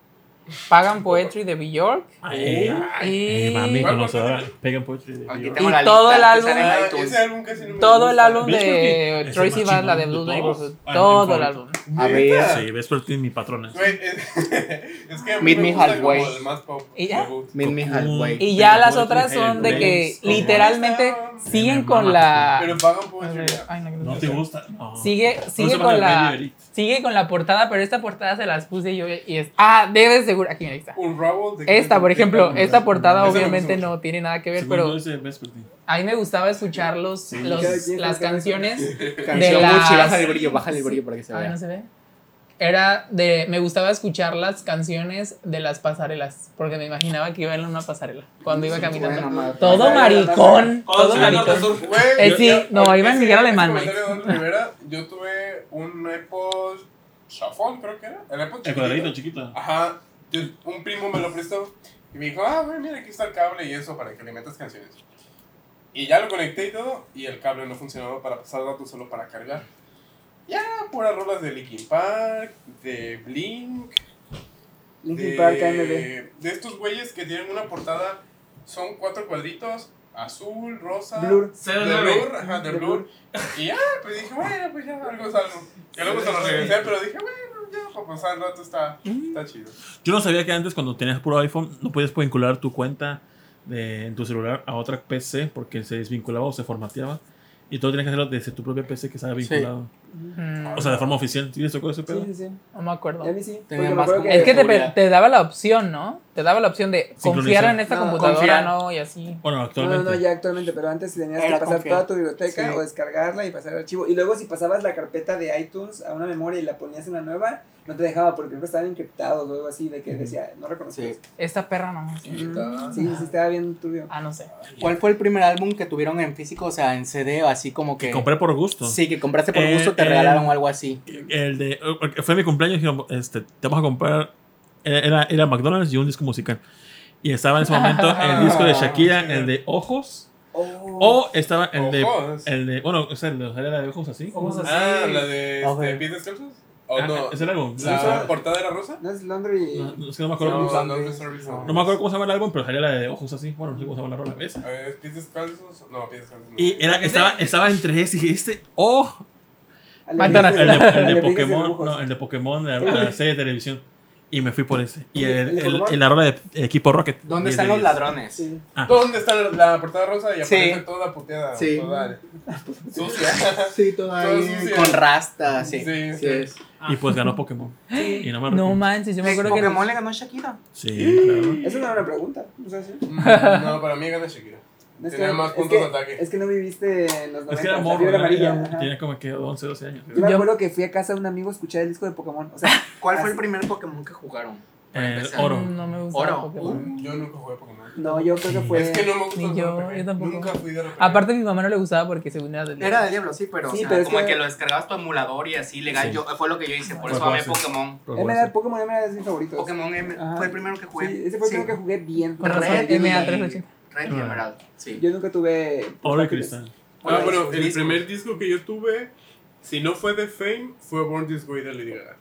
Pagan Poetry de Bjork. Ay, Y- ay, Ah, eh, mami, ¿Cuál, conocedora. cuál, Pegan poetry de Aquí Dios. tengo Y la todo lista el que sale en álbum- iTunes. Ah, Ese álbum casi no me Todo el gusta. álbum ¿Ves por qué? de Es el Troy más Sivan, la de chingón Blue de todos. Neighborhood. Ah, Todo mi el favorito. álbum. A ver. Sí, ves por ti, mi patrona. Güey, es, es que a mí Meet me me gusta halfway. como el más pop. ¿Y ya? Me gusta. Meet me halfway. Y ya Pero las Poetry otras de son de que Grace, como- literalmente siguen Me con mama. Pero la. pagan poetry. Ay, no, que no No sé. te gusta. No. Sigue, sigue se con llama la. Medio Elite. Sigue con la portada, pero esta portada se las puse yo y es. Ah, debes seguro. Aquí mira, ahí está. Un rabo de Esta, por ejemplo, de- esta portada Esa me obviamente gusta mucho. no tiene nada que ver, Según yo, pero ese ves por ti. a mí me gustaba escuchar los, los- Cada quien las saca canciones. Canción las- Gucci, baja el brillo, baja el brillo para que se Ay, vea. no se ve. Era de. Me gustaba escuchar las canciones de las pasarelas, porque me imaginaba que iba en una pasarela cuando iba caminando. Todo maricón, todo maricón. Eh, Yo- sí, yo- no, ahorita iba en sí, Miguel ese Alemán, comentario de Don Rivera, yo tuve un Apple Chafón, creo que era. El Apple El chiquitito. cuadradito chiquito. Ajá. yo- un primo me lo prestó y me dijo, ah, güey, mira, aquí está el cable y eso para que le metas canciones. Y ya lo conecté y todo, y el cable no funcionaba para pasar datos, solo para cargar. Ya, puras rolas de Linkin Park, de Blink, Linkin de- Park, AMD. De estos güeyes que tienen una portada, son cuatro cuadritos, azul, rosa, Blur. de Cero nueve. Blur, ajá, de Blur. Y ya, pues dije, bueno, pues ya, algo es algo. Ya luego se lo regresé, pero dije, bueno, ya, para pasar el rato está, está chido. Yo no sabía que antes cuando tenías puro iPhone no podías vincular tu cuenta de, en tu celular a otra PC porque se desvinculaba o se formateaba. Y todo tenías que hacerlo desde tu propia PC que estaba vinculado. Mm, O sea, de forma oficial. ¿Tienes tocó ese pedo? Sí, sí, sí. no me acuerdo. Y a mí sí. Tenía porque me más acuerdo como- Es que te, seguridad. te daba la opción, ¿no? Te daba la opción de confiar Sincronizar. en esta No, computadora, confiar. no, y así. Bueno, No, no, actualmente. no, ya actualmente, pero antes tenías que Era pasar confiar. toda tu biblioteca Sí. o descargarla y pasar el archivo. Y luego si pasabas la carpeta de iTunes a una memoria y la ponías en la nueva, no te dejaba porque creo que estaban encriptados o algo así de que decía, no reconocías. Sí. Esta perra no. Mm, Sí. sí, estaba bien turbio. Ah, no sé. ¿Cuál fue el primer álbum que tuvieron en físico, o sea, en CD o así como que? Que compré por gusto. Sí, que compraste por Eh, gusto, te eh, regalaron o algo así. El de, porque fue mi cumpleaños y dijeron, este, te vamos a comprar. Era, era, era McDonald's y un disco musical. Y estaba en ese momento el disco de Shakira, el de Ojos. Oh, O estaba el de. Ojos. El de bueno, o sea, el de, era de Ojos así. Ojos así. Ah, la de Ojo. este, pies descalzos. O Ah, Oh, no, ¿Es el álbum? la portada era rosa. ¿No es Laundry? No, no, es que no me acuerdo. No, Service no, Zone. no, Service Zone. No me acuerdo cómo se llama el álbum, pero salía la de ojos así. Bueno, no sé cómo se llama la rola. ¿ves? A ver, Eh, pies descalzos. No, pies descalzos. no. Y era, estaba, estaba entre ese y dije, este, oh, McDonald's. el de, el de Alebrijes y Pokémon, dibujos. no, el de Pokémon, la, la serie de televisión. Y me fui por ese. Y el, ¿El de el- Pokémon? el- la rola de Equipo Rocket. ¿Dónde 10 están de Ah, los 10. ladrones? Sí. ¿Dónde está la- la portada rosa? Y aparece Sí. toda puteada. Sí. Toda sucia. Sí, todo ahí sucio. Con rastas, sí. Sí, Sí. sí. Y pues ganó Pokémon. Y no me No arrepiento. manches, yo me acuerdo que. Pokémon le ganó a Shakira. Sí, claro. Es una buena pregunta. O sea, sí. Mm, No, para mí gana Shakira. No, Tenía más es puntos que, de ataque. Es que no viviste en los 90. Es que era la morro. fiebre era- amarilla, era- ajá. Tenía como que 11, 12 años. Yo me Yo- acuerdo que fui a casa de un amigo a escuchar el disco de Pokémon. O sea, ¿Cuál fue fue el el primer Pokémon que jugaron? El pues, empezar. oro. ah, No me gusta Oro. Uh. Pokémon. Yo nunca jugué a Pokémon. no, pues, yo creo que fue. Es que no me gusta Ni el yo, RPG. yo tampoco. Nunca fui de RPG. Aparte, a mi mamá no le gustaba porque según era del. Era de Diablo, sí, pero, Sí, o sea, pero es como que- que... lo descargabas tu emulador y así legal. Sí. Yo, fue lo que yo hice, por Fue eso amé así. Pokémon. MLA, Pokémon MLA es mi favorito. Pokémon M Ajá. ah, fue el primero que jugué. Sí, ese fue el primero que jugué bien. Con razón, Red y- MA380. Red y Emerald, sí. Yo nunca tuve. Oro y cristal. Ah, Bueno, bueno, los el discos. primer disco que yo tuve, si no fue de Fame, fue Born This Way de Lady Gaga.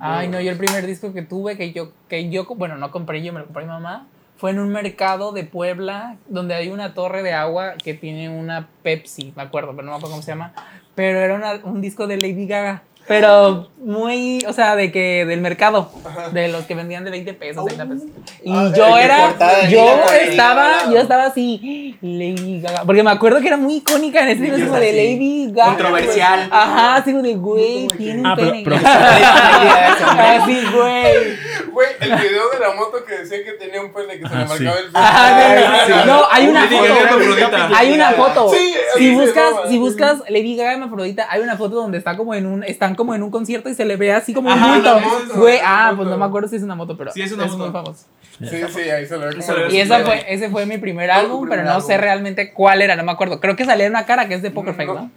Ay, no, yo el primer disco que tuve que yo, que yo, bueno, no compré yo, me lo compré mi mamá, fue en un mercado de Puebla donde hay una torre de agua que tiene una Pepsi, me acuerdo, pero no me acuerdo cómo se llama, pero era una- un disco de Lady Gaga, pero muy, o sea, de que del mercado, de los que vendían de 20 pesos, 30 pesos. Y Ah, el yo que era, cortaba de yo Lady Gaga. estaba, yo estaba así, Lady Gaga, porque me acuerdo que era muy icónica en ese Niños disco de así. Lady Gaga. Controversial. Ajá, así como de, güey, tiene un Ah, pero- pene. pero- Así, güey. Güey, el video de la moto que decía que tenía un pene que se le Ajá, sí. marcaba el Ajá, pene. Ah, Ah, sí. No, hay una Lady foto. Gaga Afrodita. Hay una foto. Sí, así Si se buscas, llama. si buscas Lady Gaga en Afrodita, hay una foto donde está como en un, están como en un concierto y se le ve así como un Ajá, bulto. una moto, Güey, una ah, moto. pues no me acuerdo si es una moto, pero Sí, es una moto. muy famoso. Sí, sí, ahí se lo ve. se lo Y ve. como- esa fue, ese fue mi primer Fue tu álbum, pero primer no sé álbum. realmente cuál era, no me acuerdo. Creo que salía en una cara que es de Poker Face, ¿no?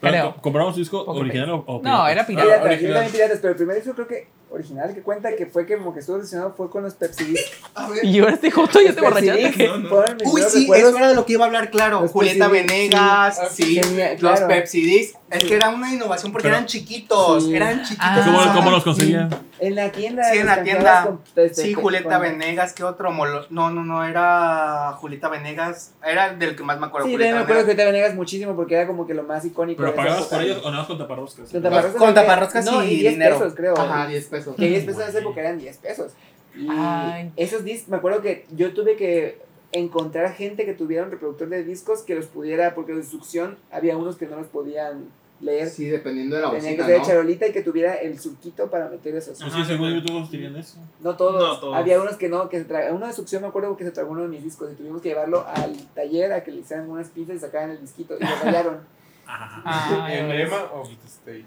Pero, Creo. ¿co- ¿Compramos disco Poco original o, o No, pirata? era pirata. Piratas, yo también piratas, pero el primer disco creo que original que cuenta que fue que como que estuvo obsesionado fue con los Pepsi A ver. Y yo este joto ya te borrachaste. Pepsi ¿qué? Dicks fueron mis Uy, primeros sí, recuerdos. eso era de lo que iba a hablar, claro. Los Julieta Pepsi Dicks, Venegas, sí, sí. Este, Ah, sí, los claro. Pepsi Dicks. Es que era una innovación porque Pero- eran chiquitos, Sí. eran chiquitos. Ah. ¿Cómo, cómo los Sí. conseguían? En la tienda. Sí, los en la canjeabas tienda. con- este, Sí, con- Julieta con- Venegas, ¿qué otro? Molo- No, no, no, era Julieta Venegas. Era del que más me acuerdo. Sí, también Julieta me acuerdo que Venegas. Julieta Venegas muchísimo porque era como que lo más icónico. ¿Pero de esa pagabas época. por ellos o nada más con taparroscas? Con taparroscas, Con creo que- taparroscas no, y 10 dinero. pesos, creo. Ajá, 10 pesos. Que 10 pesos en esa época eran 10 pesos. Y Ay. esos discos, me acuerdo que yo tuve que encontrar gente que tuviera un reproductor de discos que los pudiera, porque de succión había unos que no los podían leer. Sí, dependiendo de la Tenían que bocina, ser de ¿no? charolita y que tuviera el surquito para meter esos. Pues sí, según yo todos tenían eso. No todos. No todos. Había unos que no, que se tra- Uno de succión me acuerdo que se tragó uno de mis discos y tuvimos que llevarlo al taller a que le hicieran unas pinzas y sacaran el disquito y lo fallaron. Ajá. Ah, ya ves. Emblema of the State.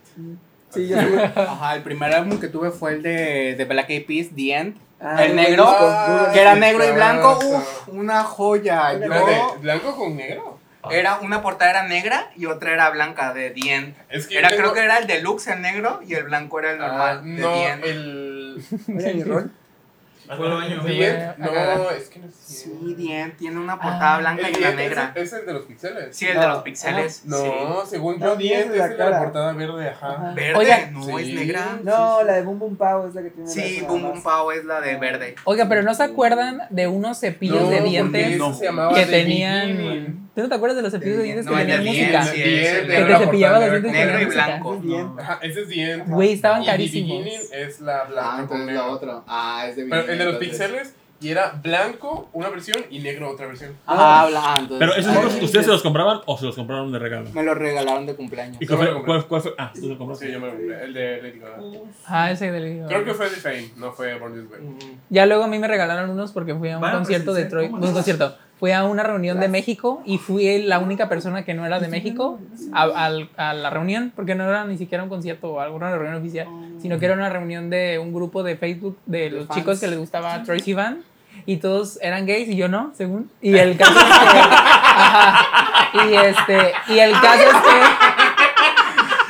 sí, yo tuve- Ajá, el primer álbum que tuve fue el de, de Black Eyed Peas, The End. Ah, el tuve negro, disco, ah, tuve que era disco. negro y blanco, claro. uff, una joya. Una Espérate, Yo, ¿Blanco con negro? era una portada era negra y otra era blanca de The End. Es que yo Era, tengo- creo que era el deluxe el negro y el blanco era el normal Ah, de no, The End. el. Era mi rol. Fue el baño. The End, No, Ajá. es que no es. Sí, The End tiene una portada Ah. blanca y una negra. Es, el de los pixeles. Sí, el No. de los pixeles. No, sí. según No, yo, The The End End es la es la cara. portada verde, ajá. Verde, Oiga. no Sí. es negra. No, la de Boom Boom Pow es la que tiene. Sí, la- Boom Boom Pow es la de verde. Oiga, pero ¿no se acuerdan de unos cepillos de porque dientes ese no. se llamaba que The Beginning. tenían... ¿Tú no te acuerdas de los cepillos de dientes No, que el de tenían The Bien, música? End, sí, The es End el era que la te cepillaba los portada dientes y Negro y tenían música. blanco. Bien. Ajá, ese es The End. Güey, estaban Y carísimos. The Beginning es la blanca Ah, con entonces la negro. otra. Ah, es de Pero el de los entonces. pixeles y era blanco una versión y negro otra versión. Ah, bla, entonces- Pero esos Ay, otros, ¿ustedes se los compraban o se los compraron de regalo? Me lo regalaron de cumpleaños. ¿Y Yo cuál me lo fue? cuál- compré. cuál fue? Ah, tú lo Sí, compraste. yo me lo compré, el de Lady Gaga. Ah, ese del Creo que fue The Fame, no fue Born This Way. Ya luego a mí me regalaron unos porque fui a un Van a concierto de presenciar, Troy. ¿cómo no, Un no? concierto. Fui a una reunión de México y fui la única persona que no era de México a, al- a la reunión, porque no era ni siquiera un concierto o alguna reunión oficial, Oh. sino que era una reunión de un grupo de Facebook de, los fans. chicos que les gustaba Troy Sivan y todos eran gays y yo no, según. Y el caso es que. ajá, y, este, y el caso es que.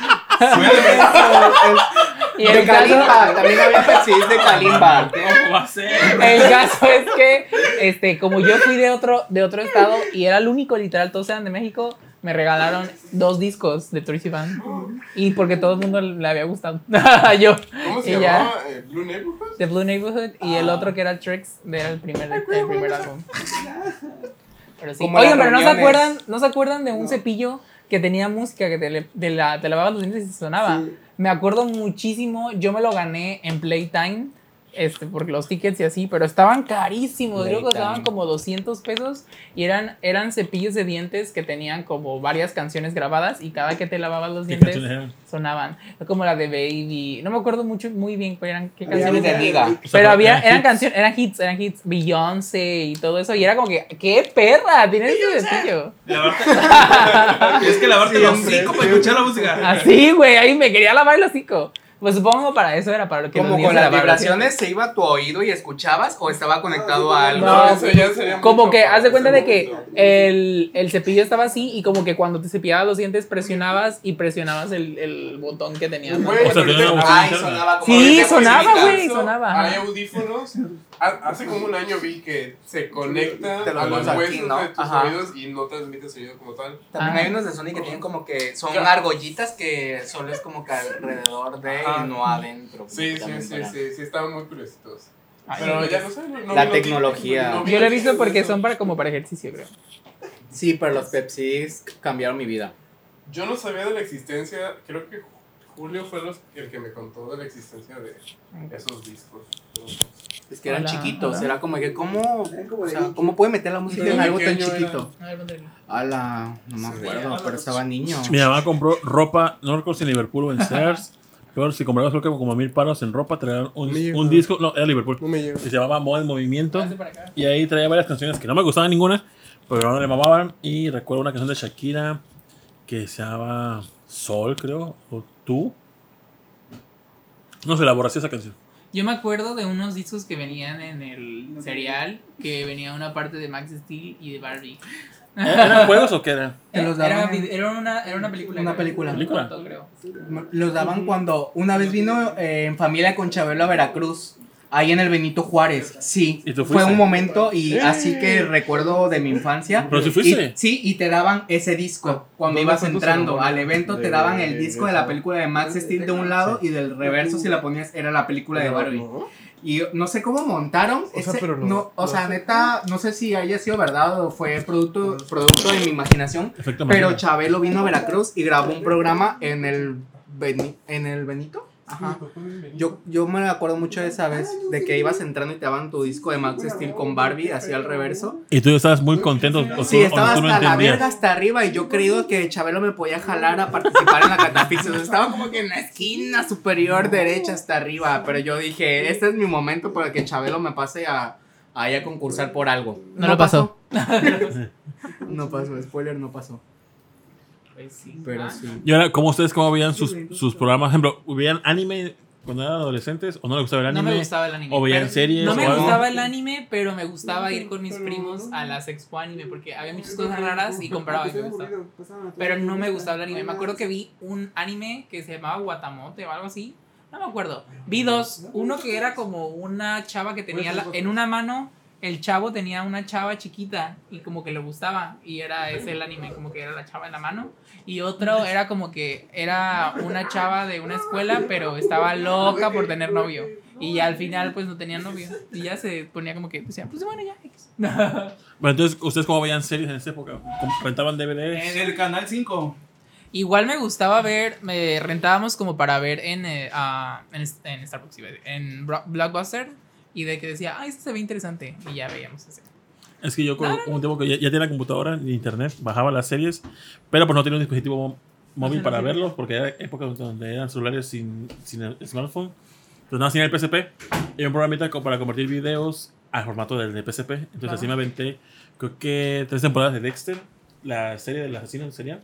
Y de el caso, Kalimba, también había Pepsis de Kalimba. ¿Cómo va a ser? El caso es que, este, como yo fui de otro, de otro estado y era el único, literal, todos eran de México, me regalaron dos discos de Tracy Van. Y porque todo el mundo le había gustado. yo. ¿Cómo se Y ya. llamaba? Eh, ¿Blue Neighborhood? The Blue Neighborhood y el otro que era Tricks, era el primer, el primer álbum. Pero sí. Como Oigan, las pero ¿no se, reuniones. acuerdan, ¿no se acuerdan de un cepillo que tenía música que te, le- de la, te lavabas los dientes y sonaba? Me acuerdo muchísimo, yo me lo gané en Playtime, este, por los tickets y así, pero estaban carísimos, creo que Playtime. costaban como 200 pesos y eran, eran cepillos de dientes que tenían como varias canciones grabadas y cada que te lavabas los ¿Qué dientes canciones eran? sonaban, como la de Baby, no me acuerdo mucho, muy bien cuál eran, qué Había canciones Canciones de una- liga. O sea, pero había, eran eran hits. canciones, eran hits, eran hits, Beyoncé y todo eso, y era como que, ¡qué perra! Tienes ese cepillo. Lavarte- es que lavarte los cinco para escuchar la música. Así, güey, ahí me quería lavar el hocico. Pues supongo para eso era para lo que los Como niños con se las lavaban los vibraciones se iba a tu oído y escuchabas o estaba conectado a algo. No, eso ya sería dientes. Como mucho que, para haz de cuenta de ese que mundo. el, el cepillo estaba así, y como que cuando te cepillabas los dientes presionabas y presionabas el, el botón que tenía. ¿no? Güey, O sea, tenía una bocina Ay, interna. sonaba como. pues, Sí, de sonaba, música. güey, sonaba. Hay audífonos. Ha- Hace como un año vi que se conecta Te lo a los pones aquí, huesos ¿no? de tus Ajá. oídos y no transmite sonido como tal. También Ah. hay unos de Sony que tienen como que son argollitas que solo es como que alrededor de Ajá. y no adentro. Sí, sí, También sí, para- sí, sí, estaban muy curiositos. Ay, Pero ya no sé, no- no La vi los- tecnología. no vi Yo lo he los- visto porque son para como para ejercicio, creo. Sí, pero los Pepsis cambiaron mi vida. Yo no sabía de la existencia, creo que Julio fue los- el que me contó de la existencia de esos discos. Es que eran Hola, chiquitos, hola. era como que, ¿cómo, Eran como o de sea, Mickey. ¿cómo puede meter la música Pero en algo tan pequeño era. chiquito? Ala, no me acuerdo, pero estaba niño. Mi mamá compró ropa, no recuerdo si en Liverpool o en Sears. Pero si comprabas creo que como mil paros en ropa, traían un, Mira. un disco, no, era Liverpool, No me llevo. que se llamaba Moda en Movimiento. Y ahí traía varias canciones que no me gustaban ninguna, pero no le mamaban. Y recuerdo una canción de Shakira que se llama Sol, creo, o Tú. No sé, la borraste esa canción. Yo me acuerdo de unos discos que venían en el cereal, que venía una parte de Max Steel y de Barbie. ¿Eh? ¿Eran juegos o qué eran? Te los era, daban vid- era una, era una película. Una creo. película. Un ¿Película? corto, creo. Los daban cuando una vez vino eh, en familia con Chabelo a Veracruz, ahí en el Benito Juárez. Sí, ¿Y tú fue fuiste? un momento y ¡Eh! así que recuerdo de mi infancia. Pero si fuiste. Y- sí, y te daban ese disco cuando ¿Dónde ibas fue tu entrando ceremonia? al evento, te De- daban el de- disco de- de la película de Max Steel de un lado y del reverso si la ponías era la película de Barbie. Y no sé cómo montaron. O sea, ese- pero no- no, o no sea, sé. neta, no sé si haya sido verdad o fue producto, producto de mi imaginación. Efecto Pero Mandela. Chabelo vino a Veracruz y grabó un programa en el, Beni- en el Benito. Ajá. Yo, yo me acuerdo mucho de esa vez, de que ibas entrando y te daban tu disco de Max Steel con Barbie hacia el reverso. Y tú estabas muy contento. O tú, Sí, o estaba tú no hasta la entendías. verga, hasta arriba, y yo creído que Chabelo me podía jalar a participar en la catafixia. O sea, estaba como que en la esquina superior derecha hasta arriba, pero yo dije, este es mi momento para que Chabelo me pase a, ahí a concursar por algo. No lo pasó. no pasó, spoiler, no pasó. Pues Pero Ah, Ah, sí. Y ahora, ¿cómo ustedes cómo veían sus, sus programas? Por ejemplo, ¿veían anime cuando eran adolescentes? ¿O no les gustaba el No anime? me gustaba el anime. ¿O veían Pero- series? No o me algo? gustaba el anime, pero me gustaba ir con mis primos a las expo anime porque había muchas cosas raras y compraba y me gustaba. Pero no me gustaba el anime. Me acuerdo que vi un anime que se llamaba Guatamote o algo así. No me Pues acuerdo. Vi dos. Uno que era como una chava que tenía la- en una mano. El chavo tenía una chava chiquita y como que le gustaba y era ese el anime, como que era la chava en la mano. Y otro era como que era una chava de una escuela, pero estaba loca por tener novio. Y ya al final pues no tenía novio. Y ya se ponía como que decía, pues bueno, ya. X". Bueno, entonces, ¿ustedes cómo veían series en esa época? ¿Cómo ¿Rentaban DVDs? En el canal 5. Igual me gustaba ver, me rentábamos como para ver en, eh, ah, en, S- en Starbucks, iba a decir, en Bro- Blockbuster. Y de que decía, ah, esto se ve interesante. Y ya veíamos ese. Es que yo con un tiempo que ya, ya tenía la computadora, el internet, bajaba las series, pero pues no tenía un dispositivo mo- móvil para verlos, porque era época donde eran celulares sin, sin el smartphone. Entonces nada, sin el PSP. Y un programita co- para convertir videos al formato del de PSP. Entonces así me aventé, creo que tres temporadas de Dexter, la serie del asesino en serial.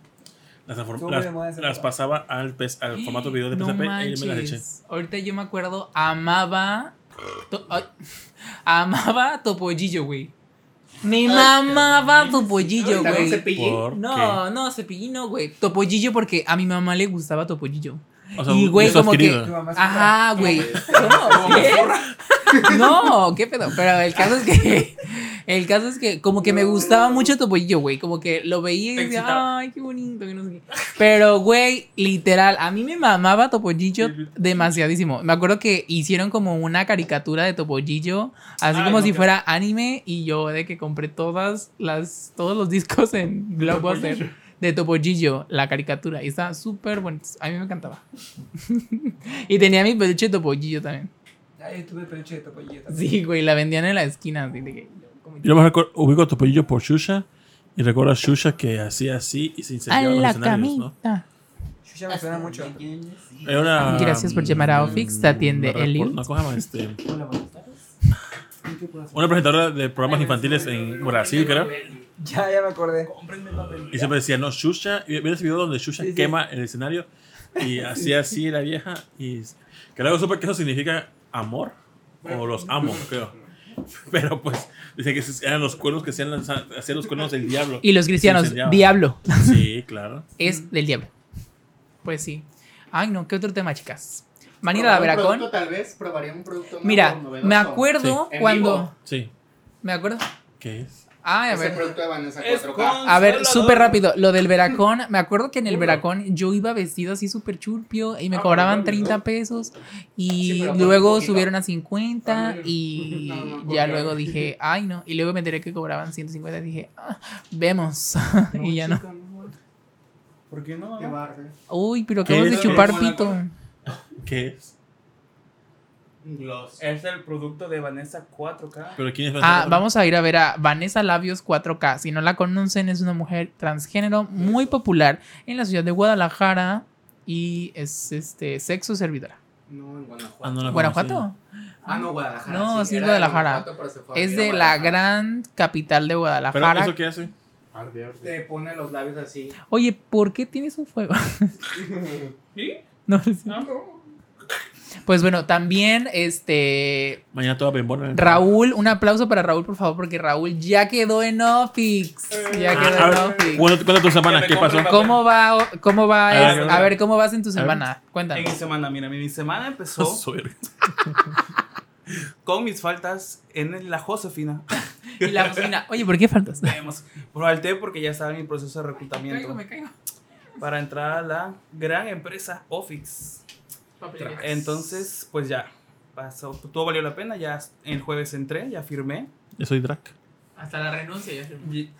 Las, transform- Estuvo muy de moda las, esa las época. pasaba al, pes- al formato video de No PSP y yo me las eché. manches. Ahorita yo me acuerdo, amaba. to- ay, amaba Topollillo, güey. Me mamaba Topollillo, También güey. cepillé. ¿Por No, no, cepillín no, güey. Topollillo porque a mi mamá le gustaba Topollillo. qué? O sea, y un güey, gusto como que. adquirido. Ajá, güey. No, ¿qué? No, qué pedo. Pero el caso es que. El caso es que, como que me gustaba mucho Topollillo, güey. Como que lo veía y Te decía, excitaba. ay, qué bonito, que no sé qué. Pero, güey, literal, a mí me mamaba Topollillo demasiadísimo. Me acuerdo que hicieron como una caricatura de Topollillo, así Ay, como no, si qué- fuera anime. Y yo, de que compré todas las, todos los discos en Blockbuster de Topollillo, la caricatura. Y está súper bueno. A mí me encantaba. y tenía mi peluche de Topollillo también. Ay, Ah, tuve peluche de topollillo también. Sí, güey, la vendían en la esquina. Así de que, como- Yo me recuerdo, ubico a Topollillo por Shusha y recuerdo a Shusha que hacía así y se "Ah, incendiaba los escenarios, ¿no? Shusha me suena mucho. Era una- Gracias por llamar a Ofix, te atiende una repor- Elliot. No, ¿cómo se llama? Este, una presentadora de programas infantiles en Brasil, creo. Ya, ya me acordé. Y siempre decía, no, Shusha. Y vi ese video donde Shusha Sí, sí. quema el escenario y hacía así la vieja. Y que luego supe que eso significa amor o los amo, creo. Pero pues, dice que esos eran los cuernos que hacían, lanza- hacían los cuernos del diablo. Y los cristianos, incendiaba. diablo, Sí, claro. es del diablo. Pues sí. Ay, no, ¿qué otro tema, chicas? Manila de Veracón. Tal vez probaría un producto Mira, me acuerdo Sí. En cuando. vivo. Sí. Me acuerdo. ¿Qué es? Ay, a Ese ver. producto de Vanessa Es 4K. con- A ver, Consolador. súper rápido. Lo del Veracón. Me acuerdo que en el Veracón yo iba vestido así súper churpio y me Ah, cobraban no, no. 30 pesos. Sí, Y pero un luego poquito. subieron a 50. Y No, no, ya porque- luego dije, ay, no. Y luego me enteré que cobraban 150. Dije, ah, vemos. y ya no. ¿Por qué no? Qué mamá? barrio. Uy, pero ¿Qué acabas de es? chupar ¿Cómo la pito. ¿Qué es? Gloss. Es el producto de Vanessa 4K. ¿Pero quién es? Ah, vamos a ir a ver a Vanessa Labios 4K. Si no la conocen, es una mujer transgénero muy popular en la ciudad de Guadalajara y es este sexo servidora. No, en Guanajuato. Ah, no la conocía. ¿Guanajuato? Ah, no, Guadalajara. No, sí, es era Guadalajara. Guanajuato, pero se fue a Es vivir a de la Guadalajara. gran capital de ¿Pero Guadalajara. eso qué hace? Te pone los labios así. Oye, ¿por qué tienes un fuego? ¿Sí? No, sí. No, no. Pues bueno, también este Mañana toda bembona. Raúl, un aplauso para Raúl, por favor, porque Raúl ya quedó en Ofix. Ya Ah, quedó a en ver, Ofix. cuenta cuenta tu semana, Que me ¿qué pasó? compre una- ¿Cómo va? ¿Cómo va? A es- ver, a ver, ¿cómo vas en tu ver. semana? En Cuéntanos. mi semana, mira, mi mi semana empezó Su verga. con mis faltas en la Josefina. Y la cocina. Oye, ¿por qué faltas? Vemos. Falté porque ya estaba en mi proceso de reclutamiento caigo. para entrar a la gran empresa Office. Entonces, pues ya. Pasó, todo valió la pena, ya el jueves entré, ya firmé. Yo soy drag. Hasta la renuncia ya. Y-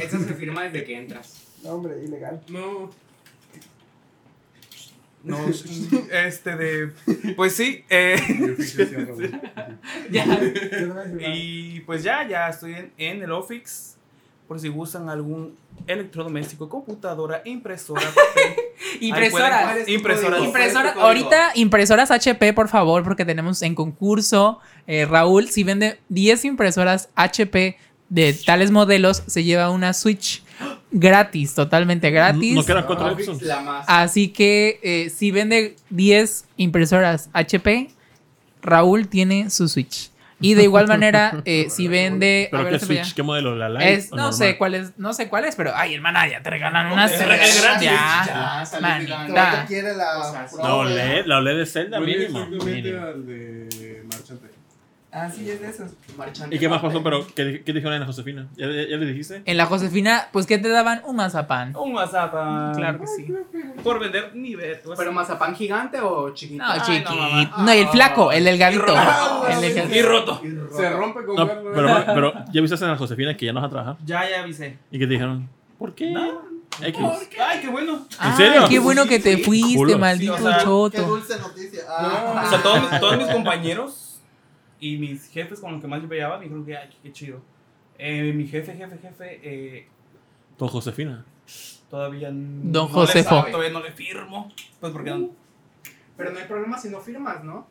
Esa se firma desde que entras. No, hombre, ilegal. No. No, este de... Pues sí, eh, Yo no me he firmado. Y pues ya, ya estoy en, en el Office. Por si gustan algún electrodoméstico, computadora, impresora, papel. Impresoras. Ahí pueden- impresoras. Impresora, ahorita impresoras HP, por favor, porque tenemos en concurso. Eh, Raúl, si vende 10 impresoras HP de tales modelos, se lleva una Switch gratis, totalmente gratis. Ah, No queda cuatro Office, episodios. Ah, la más. Así que eh, si vende 10 impresoras HP, Raúl tiene su Switch. Y de igual manera, eh, si vende. a ¿Pero ver, qué se ve Switch? ya. ¿Qué modelo? ¿La Lite? Es- o no normal? sé cuál es, no sé cuál es, pero ay, hermana, ya te regalan una Es Switch, gratis, ya. ya, salí manita. de Ahorita Da. quiere la. Cosas. La OLED, la OLED de Zelda Huele mínimo. exactamente mínimo. al de Marchante. Ah, sí, es de esos. marchante. ¿Y qué más pasó? Pero, ¿qué, di- qué dijeron en la Josefina? ¿Ya, ya, ya le dijiste? En la Josefina, pues ¿qué te daban? Un mazapán. Un mazapán. Claro que sí. Por vender pues. nivel. o sea, ¿Pero mazapán gigante o chiquito? No, Ay, chiquito. mamá. No, y el flaco, el delgadito. Ah, El delgadito. y roto. Se rompe con No, cuerno. pero, pero ya viste a la Josefina que ya nos ha trabajado. Ya, ya avisé. ¿Y qué te dijeron? ¿Por qué? X. Ay, qué bueno. Ay, serio? qué bueno que te fuiste, Culo. maldito Sí, o sea, Qué choto. dulce noticia. Ah. O sea, todos, mis- todos mis compañeros y mis jefes con los que más yo peleaba me dijeron que, ay, qué chido. Eh, mi jefe, jefe, jefe, eh, Todo Josefina. todavía Don Don Josefo. Mm, Todavía no le firmo. Pues porque no, Pero no hay problema si no firmas, ¿no?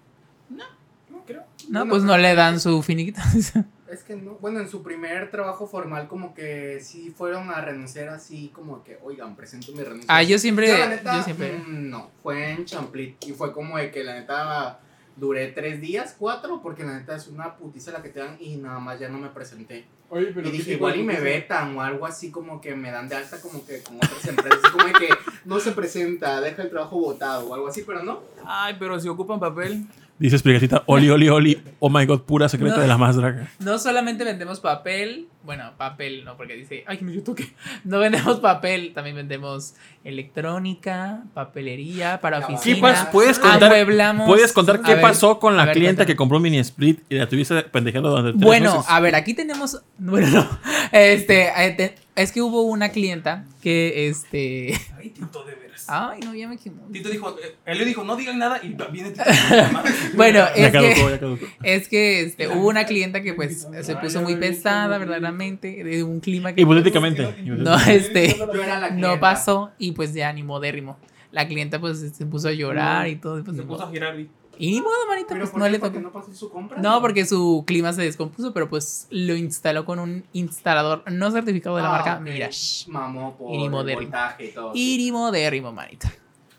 no creo. No, pues no le dan su finiquito. Es que no. Bueno, en su primer trabajo formal, como que sí fueron a renunciar así, como que, oigan, presento mi renuncia. Ah, yo Yo, la siempre. neta, Yo siempre. mm, no, fue en Champlit. Y fue como de que la neta duré tres días, cuatro, porque la neta es una putiza la que te dan y nada más ya no me presenté. Oye, pero. Y ¿qué dije, tipo de igual y me putiza? vetan o algo así como que me dan de alta como que con otras empresas. como de que no se presenta, deja el trabajo votado o algo así, pero no. Ay, pero si ocupan papel. Dice Esprigatita, Oli, Oli, Oli. Oh my god, pura secreta No. de la más draga. No solamente vendemos papel. Bueno, papel no, porque dice. Ay, que me dio toque. No vendemos papel, también vendemos electrónica, papelería, para Ya va. ¿Qué Sí, pas- oficina. ¿Puedes contar, Amueblamos. ¿Puedes contar A qué ver, pasó con la a ver, clienta cuéntame. que compró un mini split y la tuviste pendejando durante tres Bueno, meses? a ver, aquí tenemos. Bueno, no. Este, eh, te- es que hubo una clienta que, este. Ay, Tito, de veras. Ay, no, ya me quemó. Tito dijo, eh, él le dijo, no digan nada y viene Tito. Bueno, eh, Ya es que. caducó, ya caducó. Es que este, hubo una clienta que pues se puso muy pesada, verdaderamente, de un clima que Hipotéticamente. no, este, Yo era la no clienta. pasó y pues ya ni modérrimo. La clienta pues se puso a llorar y todo. y, pues, Se ni puso a modo. girar. y- Y ni modo, manito, Pero pues ¿por no qué? le ¿Porque tocó. no pasó su compra? No, porque su clima se descompuso, pero pues lo instaló con un instalador no certificado de la Ah, marca ok. Mirage. Mamó por Y ni el modelo. voltaje y todo. Y ni modérrimo, manito.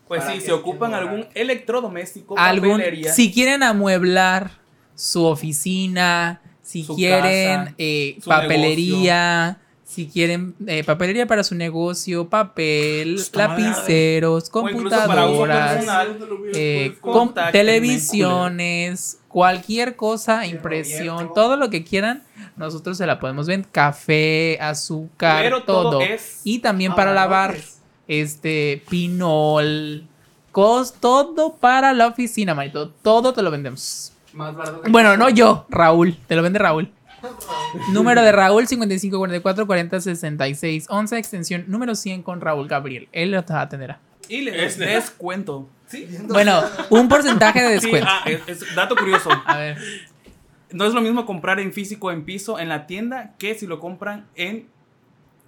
Pues Para sí, que si ocupan entienda. algún electrodoméstico, algún papelería. si quieren amueblar su oficina si Su quieren casa, eh, su papelería si quieren eh, papelería para su negocio papel Esta madre. lapiceros o incluso para uso computadoras personal. eh, Pues, com- contáctenme, televisiones cualquier cosa impresión Roberto. todo lo que quieran nosotros se la podemos ver café azúcar Pero todo, todo, es. y también para lavar este, pinol, cos, todo para la oficina, manito. Todo te lo vendemos. Más barato que- Bueno, no yo, Raúl, te lo vende Raúl. Número de Raúl 55 44 40 66 11 extensión número 100 con Raúl Gabriel. Él lo atenderá. Y le ¿Es este, des neta? descuento. Sí. Bueno, un porcentaje de Sí, descuento. ah, es- es- dato curioso. A ver, No es lo mismo comprar en físico, en piso, en la tienda, que si lo compran en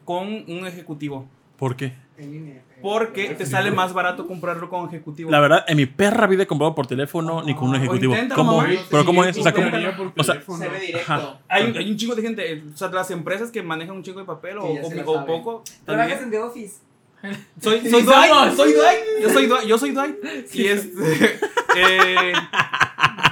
con un ejecutivo. ¿Por qué? En línea. eh. Porque te sale más barato comprarlo con ejecutivo. La verdad, en mi perra vida he comprado por teléfono ni con un Ah, ejecutivo. intenta, ¿Cómo? mamá. ¿Pero cómo es? O sea, ¿cómo? Computaría por o sea, teléfono. Se ve directo. Ajá. Hay un, hay un chingo de gente, eh, o sea, las empresas que manejan un chingo de papel o, Sí, ya se o- la o saben. poco, Trabajas también en The Office. Soy, Sí, soy Dwight. somos, soy Dwight. Yo soy Dwight. Yo soy Dwight. Y este. eh,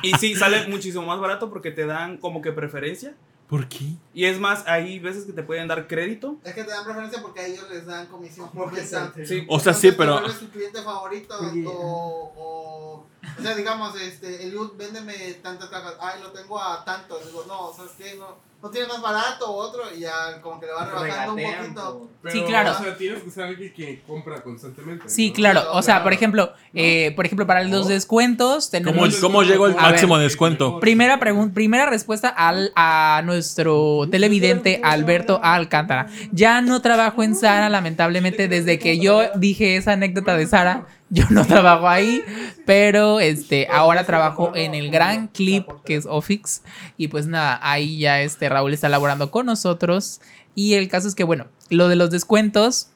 y sí, sale muchísimo más barato porque te dan como que preferencia. ¿Por qué? Y es más, hay veces que te pueden dar crédito. Es que te dan preferencia porque a ellos les dan comisión por visitante. Sí. O sea, sí, Entonces, pero. te vuelves su cliente favorito Oye. o, o... O sea, digamos, este, Eliud, véndeme tantas cajas. Ay, lo tengo a tanto. Digo, no, ¿sabes qué? No, no tiene más barato o otro. Y ya como que le va rebajando un Regatean, poquito. po. Pero, Sí, claro. O sea, tienes que ser alguien que compra constantemente. Sí, ¿no? claro. O sea, Claro. por ejemplo, eh, por ejemplo, para los descuentos ¿Cómo, tenemos cómo llegó el A ver. máximo descuento? primera pregun- primera respuesta al, a nuestro televidente Alberto Alcántara. Ya no trabajo en Sara, lamentablemente, desde que yo dije esa anécdota de Sara, yo no trabajo ahí, pero este, ahora trabajo en el gran clip que es Ofix y pues nada, ahí ya este Raúl está laborando con nosotros y el caso es que bueno, lo de los descuentos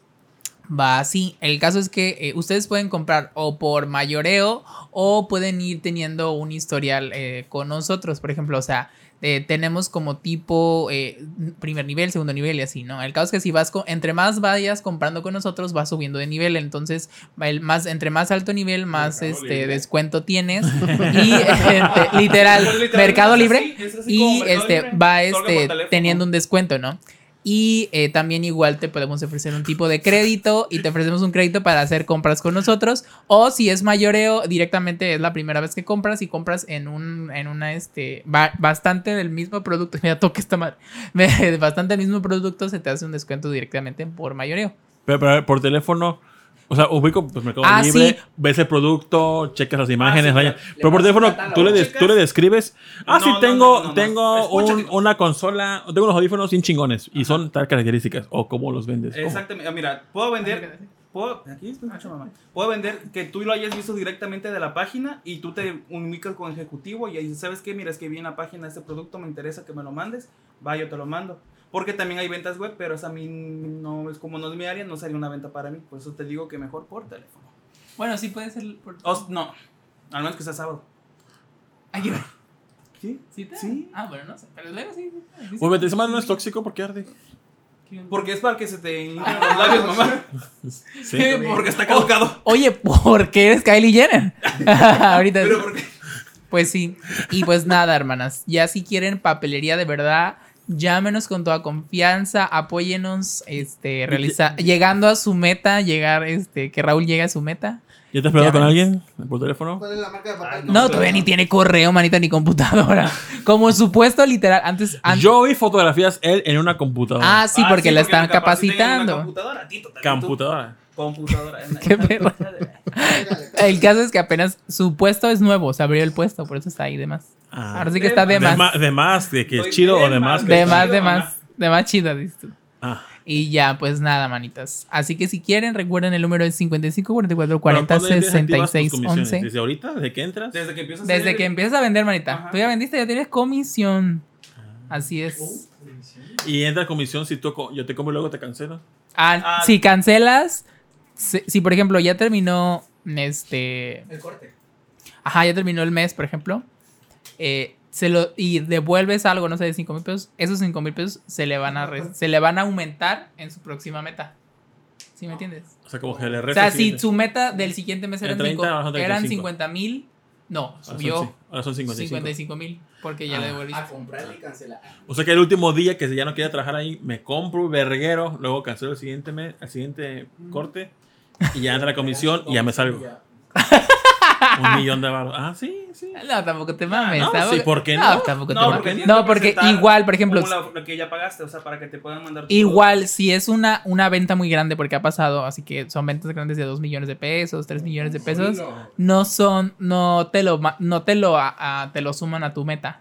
Va así. El caso es que eh, ustedes pueden comprar o por mayoreo o pueden ir teniendo un historial eh, con nosotros, por ejemplo, o sea, eh, tenemos como tipo eh, primer nivel, segundo nivel y así, ¿no? El caso es que si vas, co- entre más vayas comprando con nosotros, vas subiendo de nivel, entonces, va el más, entre más alto nivel, más Mercado este, Libre. descuento tienes y, este, literal, Mercado Libre y este va este teniendo un descuento, ¿no? Y eh, también igual te podemos ofrecer un tipo de crédito y te ofrecemos un crédito para hacer compras con nosotros o si es mayoreo directamente es la primera vez que compras y compras en un en una este ba- bastante del mismo producto, mira toque esta madre. bastante del mismo producto se te hace un descuento directamente por mayoreo. Pero, pero, a ver, por teléfono. O sea, ubico pues, Mercado Ah, Libre, sí. ves el producto, checas Ah, las imágenes. claro. vaya. Le pero por pasas el teléfono, catálogo. tú le, des- tú le Checas. describes. Ah, No, sí, no, tengo, no, no, no. tengo un- Escúchate. una consola, tengo unos audífonos sin chingones. Y son tal características. O cómo los vendes. ¿Cómo? Exactamente. Ah, Mira, puedo vender. Puedo, aquí es mucho, mamá. puedo vender que tú lo hayas visto directamente de la página y tú te ubicas con el ejecutivo y ahí dices, sabes qué, mira, es que vi en la página este producto, me interesa que me lo mandes, va, yo te lo mando. Porque también hay ventas web, pero esa a mí no es como no es mi área, no sería una venta para mí. Por eso te digo que mejor por teléfono. Bueno, sí puede ser por Oh. O- no, al menos que sea sábado. Ay, ¿Sí? ¿Sí te- Sí. Ah, bueno, no sé. Pero luego sí. sí, sí. Pues Betelgeuse no es tóxico porque arde. Porque es para que se te hinchen Ah. los labios, mamá. Sí. pues. Porque está caducado. Oye, ¿por qué eres Kylie Jenner? Ahorita. Pero porque Pues sí. Y pues nada, hermanas. Ya si quieren papelería de verdad, llámenos con toda confianza, apóyenos, este, realiza, llegando a su meta, llegar, este, que Raúl llegue a su meta. ¿Ya te has peleado Ya con ves. alguien por teléfono? ¿Cuál es la marca de papel? No, todavía ni tiene correo, manita, ni computadora. Como supuesto, literal, antes, antes. Yo vi fotografías él en una computadora. ah, sí, Ah, porque la porque están me capacitan en una capacitando. Computadora, Tito, también tú. Computadora. Computadora. Qué pedo. Mírale, El caso es que apenas su puesto es nuevo, se abrió el puesto, por eso está ahí de más. Ah. Ahora sí que está de De más. ma- de más, de que es Soy chido de o de más, más. que- De más, chido, de maná. más. De más chida, dices tú. Ah. Y ya, pues nada, manitas. Así que si quieren, recuerden el número es 55 44 40 Pero, ¿cuándo ya tienes activas tus 66 comisiones? 11. ¿Desde ahorita? ¿Desde que entras? Desde que empiezas a Desde hacer que el- empiezas a vender, manita. Ajá. Ah. Tú ya vendiste, ya tienes comisión. Así es. Oh. Y entra comisión si tú co- yo te compro y luego te cancelo. Ah, Ah. Si cancelas, si, si, por ejemplo ya terminó este. El corte. Ajá, ya terminó el mes, por ejemplo. eh, se lo, y devuelves algo, no sé, de 5 mil pesos. Esos 5 mil pesos se le, van a re- se le van a aumentar en su próxima meta. ¿Sí me Ah. entiendes? O sea, como que le O sea, restas si siguiente. su meta del siguiente mes En eran, 30, cinco- ahora son eran 35. 50 mil, no, Ahora Ah, son subió sí- Ahora son 55. 55 mil porque ya Ah. le devolviste. A comprar y cancelar. O sea que el último día que ya no quería trabajar ahí, me compro un verguero, luego cancelo el siguiente, mes, el siguiente corte y ya entra la comisión y ya me salgo. Un millón de baros. Ah, sí, sí. No, tampoco te mames. Ah, no, tampoco, sí, ¿por qué no? tampoco te No, mames. porque tienes No, que porque presentar igual, por ejemplo, Como la, lo que ya pagaste, o sea, para que te puedan mandar. tu Igual, si es una, una venta muy grande, porque ha pasado, así que son ventas grandes de 2 millones de pesos, 3 millones de pesos, no son, no te lo, ma- no te lo, a- a- te lo suman a tu meta.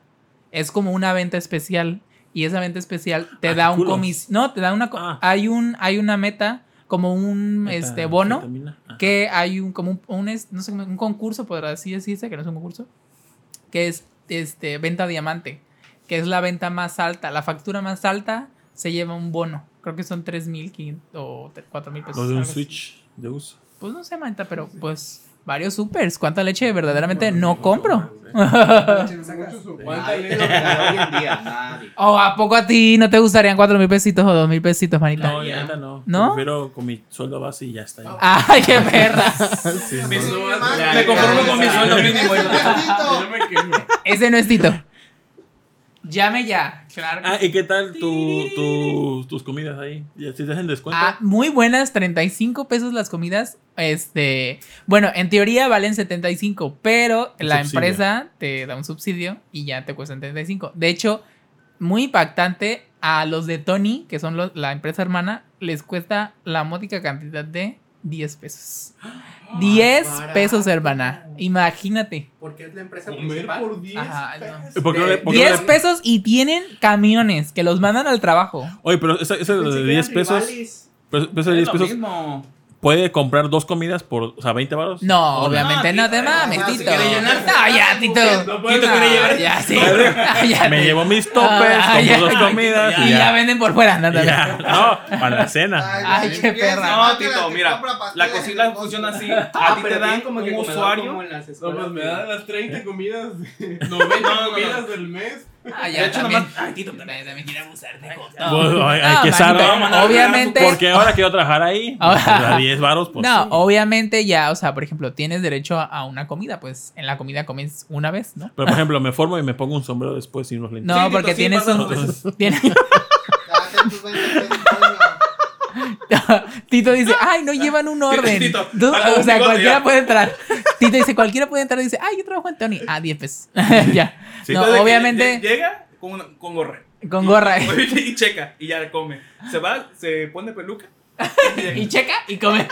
Es como una venta especial y esa venta especial te Ah, da un culos. comis, no, te da una, co- Ah. hay un, hay una meta como un, Ahí está, Ah. este, bono vitamina. Ajá. que hay un como un, un es- no sé, como un concurso, podrá así decirse, que no es un concurso, que es este venta diamante, que es la venta más alta, la factura más alta se lleva un bono. Creo que son 3.500 o 4.000 pesos. Lo de algo un así. switch de uso. Pues no sé, manita, pero pues varios supers. ¿Cuánta leche verdaderamente no compro? ¿Cuánta leche le da hoy en día? Nadie. ¿O Oh, a poco a ti no te gustarían cuatro mil pesitos o dos mil pesitos, manita? No, ya no. ¿No? Prefiero con mi sueldo base y ya está. ¡Ay, qué perra! Me subo a- Me Me conformo con mi sueldo mínimo. Ese puestito. Yo me quejo. Ese no es Tito. Llame ya. Claro. que Ah, sí. ¿y qué tal tu, tu- tus comidas ahí? ¿Y si te hacen descuento? Ah, muy buenas, 35 pesos las comidas. Este, bueno, en teoría valen 75, pero Un la subsidio. empresa te da un subsidio y ya te cuestan 35. De hecho, muy impactante a los de Tony, que son los- la empresa hermana, les cuesta la módica cantidad de 10 pesos. 10 barato. pesos, hermana. Imagínate. Porque es la empresa Comer principal. por 10. Ajá, no. ¿Por qué no le- por qué no le- 10 pesos y tienen camiones que los mandan al trabajo. Oye, pero ese, ese Pensé de que 10 eran pesos, rivales. pues, ese de Es 10 lo pesos mismo. puede comprar dos comidas por, o sea, 20 varos. No, obviamente no, te mames, no, si Tito. quiere llenarse, No, ya, Tito. No puedes Tito quiere llevar- Ya, sí. Ah, ya, Me sí. llevo mis topes, Ah, compro ya. dos comidas Y ya venden por fuera, no, y no, ya. no. No, para la cena. Ah, Ay, si qué piensa perra. más No, que la Tito, que mira, compra pasteles La en cocina el funciona así. Ah, A ti pero te dan bien como que un comedor usuario. como en las No, pues escuelas. me dan las 30 comidas, 90 comidas del mes. Ah, ya, De hecho, también. nomás- Ay, Tito, También también quiere abusar de Joto. Pues, ay, ay, No, que manita, sabe. Obviamente. Porque ahora quiero trabajar ahí. Ahora- pues, a 10 varos, pues. No, sí. obviamente ya, o sea, por ejemplo, tienes derecho a- a una comida, pues en la comida comes una vez, ¿no? Pero por ejemplo, me formo y me pongo un sombrero después sin los lentes. No, Tito, porque sí, tienes pasa un... dos veces. tienes- Ya, ten tus 20 pesos, coño. Tito dice, ay, no llevan un orden. Tito, Tú- paga o un sea, bigote, cualquiera ya. puede entrar. Tito dice, cualquiera puede entrar. Dice, ay, yo trabajo en Tony. Ah, 10 pesos. ya. Sí. no, Entonces, obviamente, lle- Llega con, una- con gorra. con gorra. y checa. Y ya come. Se va, se pone peluca. y checa y come.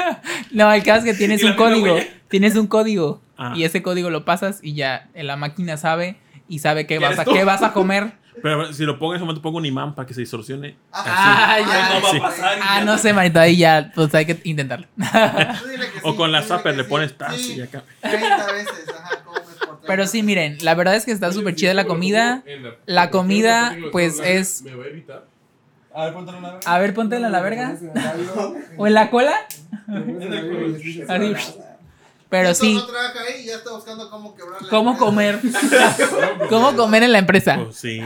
no, el caso es que tienes Y la un misma código. huella. Tienes un código. Ah. Y ese código lo pasas y ya eh, la máquina sabe y sabe qué ¿Qué vas, eres a, tú? qué vas a comer. Pero si lo pongo en ese momento, pongo un imán para que se distorsione. Ah, Ah, ya. No va Sí. a pasar. y Ah, ya. no sé, manito. Ahí ya, pues hay que intentarlo. Tú dile que O sí, con la tú dile zapper que le sí. pones tas Sí, y acá. 30 veces, ajá, comes por 30 Pero sí, miren, la verdad es que está Oye, súper sí, chida la pero comida. como en La comida, Yo creo que pues, lo tengo, es- Ah, ¿Me va a evitar? A ver, póntale una vez. A ver, póntela en la verga. ¿O en la cola? Así. Pero Tito sí, no trabaja ahí y ya está buscando cómo quebrar la ¿cómo empresa. comer? ¿Cómo comer en la empresa? Pues sí.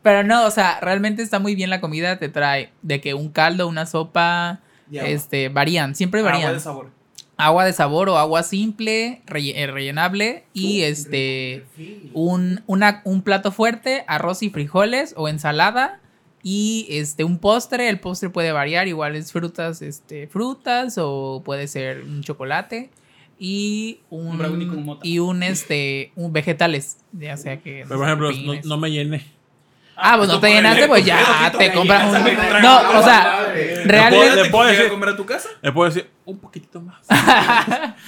Pero no, o sea, realmente está muy bien la comida. Te trae de que un caldo, una sopa, Ya. este, varían. Siempre Agua varían. de Ah, sabor. Agua de sabor o agua simple, relle- eh, rellenable. Y este, un, una- un plato fuerte, arroz y frijoles o ensalada. Y este, un postre. El postre puede variar. Igual es frutas, este, frutas o puede ser un chocolate. Y un, Un brownie con mota. y un este un vegetales ya sea que Pero por ejemplo, no, pepines. no me llené. Ah, pues no te llenaste, pues ya te compras un. No, o sea, Le realmente. puedo ¿Puedes decir- ir a comer a tu casa? Le Eh, puedo decir un poquitito más.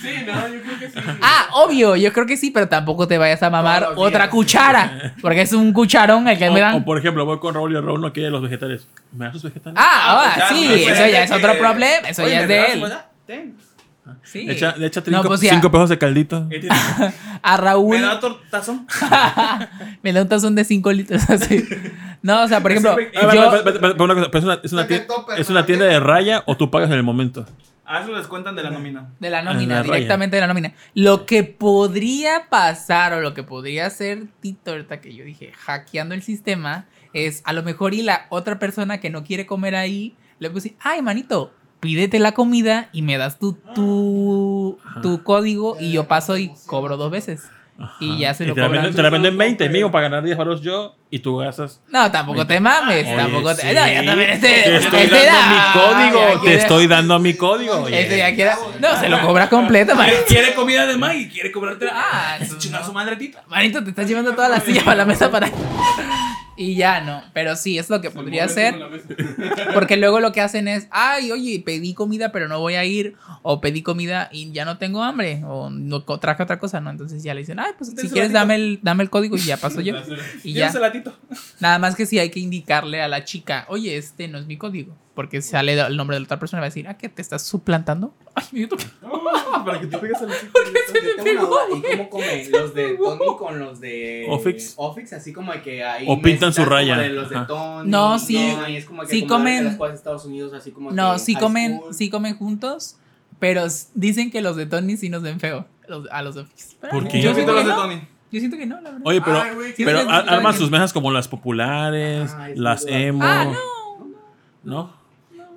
Sí, no, yo creo que sí. Ah, obvio, yo creo que sí, pero tampoco te vayas a mamar Todos los otra días. cuchara. Porque es un cucharón el que me O, o, dan. por ejemplo, voy con Raúl y Raúl no quiere los vegetales. ¿Me das los vegetales? Ah, ah, Ya, sí, no, pues, eso ya es que- otro problema, eso Oye, ya ¿me es de das, pues, él. verdad? Ten. Sí. Le echa, le echa No, cinco, pues ya. Eh, cinco pesos de caldito. ¿Qué tiene? A Raúl ¿Me da tortazón? me da un tazón de 5 litros así. No, o sea, por ejemplo, Ese- Ah, yo. pero- pero- pero- pero una cosa, pero es una, es una Saca el tien- topper, es una ¿no? tienda de raya o tú pagas en el momento. Ah, A eso les cuentan de la nómina. De la Ah, nómina, la raya. directamente de la nómina. Lo que podría pasar o lo que podría hacer Tito, ahorita que yo dije, hackeando el sistema, es a lo mejor y la otra persona que no quiere comer ahí, le puede decir, ay, manito, pídete la comida y me das tu, tu, tu código y yo paso y cobro dos veces. Y ya se Y lo te la cobran. venden, te la venden 20, amigo, para ganar 10 varos yo y tú gastas. No, tampoco te mames, Oye, tampoco sí. te... No, ya también este... Te estoy este dando da- mi ya código. Te quiere- estoy dando mi código. oye. Este ya quiere- No, se lo cobra completo, Quiere- manito. Quiere comida de más y quiere cobrarte. Ah, Ah, eso chinga no. su madre, tita. Manito, te estás llevando toda la silla para la mesa para. Y ya no, pero sí, es lo que podría ser. Porque luego lo que hacen es, ay, oye, pedí comida, pero no voy a ir. O pedí comida y ya no tengo hambre. O no co- traje otra cosa, ¿no? Entonces ya le dicen, ay, pues si Entonces, quieres, ratito. dame el, dame el código y ya paso yo. Y ya. Llévese latito. Nada más que sí hay que indicarle a la chica, oye, este no es mi código. Porque si sale el nombre de la otra persona y va a decir, ah, que te estás suplantando. Ay, mi Para que tú pegues el Yo tengo una duda, ¿y cómo comen los de Tony con los de Ofix. Ofix, así como de que ahí O pintan su mezclas como raya. de los de Ajá. Tony, No, sí. y es como que Sí como de comen- las cosas de Estados Unidos, así como No, que sí high comen, school. sí comen juntos, Pero s- dicen que los de Tony sí nos ven feo. los- a los de Fix. Pero ¿Por no, qué? Yo Yo siento, siento que los de no, Tony. yo siento que no, la verdad. Oye, pero, Ay, güey, ¿qué pero les a- gusta arman de- sus mesas como las populares, Ay, sí, las ¿verdad? emo. Ah, no.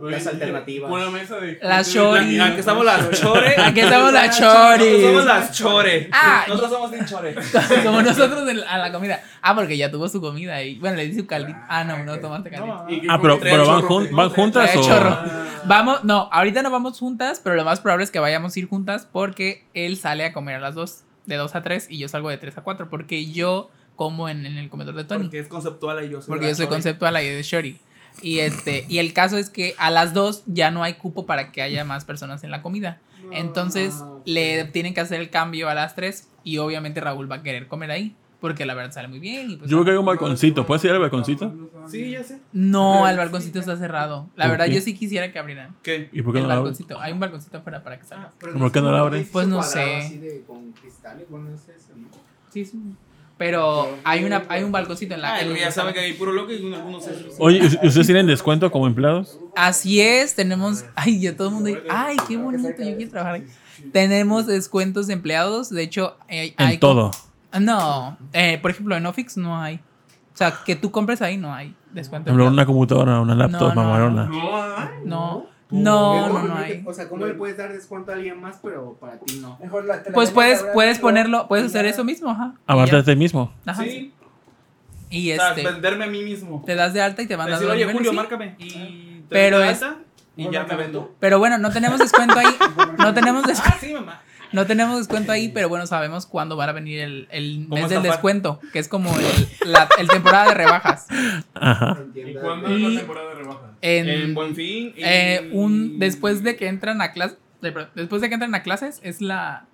Las alternativas. Una mesa de. Las de- shorts. Aquí aquí estamos las chores. Aquí estamos las Nosotros somos choris. las chores. Ah. Nosotros somos bien chores. Como nosotros en- a la comida. Ah, porque ya tuvo su comida y bueno, le di su caldito. Ah, no, no tomaste caldito. y que Ah, pero, como trae pero van, chorro, jun- ¿no? van Trae- juntas trae o. chorro. Vamos, no, ahorita no vamos juntas, pero lo más probable es que vayamos a ir juntas porque él sale a comer a las 2, de 2 a 3 y yo salgo de 3 a 4 porque yo como en, en el comedor de Tony. Porque es conceptual y yo soy. Porque la yo soy chore. conceptual y de Shori. Y este, y el caso es que a las 2 ya no hay cupo para que haya más personas en la comida. Entonces Ah, le tienen que hacer el cambio a las 3 y obviamente Raúl va a querer comer ahí. Porque la verdad sale muy bien. y pues- Yo creo que hay un balconcito. ¿Puedes ir al balconcito? Sí, ya sé. No, el balconcito está cerrado. La ¿Por verdad, qué? yo sí quisiera que abrieran. ¿Qué? ¿Y por qué El no la abres? balconcito. Hay un balconcito afuera para que Ah, salga. ¿Por qué no la abres? Pues no sé. Sí, sí. Pero hay una, hay un balconcito en la Ay, en- ya saben que hay puro loco y algunos se. Oye, ¿us- ¿ustedes tienen descuento como empleados? Así es, tenemos. Ay, ya todo el mundo. Ay, qué bonito, yo quiero trabajar. ahí. Tenemos descuentos de empleados. De hecho, eh, hay. En todo. No, eh, por ejemplo, en Office no hay. O sea, que tú compres ahí no hay descuento. Por de ejemplo, empleados. una computadora, una laptop, No, no, mamarona. No, no, no, no hay. O sea, ¿cómo le puedes dar descuento a alguien más, pero para ti no? Mejor la- te la Pues venden puedes, ahora, puedes ¿no? ponerlo, puedes Y hacer ya. eso mismo, ajá. y Aparte ya. de ti mismo. Ajá, sí. Sí. Y O sea, este, venderme a mí mismo. te das de alta y te van Decir, dando oye, niveles, Julio, sí. márcame. Y te Pero doy la es- alta Y ya me vendo. Pero bueno, no tenemos descuento ahí. No tenemos descuento. Ah, sí, mamá. No tenemos descuento ahí, pero bueno, sabemos cuándo va a venir el, el ¿Cómo mes del estafar? descuento, que es como el, la el temporada de rebajas. Ajá. ¿Y cuándo es Y- la temporada de rebaja? En, En buen fin. y- eh, un, después de que entran a clases, después de que entran a clases, es la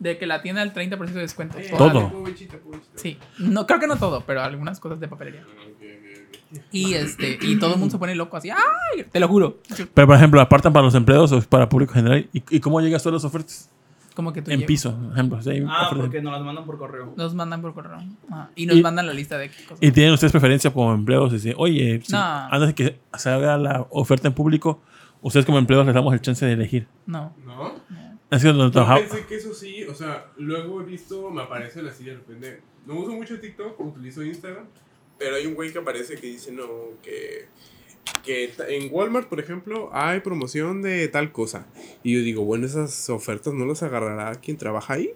de que la tienda al 30% de descuento. Todo. Sí, no, creo que no todo, pero algunas cosas de papelería. Ah, Y este, y todo el mundo se pone loco así, ¡ay! Te lo juro. Pero, por ejemplo, ¿apartan para los empleados o es para público general? ¿Y, y cómo llegas tú a las ofertas? Como que tú En llegas. piso, por ejemplo. si hay Ah, oferta. porque nos las mandan por correo. Nos mandan por correo. Ajá, y nos Y- mandan la lista de qué cosas. ¿Y tienen ustedes preferencia como empleados? Dice, oye, si No. antes de que se haga la oferta en público, ustedes como empleados les damos el chance de elegir. No. ¿No? Así es donde Yo trabajaba. pensé que eso sí, o sea, luego he visto, me aparece la silla de repente. No uso mucho TikTok, utilizo Instagram, pero hay un güey que aparece que dice, no, que, que ta- en Walmart, por ejemplo, hay promoción de tal cosa. Y yo digo, bueno, esas ofertas no las agarrará quien trabaja ahí.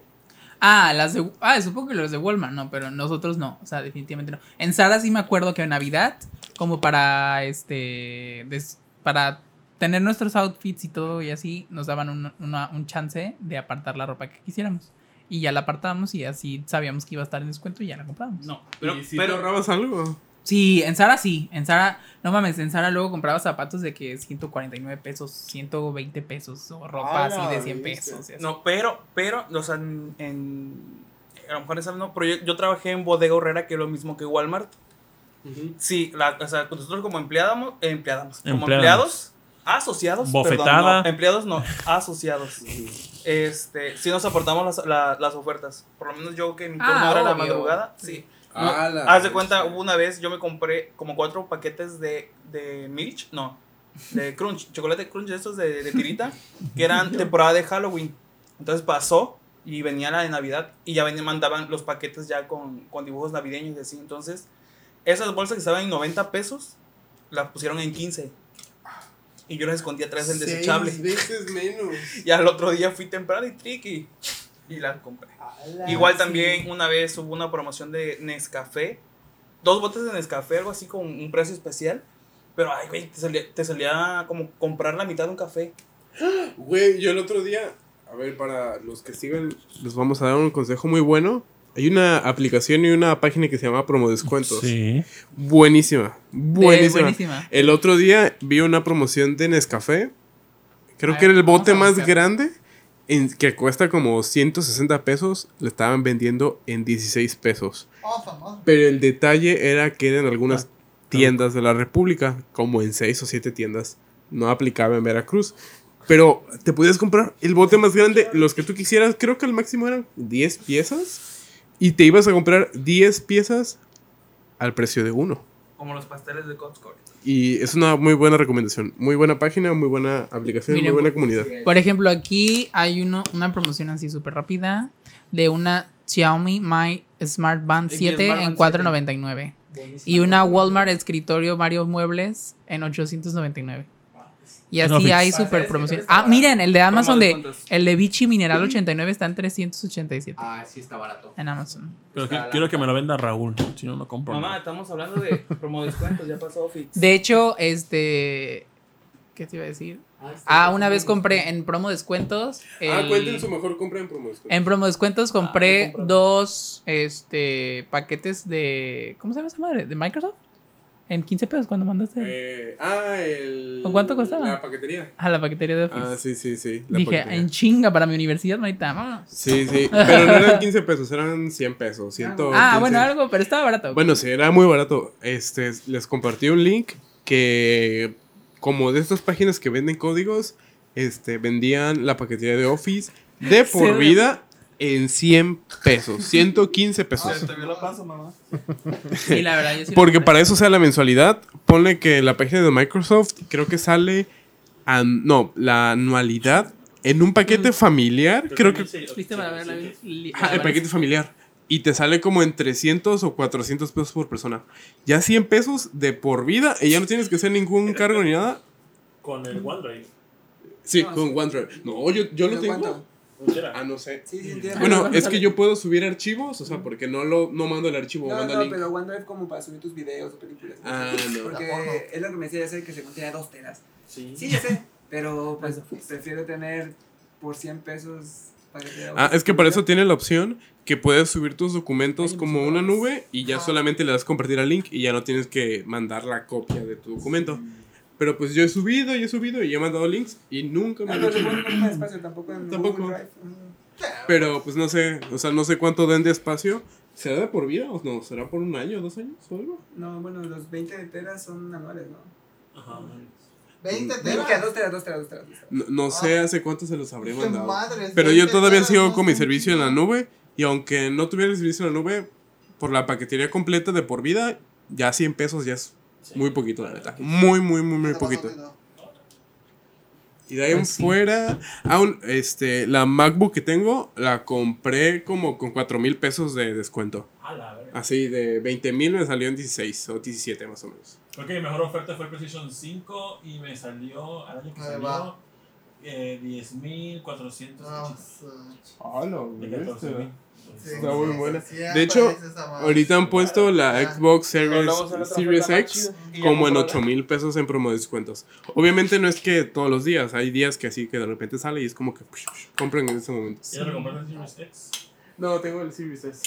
Ah, las de. Ah, supongo que los de Walmart, no, pero nosotros no. O sea, definitivamente no. En Sara sí me acuerdo que en Navidad, como para este. des- para tener nuestros outfits y todo y así, nos daban un, una- un chance de apartar la ropa que quisiéramos. Y ya la apartábamos y así sabíamos que iba a estar en descuento y ya la comprábamos. No, pero, ¿Y si te pero ahorrabas algo? Sí, en Sara sí. En Sara, no mames, en Sara luego compraba zapatos de que 149 pesos, 120 pesos o Ah, ropa así de 100 la bestia. pesos. y así. No, pero, pero, o sea, en, en- a lo mejor esa no, pero yo, yo trabajé en Bodega Horrera, que es lo mismo que Walmart. Sí, la, o sea, nosotros como empleados, empleados, como Empleados. empleados, asociados, perdón, Bofetada. no, empleados no, asociados. este, sí nos aportamos las, la- las ofertas, por lo menos yo que mi turno Ah, era la obvio. madrugada, sí. No, Ah, la haz de bestia. cuenta, hubo una vez yo me compré como cuatro paquetes de, de Milch, no, de Crunch, chocolate Crunch, estos de, de tirita, que eran temporada de Halloween. Entonces pasó y venía la de Navidad y ya venían, mandaban los paquetes ya con, con dibujos navideños y así. Entonces, esas bolsas que estaban en 90 pesos, las pusieron en 15. Y yo las escondí atrás del desechable. Seis veces menos. Y al otro día fui temprano y tricky. Y las compré. Ala, Igual sí. también una vez hubo una promoción de Nescafé. Dos botes de Nescafé, algo así con un precio especial. Pero, ay, güey, te salía, te salía como comprar la mitad de un café. Güey, yo el otro día, a ver, para los que sigan, les vamos a dar un consejo muy bueno. Hay una aplicación y una página que se llama Promo Descuentos. Sí. Buenísima, De- buenísima. buenísima. El otro día vi una promoción de Nescafé. Creo A que ver, era el Ah, vamos bote a más buscar. grande en- que cuesta como 160 pesos. Lo estaban vendiendo en 16 pesos. Oh, Pero el detalle era que eran Ah, algunas tiendas de la República, como en 6 o 7 tiendas. No aplicaba en Veracruz. Pero te podías comprar el bote más grande, los que tú quisieras. Creo que el máximo eran 10 piezas. Y te ibas a comprar 10 piezas al precio de uno. como los pasteles de Costco. Y es una muy buena recomendación. Muy buena página, muy buena aplicación, Miren, muy buena comunidad. Por ejemplo, aquí hay uno, una promoción así súper rápida de una Xiaomi Mi Smart Band Y 7 Smart en Band 4.99 y una Walmart escritorio varios muebles en 899. Y Es así lo hay fix. súper promoción. Ah, miren, el de Amazon de descuentos. el de Vichy Mineral 89 está en 387 Ah, sí, está barato. en Amazon. Pero que- Está la- quiero que me lo venda Raúl, si no, no compro. Mamá, nada. estamos hablando de promo descuentos, ya pasó Fix. De hecho, este ¿qué te iba a decir? pues, Ah, una vez compré en promo descuentos Ah, el- cuenten su mejor compra en promoción. En promo descuentos Ah, compré yo compro. dos este, paquetes de. ¿Cómo se llama esa madre? ¿De Microsoft? En 15 pesos cuando mandaste Eh, ah, el. ¿O cuánto costaba? La paquetería. a la paquetería de Office. Ah, sí, sí, sí. la Dije, paquetería. en chinga para mi universidad, manita. vámonos". Sí, sí. Pero no eran 15 pesos, eran 100 pesos. 115. Ah, bueno, algo, pero estaba barato. Oh, Bueno, sí, era muy barato. Este, les compartí un link que, como de estas páginas que venden códigos, este, vendían la paquetería de Office de Sí. por vida en 100 pesos, 115 Se pesos. te vio la paso, mamá. sí, la verdad, yo sí lo Porque compré. para eso sea la mensualidad, ponle que la página de Microsoft creo que sale, an- no, la anualidad en un paquete familiar, creo que... Viste para ver la li- Ajá, la Ah, el verdad, paquete familiar. Y te sale como en 300 o 400 pesos por persona. Ya 100 pesos de por vida y ya no tienes que hacer ningún cargo ni nada. Con el OneDrive. Sí, No, con OneDrive. No, yo, yo lo ¿Pero tengo. cuánto? Ah, no sé. Sí, sí, entiendo. Bueno, es que yo puedo subir archivos, o sea, porque no lo no mando el archivo, No, mando no, el link. pero OneDrive como para subir tus videos o películas. ¿no? Ah, no. Porque es lo que me decía, ya sé que se contiene dos telas. Sí. Sí, ya sé, pero pues prefiero tener por 100 pesos para que te Ah, es que para eso tiene la opción que puedes subir tus documentos como una nube y ya solamente le das compartir al link y ya no tienes que mandar la copia de tu documento. Pero pues yo he subido y he subido y he mandado links y nunca me Ah, No, han pero dicho supongo que no ocupa espacio tampoco en Tampoco. Google Drive. Pero pues no sé, o sea, no sé cuánto den de espacio. ¿Será de por vida o no? ¿Será por un año, dos años o algo? No, bueno, los 20 de telas son anuales, ¿no? Ah. Ajá. 20 Digo que teras. dos telas, dos telas, dos telas. dos telas. No, no sé hace cuánto se los habré Madre, mandado. madres, Pero yo 20 todavía teras sigo no con mi son servicio en chingo. la nube y aunque no tuviera el servicio en la nube, por la paquetería completa de por vida, ya 100 pesos ya es muy poquito, la neta. Muy, muy, muy, muy Está poquito. pasando, Y de ahí en Pues sí. fuera, aún, este, la MacBook que tengo la compré como con 4 mil pesos de descuento. A la verga. Así de 20 mil me salió en 16 o 17 más o menos. Creo que mi mejor oferta fue PlayStation 5 y me salió, al año que Ahí salió, va. eh, 10.400. no, de 14,000. sí, Está muy buena. siempre hecho, dices esa madre. Ahorita han puesto la Ah. Xbox Pero luego sale Series, otra Series oferta más X chida y ya como en compro la- 8 mil pesos en promo descuentos. Obviamente no es que todos los días, hay días que así que de repente sale y es como que push, push, compren en ese momento. ¿Ya lo compraste en Series X? No, tengo el Series S.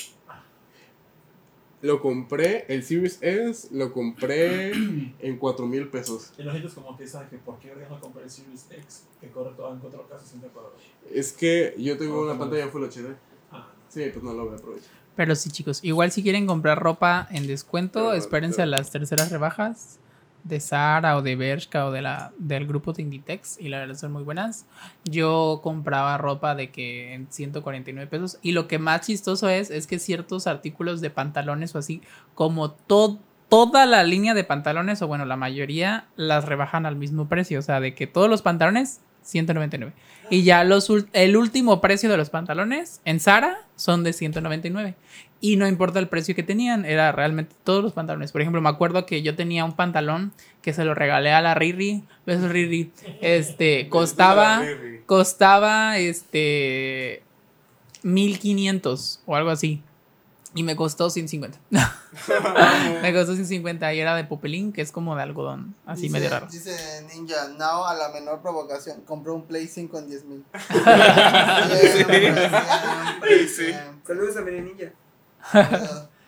Lo compré, el Series S lo compré en 4 mil pesos. Y la gente es como que sabe que por qué verga no compré el Series X que corre todo en 4K 60 cuadros. Es que yo tengo una pantalla Full HD. Ah, no. Sí, pues no lo voy a aprovechar. Pero sí, chicos. Igual si quieren comprar ropa en descuento, Pero, espérense pero- a las terceras rebajas de Zara o de Bershka o de la, del grupo Tinditex. Y la verdad son muy buenas. Yo compraba ropa de que en 149 pesos. Y lo que más chistoso es, es que ciertos artículos de pantalones o así, como to- Toda la línea de pantalones, o bueno, la mayoría, las rebajan al mismo precio. O sea, de que todos los pantalones, 199. Y ya los ul- el último precio de los pantalones en Zara son de 199. Y no importa el precio que tenían, era realmente todos los pantalones. Por ejemplo, me acuerdo que yo tenía un pantalón que se lo regalé a la Riri. Besos Riri. Este, costaba, costaba, este, 1500 o algo así. Y me costó 150. me costó 150 y era de popelín, que es como de algodón. Así Dice- medio raro. Dice Ninja, now a la menor provocación, compró un Play 5 en 10 mil. sí. Saludos a Merenilla. este,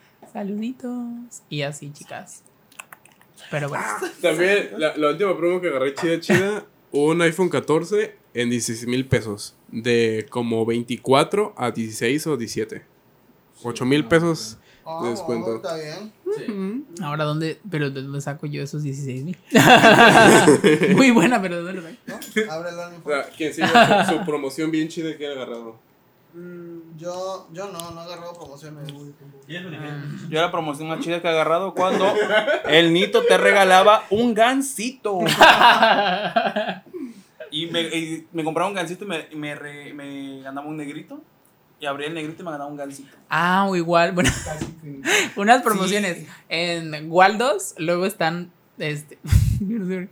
Saluditos. Y así, chicas. Pero bueno. También la, la última promo que agarré chida, chida, un iPhone 14 en 16 mil pesos. De como 24 a 16 o 17. 8 mil pesos. Oh, Te descuento. oh, Está bien. Ahora, ¿dónde? Pero ¿de dónde saco yo esos 16 mil? Muy buena, pero ¿de dónde los saco? Abre el O sea, OnlyFans. quien siga su, su promoción bien chida que ha agarrado. Mm, Yo, yo no, no he agarrado promociones. Ah. Yo era la promoción más chida que he agarrado cuando el Nito te regalaba un gansito. Y me, y me compraba un gansito y me, y me, re- me ganaba un negrito. Y abría el negrito y me ganaba un gansito. Ah, o igual, bueno, unas promociones. En Waldos, luego están, este, yo no sé,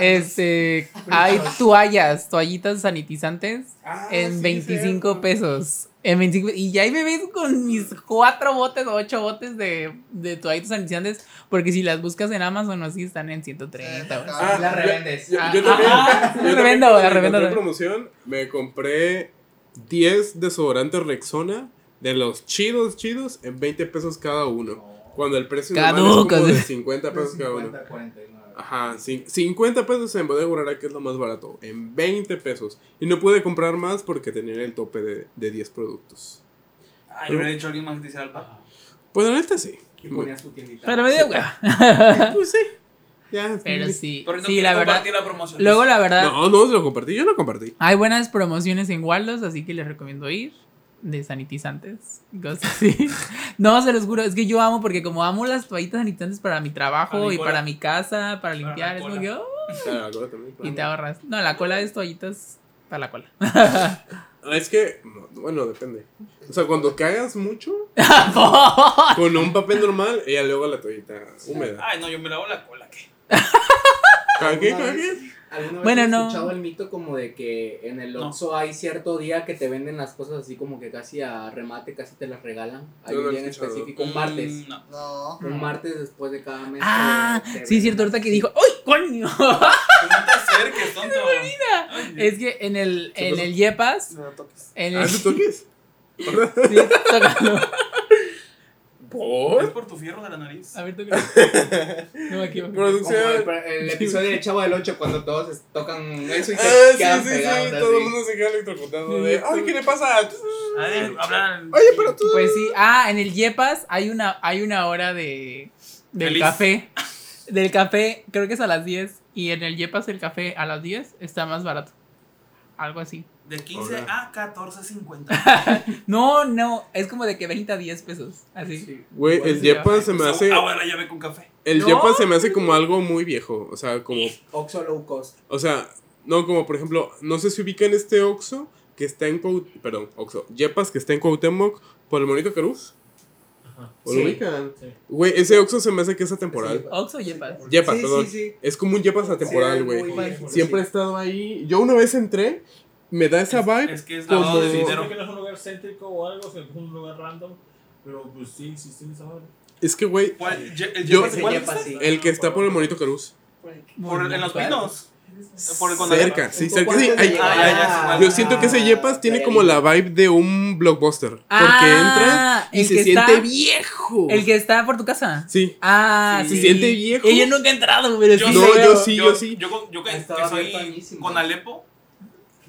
este, hay toallas, toallitas sanitizantes Ah. en 25 pesos. En 25 y ya ahí me ves con mis cuatro botes o ocho botes de, de toallitas sanitizantes, porque si las buscas en Amazon, así están en 130. o- Ah, Las revendes. Yo, Ah, yo también. ah, yo también revendo, revendo, cuando encontré revendo. promoción, me compré 10 desodorantes Rexona de los chidos, chidos, en 20 pesos cada uno. Oh. Cuando el precio normal es como Caducos. de 50 pesos cada uno. Ajá, cin- 50 pesos en Bodega Aurrera, que es lo más barato, en 20 pesos. Y no pude comprar más porque tenía el tope de, de 10 productos. Ay, hubiera dicho alguien más que dice algo. Pues la neta sí. Y ponías tu tiendita. Pero me dio hueva. Pues sí. Ya. Pero sí, Pero no sí, quiero la verdad. compartir la promoción. Luego, la verdad, No, no, se lo compartí, yo lo compartí. Hay buenas promociones en Waldos, así que les recomiendo ir. De sanitizantes. y Cosas así. No, se los juro, es que yo amo porque como amo las toallitas sanitizantes para mi trabajo Para mi y cola. para mi casa, para la limpiar, es como cola. que, oh, Ah, ahora también, y te claro. ahorras. No, la cola es toallitas para la cola. Ah, Es que, bueno, depende. O sea, cuando cagas mucho, con un papel normal, ella luego la toallita húmeda. Ay, no, yo me lavo la cola. ¿qué? ¿Cagué, ¿Alguna vez- cagué? ¿Alguna vez Bueno, has no. escuchado el mito como de que en el No. Oxxo hay cierto día que te venden las cosas así como que casi a remate, casi te las regalan? Hay Yo no un lo día he en escuchado. específico, un martes. Mm, No. No. Un martes después de cada mes. ah, te- te sí, venden cierto, ahorita que dijo, ¡Uy, coño! Pero No te acerques, tonto. Es que en el, ¿Qué en pasó? el Yepas, No toques. en ¿Ah, el... tú toques? Sí, tócalo. ¿Por? Ah, Es por tu fierro de la nariz. A ver, tócalo. No, aquí va. Como el, Producción. el episodio de Chavo del 8 cuando todos es- tocan eso y se Ah, sí, quedan sí, pegados sí, así. todo el mundo se queda electrocutado de, ay, ¿qué le pasa? A ver, hablan. Oye, pero tú... Pues sí, ah, en el Yepas hay una, hay una hora de del Feliz. café. Del café, creo que es a las 10. Y en el Yepas el café a las 10 está más barato. Algo así. De 15 Hola. a 14.50. No, no, es como de que 20 a 10 pesos. Así. Güey, el Yepa se Ah, me hace... Agua de la llave con café. El No. Yepa se me hace como algo muy viejo. O sea, como... Oxxo low cost. O sea, no, como por ejemplo, no sé si ubican este Oxxo que está en Cuau- perdón, Oxxo, Yepas que está en Cuauhtémoc por el Mónica Cruz. ¿O lo Sí. ubican? Sí. Güey, ese Oxxo se me hace que es atemporal. Oxo Yepas. Yepas, Sí, perdón. sí, sí. Es como un Yepas atemporal, Sí, güey. muy viejo, Siempre he sí. estado ahí. Yo una vez entré, me da esa vibe. Es que es Como- lavado de Sí, dinero. que no es un lugar céntrico o algo, sino que es un lugar random. Pero pues sí, sí, sí, esa madre. Es que, güey, ¿Cuál? Ye- ¿El Yo- Yepas? ¿Cuál Yepas, está? sí. el que está por el Monito Cruz. Por- ¿En los pinos? Por el Condado. Cerca, sí, Un cerca. poco Sí, antes de ahí- llegar Ah, ya, ya, a- sí, Yo siento que ese Yepas tiene como la vibe de un blockbuster. Porque Ah, entra y el se que siente está- viejo. El que está por tu casa. Sí. Ah, Sí. sí. Se siente viejo. Ella nunca ha entrado, pero Yo sí no, lo veo. yo sí, yo sí. Yo, con- yo que, Estaba que soy abierto buenísimo. con Alepo,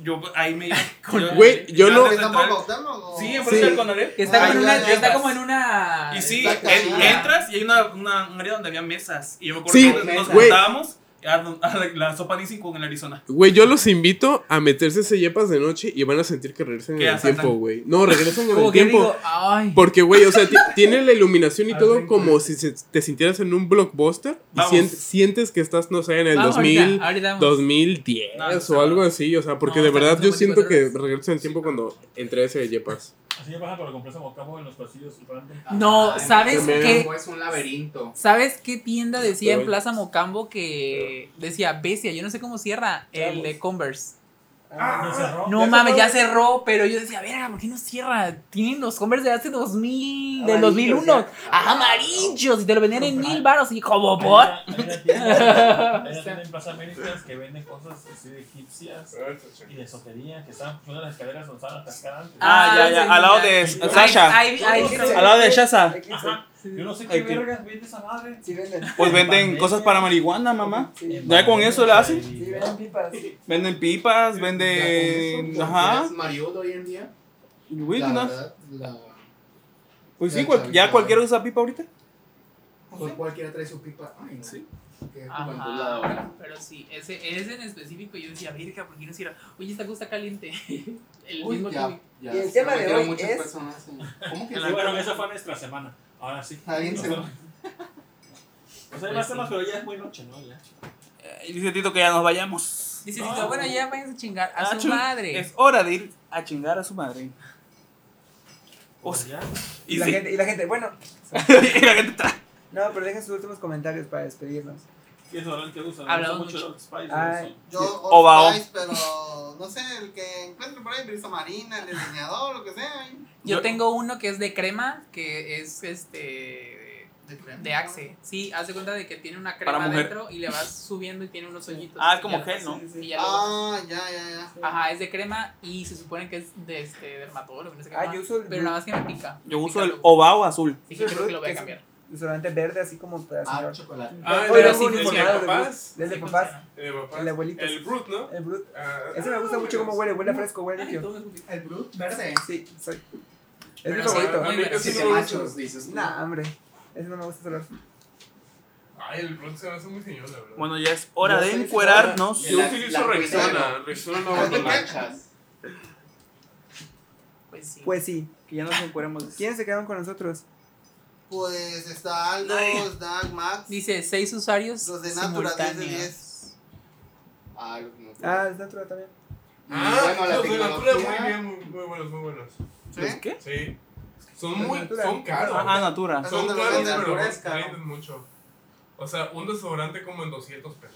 yo ahí me. yo- Güey, yo no- antes de ¿Está por entrar- Cuauhtémoc o- Sí, enfrente Sí. del Conalep. Que está, Ah, con ya, una, ya, que está ya. como en una. Y sí, Está en- cagada. entras y hay una, una- un área donde había mesas. Y yo me acuerdo Sí, que nos güey. juntábamos a, a la, la sopa Nissin con el Arizona. Güey, yo los invito a meterse ese yepas de noche y van a sentir que regresan Que en el asaltan. tiempo, güey. No, regresan en Como el que tiempo. digo, ay. Porque, güey, o sea, ti- tiene la iluminación y Al todo brinco. como si se- te sintieras en un blockbuster y Vamos. sien- sientes que estás, no sé, en el Vamos, 2000, ahorita, ahorita vamos. 2010 No, no sé. o algo así. O sea, porque No, de o sea, verdad son yo 24 siento que horas. regreso en el tiempo cuando entré a ese yepas. Así ya pasa para comprarse bocabo en los pasillos random. No, Ah, ¿sabes qué? Mocambo Es un laberinto. ¿Sabes qué tienda decía en Pero- Plaza Mocambo que decía Bestia? Yo no sé cómo cierra el de Converse. Ah. No cerró. No mames, ya cerró, pero yo decía, verga, ¿por qué no cierra? Tienen los Converse de hace 2000, del Amarillos, 2001. ya. Ah, amarillos, y te lo vendían en mil baros y como por. Hay una- hay una tienda- hay una tienda en Plaza Américas que venden cosas así de egipcias Ah, y de sotería que estaban una de las escaleras donde estaban atascadas antes. Ah, ya, sí, ya. Al lado de ya. Sasha. Ay, ay, ay, Al lado de Shasa. Aquí está. Ajá. Yo no sé qué Ay, qué- vergas vende esa madre. Sí, venden. Pues venden cosas para marihuana, mamá. Sí, Ya con eso la hacen. sí, Ah, venden pipas. Venden pipas, venden. Ajá. ¿Es marido hoy en día? Güey, La una- verdad, la- Pues sí, Ya cual- sabes, ya ya. cualquiera usa pipa ahorita. Pues cualquiera trae su pipa. Ay, no. Sí. que es juventud la de ahora. Ajá, pero sí, ese, ese en específico yo decía, verga, ¿por qué no hicieron? Oye, esta cosa está caliente. El Uy, mismo ya, que... ya Y el se tema de metieron hoy muchas es- personas en- ¿Cómo que se- Bueno, esa fue nuestra semana. Ahora sí. Alguien se- O sea, Pues hay más temas, pero ya es muy noche, ¿no? Ya. Eh, dice Tito que ya nos vayamos. Dice, No. Tito, bueno, ya vayan a chingar a su Nacho, madre. Ah, Es hora de ir a chingar a su madre. O Pues sea, ya. Y y, la sí, gente, y la gente, bueno, y la gente tra- no, pero dejen sus últimos comentarios para despedirnos. ¿Qué es Oral te gusta? Me gusta Hablamos mucho mucho. Old Spice. Ay. eso. Yo, O va, o- Old Spice, pero no sé, el que encuentre por ahí, brisa marina, el diseñador, lo que sea. ¿eh? Yo Yo- tengo uno que es de crema, que es este De crema. de Axe. Sí, haz de cuenta de que tiene una Para crema mujer. dentro y le vas subiendo y tiene unos hoyitos. Ah, Y como ya gel, lo- ¿no? y ya lo- Ah, ya, ya, ya. Ajá, es de crema y se supone que es de este dermatólogo, no sé qué. Ah, más. yo uso el Pero nada más que me pica. Yo Me uso pica el luego. ovao azul. Así que creo que lo voy que a es- cambiar. Desodorante verde, así como para Ah, señor. chocolate. Ah, Hoy pero vengo sí, muy sí, informado sí, del papás. Brut, del de Sí, papás, funciona. Eh, papás. el abuelito. El Brut, ¿no? el Brut. Ah, Ese me gusta ah, mucho cómo bueno. huele, huele a fresco, huele Ay, limpio. todo es- El Brut verde. Sí, soy. Es Pero mi sí, favorito. muy bueno. Siete Sí, machos, dices. tú. Nah, hombre. Ese no me gusta ese olor. Ay, el Brut se me hace muy señor, la verdad. Bueno, ya es hora Yo de soy encuerarnos. Yo La- utilizo la Rexona. cuidada. Rexona no Cuando abandona. manchas. Pues sí. Pues sí. Que ya nos encueremos. ¿Quiénes se quedaron con nosotros? Pues está Aldos, Dag, Max. Dice seis usuarios Los de Natura, 10 de simultáneos. 10. Ah, lo que no- Ah, es natural también. Y Ah, bueno, la los de Natura, muy tecnología- bien, muy, muy buenos, muy buenos. ¿Sí? ¿Pues ¿Qué? Sí. Son Los muy, Natura. son caros. Ah, Natura. Son Son caros, de la pero naturaleza, ¿no? venden mucho. O sea, un desodorante como en 200 pesos.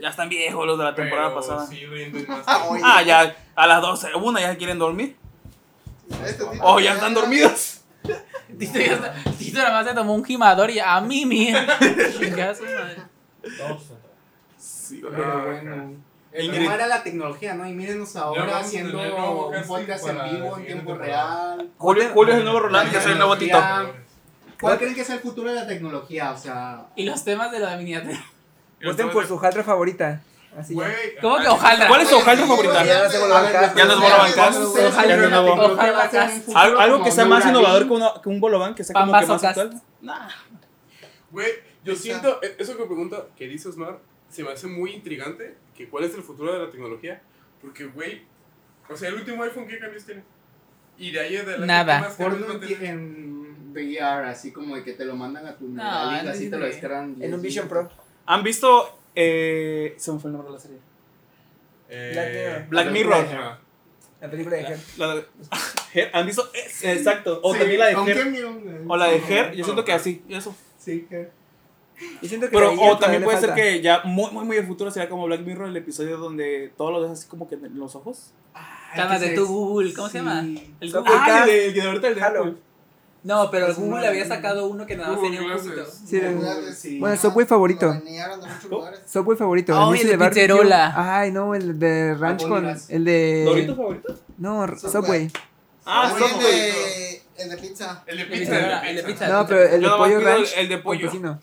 Ya están viejos los de la temporada Pero pasada. Sí, rinden más. Oye. Ah, ya a las 12, una ya quieren dormir. Este tipo O Oh, ya están dormidos. Tito, ya está- Tito nada más se tomó un gimador y ah, a mí, mía. Chingada su madre. Todos. Sí, Pero Ah, bueno. El tema era la tecnología, ¿no? Y mírenos Ya ahora vamos a haciendo tener nuevo un casting podcast para en vivo, la en siguiente tiempo temporada. real. Julio, Julio es el nuevo Roland, yo soy el nuevo Tito. ¿Cuál creen que es el futuro de la tecnología? O sea, Y los temas de la miniatura. Voten por su hojaldra favorita. Así ya. Güey, ¿Cómo que ah, ojalá? ¿Cuál es su hojaldra favorita? Ya no se vuelve a bancar. Ya no se vuelve a bancar. Ojalá. Ya no nuevo. Ojalá. Algo, algo que sea más innovador que, como una- que un bolobán, que sea Pan como que vaso más cast. actual. Güey, yo Está. siento, eh, eso que pregunta, que dice Osmar, se me hace muy intrigante, que cuál es el futuro de la tecnología, porque, güey, o sea, el último iPhone, ¿qué cambios tiene? Y de ahí es de la Nada. Porno en, en VR, así como de que te lo mandan a tu No, link, así no te lo sé. descargan. En un Vision Pro. ¿Han visto. Eh, se me fue el nombre de la serie? Eh, Eh, Black Mirror. La película de Her. La de- Her, ¿Han visto? Es- Eh, Exacto. O también la de Her. O la de Her. Yo siento que así. Eso. Sí, Her. Yo siento que Pero, ahí o todavía también le puede ser falta. que ya muy, muy, muy el futuro será como Black Mirror, el episodio donde todo lo dejas así como que en los ojos. Ah, Camas de tu Google, ¿cómo se llama? El Son Google. Ah, Podcast. el de, el de ahorita el de Halo. Apple. No, pero el Es Google una- había sacado uno que nada más Google tenía un poquito. Glasses. Sí, de- Sí. Bueno, software favorito. Lo banearon de muchos lugares. Software favorito. Ah, Luis el de Barrio. Pizzerola. Ay, no, el de Ranch con. Albóndigas. El de. ¿Doritos favoritos? No, r- Subway. Subway. Ah, También son el de, el de pizza. El de El de pizza. pizza, el de pizza. No, pero el de Yo nomás pollo pido el- ranch. el de con pollo. pues tocino.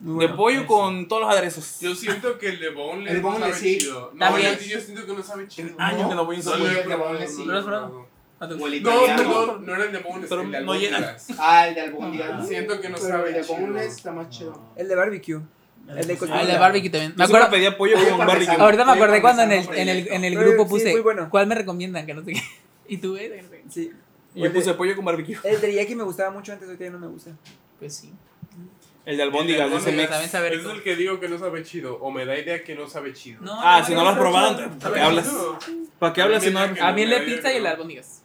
Muy De bueno. pollo con todos los aderezos. Yo siento que el de Bone El no Boneless, sabe sí. chido. No, También. yo- yo siento que no sabe chido. Años que no voy a No, usar no, el he de probado, Boneless, sí. no, ¿Lo has no, probado? no. ¿A tu- O el No, italiano. no, no era el de Boneless, Pero el de no llena. albóndigas. Ah, el de albóndigas. Siento que no Pero sabe El de chido. boneless está más chido. El de barbecue. El de Ah, el de cochinita. barbecue también. Me Yo siempre acuerdo. pedía pollo Pollo con parmesano. barbecue. Ahorita me Oye, acordé cuando en el, parmesano en el, en el grupo prohibido. Eh, Sí, puse muy bueno. cuál me recomiendan, que no sé qué. Y tú eh, ves, que no sé qué. Sí. Y yo puse pollo con barbecue. El teriyaki me gustaba mucho antes, hoy día no me gusta. Pues sí. El de albóndigas, El de dice Pero albóndigas. Mex. también saber. Es el que digo que no sabe chido, o me da idea que no sabe chido. No, Ah, no, si no, no lo has está probado, chido. ¿para qué hablas? ¿Para qué hablas si no? A mí el de pizza y el de albóndigas.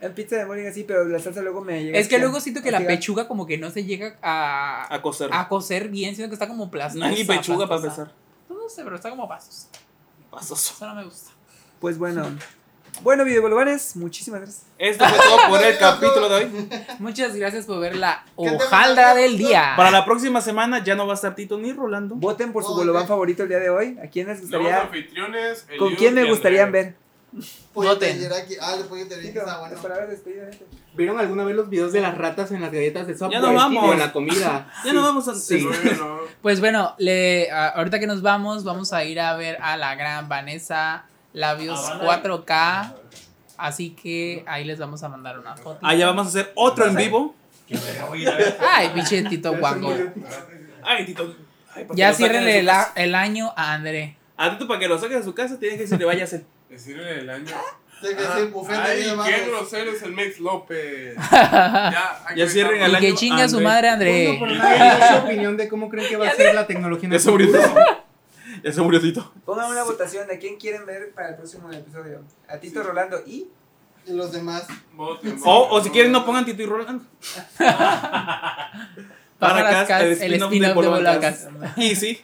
El pizza de Mónica sí, pero la salsa luego me llega. Es que luego siento que la Llega- pechuga como que no se llega a, A coser. a cocer bien, siento que está como No plástico. hay ni pechuga para empezar. No sé, pero está como vasos. Pasos. Eso no me gusta. Pues bueno. Bueno, videobolobanes, muchísimas gracias. Esto fue todo por el capítulo de hoy. Muchas gracias por ver la ¿Qué te hojaldra mandaste? del día. Para la próxima semana ya no va a estar Tito ni Rolando. Voten por su Oh, bolobán ok. favorito el día de hoy. ¿A quién les Los gustaría? anfitriones. ¿Con quién me gustaría ver? Pollo Noten. teriyaki. Ah, el de pollo teriyaki está Las bueno. palabras de despedida, gente. ¿Vieron alguna vez los videos de las ratas en las galletas de Subway? Ya nos vamos. O en la comida. Ya nos vamos a. Sí. Pues bueno, le, a- ahorita que nos vamos, vamos a ir a ver a la gran Vanessa Labios Ah, Habana. 4K. Así que ahí les vamos a mandar una foto. Allá vamos a hacer otro en vivo. Que me voy a ir a ver. Ay, pinche Tito guango. Ay, Tito. Ay, para que Ya lo saquen de ciérrenle su el, casa. a- el año a André. A Tito, para que lo saques de su casa, tienes que decirle, váyase. Decirle el año. Tiene que Ah, decir buffet de ay, niños qué magos. grosero es el Mex López. ya, Ya cierren el Y año que chinga su André. madre Bueno, André. pero nadie dio su opinión de cómo creen que va a ser la tecnología en Ya el se murió futuro. Tito. Ya se murió Tito. Pongan una votación de quién quieren ver para el próximo episodio. A Tito Rolando y. Y los demás. Voten, O, voten, o si quieren, no voten. pongan Tito y Rolando. Pájaras Paracas, Cast, el spin-off de Bolacas. Y sí.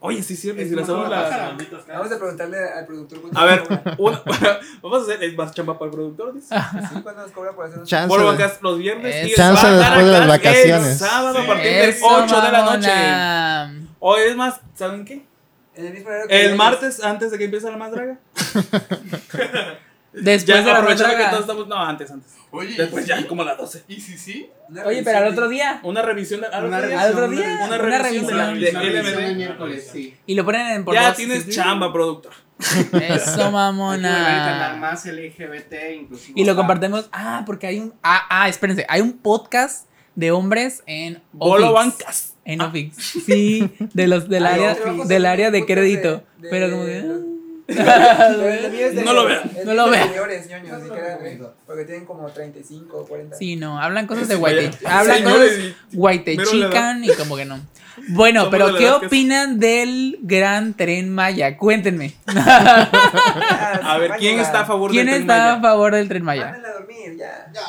Oye, sí, es cierto. y Si le hacemos la. Vamos a preguntarle al productor. cuánto A ver, nos cobra. una- vamos a hacer es más chamba para el productor. dice. Ah, Sí, ¿Cuánto nos cobra por hacer un Chance Polvo de- Cast los viernes y Eso. Chance Bárbara después de las Cast El vacaciones. sábado a Sí. partir de Eso, 8 de la noche. mamona. O es más, ¿saben qué? En el mismo horario que El ellos. martes antes de que empiece la más draga. Después de la aprovechando que retraga. todos estamos. No, antes, antes. Oye, Después ya, como a las 12. ¿y si sí? Una Oye, pero al revisión otro día. Una revisión de. Al Una otro día. Al otro día. Una Una revisión, revisión. de- Una de revisión LMD. de miércoles, sí. Y lo ponen en por Ya dos. tienes chamba, productor. Eso, Hay que volver a cantar mamona. más LGBT inclusivo. Y lo Ah, compartimos. Ah, porque hay un. Ah, ah, espérense. Hay un podcast de hombres en Bolo Office. Bancas. En Offic. Sí, de los, del, Ay, área, otro, vamos a del hacer área un de podcast crédito. de- pero de- como que, ah, Pero el mío es de- No lo vean. el No lo mío es de vean. Señores, ñoños, ni que era, güey, porque tienen como 35 o 40. Sí, no, hablan cosas de guay. te- Vaya, Hablan señores, cosas y- guay te Mero la chican y como que no. Bueno, Somos de pero la ¿qué edad que- opinan del gran tren Maya? Cuéntenme. Ah, A ver, ¿quién está a favor ¿Quién del Tren está a Maya? favor del tren Maya? Mándenla a dormir, Ah, ya.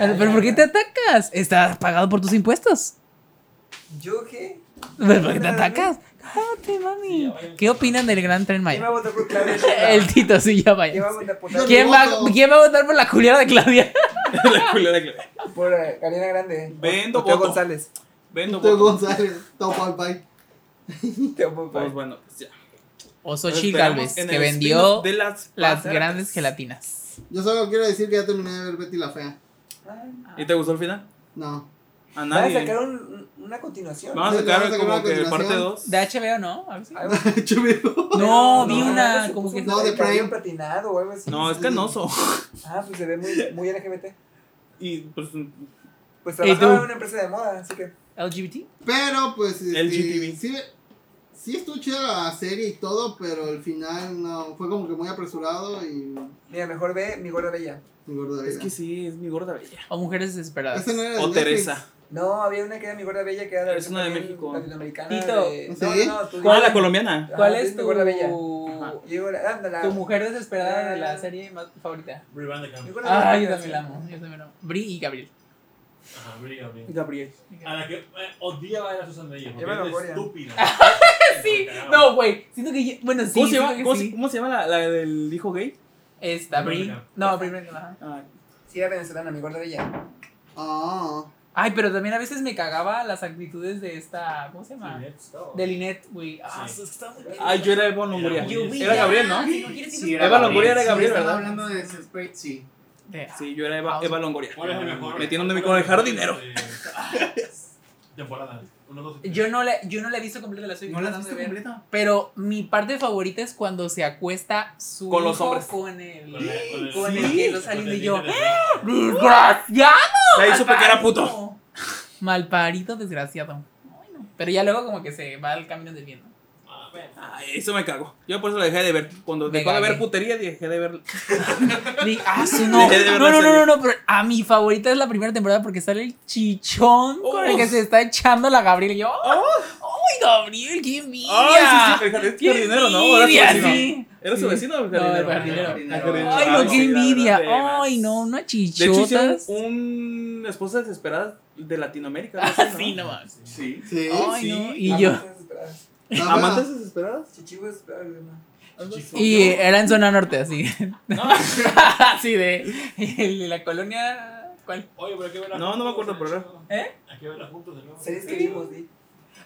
Ya no. ¿Pero por qué te atacas? Estás pagado por tus impuestos. ¿Yo qué? ¿Pero por qué te atacas? Cállate, mami. ¿Qué opinan del gran tren ¿Quién va Maya? a votar por Claudia? El Tito, sí, ya ¿Quién vaya. va a votar por Claudia? ¿Quién va, voto. ¿Quién va a votar por la culiada de Claudia? La culera que- Por eh, Ariana Grande. Vendo O Teo voto. González. Vendo Teo votos. González, Top al Pai. Teo Popeye. Pues bueno, pues ya. O Nos Xochitl esperamos Galvez, en que el vendió spin-off de las, las pajaracas. grandes gelatinas. Yo solo quiero decir que ya terminé de ver Betty la Fea. ¿Y te gustó el final? No. A Van a nadie. sacar un- una continuación. Vamos a Sí, vamos a sacar sacar como una que parte continuación. 2. De HBO, ¿no? A ver si- Algo- HBO. No, vi no, una se como puso que. un No, de cabello Prime. patinado o algo así. No, es canoso. Ah, pues se ve muy, muy LGBT. Y pues Pues Ey, trabajaba tú. en una empresa de moda, así que. LGBT. Pero pues. este, LGTB. Sí, sí estuvo chida la serie y todo, pero el final no. Fue como que muy apresurado y. Mira, mejor ve mi gorda bella. y gordo de es vida. que sí, es mi gorda bella. O mujeres desesperadas. Esa no Ah, era de O Netflix. Teresa. No, había una que era mi gorda bella que era la Es una de versión México. latinoamericana. Tito. de- ¿Sí? No, no, no, tú Ah, la dices- colombiana. Ajá, ¿Cuál tú es dices mi tu, gorda bella? tu Y yo, ándala. mujer desesperada de la Ah. serie más favorita? Mi gorda bella, Ah, yo gracias. también la amo. Yo también la amo. Bri y Gabriel. Gabriel. A la que eh, odiaba era Susan Reyes. porque Lleva era la gloria. estúpida. Sí, no, güey. Siento que. yo- Bueno, sí. ¿Cómo, se siento llama, que cómo se- sí. cómo se llama la, la del hijo gay? Esta, Bri. Primera. No, primero que nada. Ah, Sí, era venezolana, mi gorda bella. oh, Ah. Ay, pero también a veces me cagaba las actitudes de esta. ¿Cómo se llama? De Linette, güey. Ah, ah, Sí. eso está muy bien. Ay, yo era Eva Longoria. Era Gabriel. Era Gabriel, ¿no? Si no quieres ir- Sí, Eva Longoria era Sí, Gabriel, estaba ¿verdad? hablando de Desperate, sí. De- Sí, yo era Eva, Ah, Eva Longoria. ¿Cuál es el mejor? Me tienen de mi con el jardinero. Temporada. Uno, dos, y tres. Yo no la, yo no la he visto completa, la estoy ¿No la has tratando de visto ver. completa? Pero mi parte favorita es cuando se acuesta su Con los hijo hombres. con el Con la- con el- con el Sí. hielo saliendo y yo. ¡eh! Con el- ¡Desgraciado! Ahí supe que era puto. Malparido, desgraciado. Ay, no. Pero ya luego como que se va al camino del viento. Ah, bueno. Ay, eso me cago. Yo por eso la dejé de ver. Cuando Me dejó de ver cagué. putería, dejé de ver. Ni- Ah, sí, no. Dejé de ver No, la no, no, serie. no, no, pero a mi favorita es la primera temporada porque sale el chichón con el que Oh. se está echando la Gabriel y yo. ¡Ay, Gabriel, qué envidia! Ay, sí, sí, el jardinero, ¡Qué jardinero, ¿no? Era su envidia, vecino. sí! ¿Era su Sí. vecino o el No, el jardinero? jardinero. Ah, el jardinero. Ay, Ah, no, qué sí, la envidia. verdad, de- Ay, no, una De hecho, hicieron chichotas. un esposa desesperada de Latinoamérica. algo así, Así nomás. Sí. Sí. Ay, no. sí. Y yo. Amantes desesperadas. Está ¿Amantes buena. desesperadas? Chichibu desesperadas, ¿no? Y era en zona norte, así. así de. el de la colonia. ¿Cuál? Oye, pero hay que verla No, no me acuerdo, juntos, pero- ¿Eh? Hay que verla juntos de nuevo. Series que vimos, di.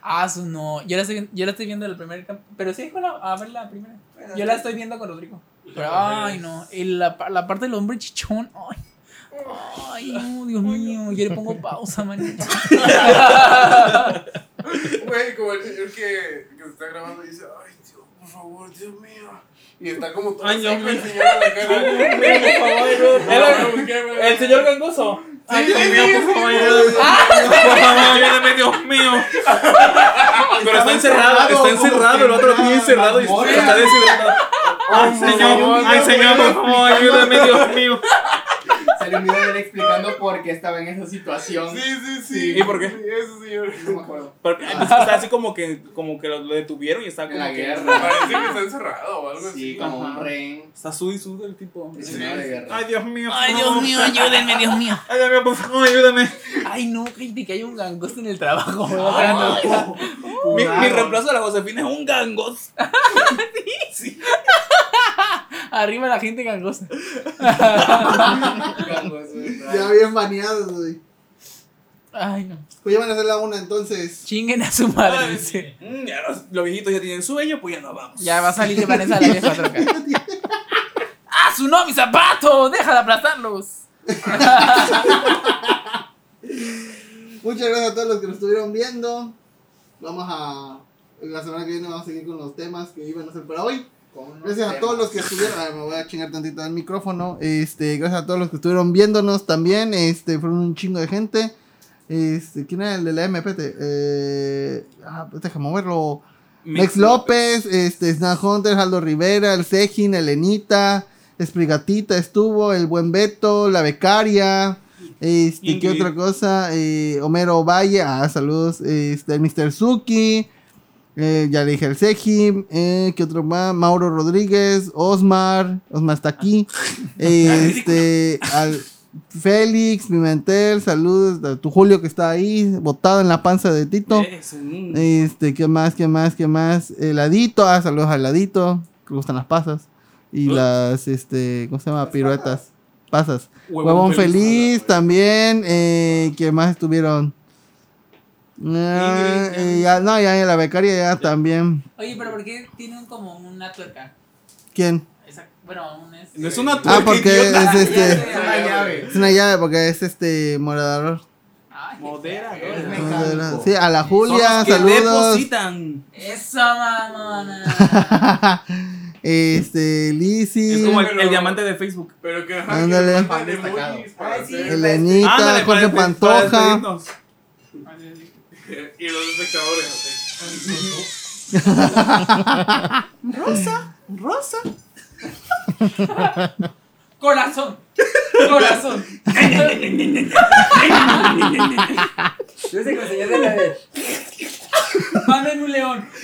Ah, su no. Yo la estoy, yo la estoy viendo la primera. cam- Pero sí, con la- a ver la primera. Bueno, Yo la estoy viendo con Rodrigo. Y Pero, la ay, no. y la, pa- la parte del hombre chichón. Ay. Ay, no, Dios mío. Yo le pongo pausa, manito. Güey, como el señor que, que está grabando y dice, ay, Dios, por favor, Dios mío. Y está como todo Ay, no, seco güey. el señor en la cara. El, el señor gangoso. Ay, Dios mío, por favor. Por favor, ayúdame, Dios mío. pero está encerrado, está encerrado, el otro lo tiene encerrado y está deshidratado. Ay, señor, ay, señor, por favor, ayúdame, Dios mío. Salió un video de él explicando por qué estaba en esa situación. Sí, sí, sí. ¿Y por qué? Sí, eso, señor. No me acuerdo. Pero, es que está así como que, como que lo, lo detuvieron y está En como la que. guerra. Parece que está encerrado o algo Sí, así. como un rehén. Está sud y sud el tipo. Prisionero de guerra. Ay, Dios mío. Ay, Dios mío, ayúdenme, Dios mío. Ay, Dios mío, por favor, ayúdame. Ay, no, gente, que hay un gangosto en el trabajo. me va parando. Mi, mi reemplazo de la Josefina es un gangos. Arriba la gente gangosta. Ya bien baneados, güey. Ay, no. Pues ya van a hacer la una entonces. Chinguen a su madre. dice. Mm, ya los, los viejitos ya tienen sueño, pues ya no vamos. Ya va a salir Vanessa a la vieja otra vez. ¡Ah, su no, mis zapatos! ¡Deja de aplastarlos! Muchas gracias a todos los que nos estuvieron viendo. Vamos a. La semana que viene vamos a seguir con los temas que iban a hacer para hoy. Gracias a todos los que estuvieron. a ver, me voy a chingar tantito el micrófono. Este, gracias a todos los que estuvieron viéndonos también. Este, fueron un chingo de gente. Este, ¿quién era el de la MPT? Eh, ah, pues déjame moverlo. Mex López, este, Snap Hunter, Aldo Rivera, el Sejin, Elenita, Esprigatita estuvo, el buen Beto, la becaria. Este, ¿qué Ingrid. otra cosa? Eh, Homero Valle, ah, saludos. Este, el Mr. Suki. Eh, ya le dije el Sejim, eh, ¿qué otro más? Mauro Rodríguez, Osmar, Osmar está aquí, Eh, este, al Félix, Pimentel, saludos, a tu Julio que está ahí, botado en la panza de Tito, Eh, Es un- este, ¿qué más, qué más, qué más? Heladito, ah, saludos al Heladito, que le gustan las pasas, y las, este, ¿cómo se llama? Piruetas, pasas. Huevón, feliz, también. Eh, ¿Quién más estuvieron? Ah, Ingrid, eh, ya, no, ya, ya, la becaria ya, también. Oye, pero ¿por qué tienen como una tuerca? ¿Quién? Esa- bueno, un es. No es una Ah, porque es Ya este. sé. Es una llave. Es una llave porque es este morador. Ay, qué Moderador. Es Son mecánico. Sí, a la Julia, los que saludos. depositan. Eso, mamona. este, Es Lizzy, como el, Pero- el diamante de Facebook. Pero que Ándale. de emojis para Ay, sí. hacer- Elenita, Ándale, Jorge para- para Pantoja. despedirnos. Y los espectadores, Corazón. Corazón. Yo sé que me enseñaste la de. Manden un león.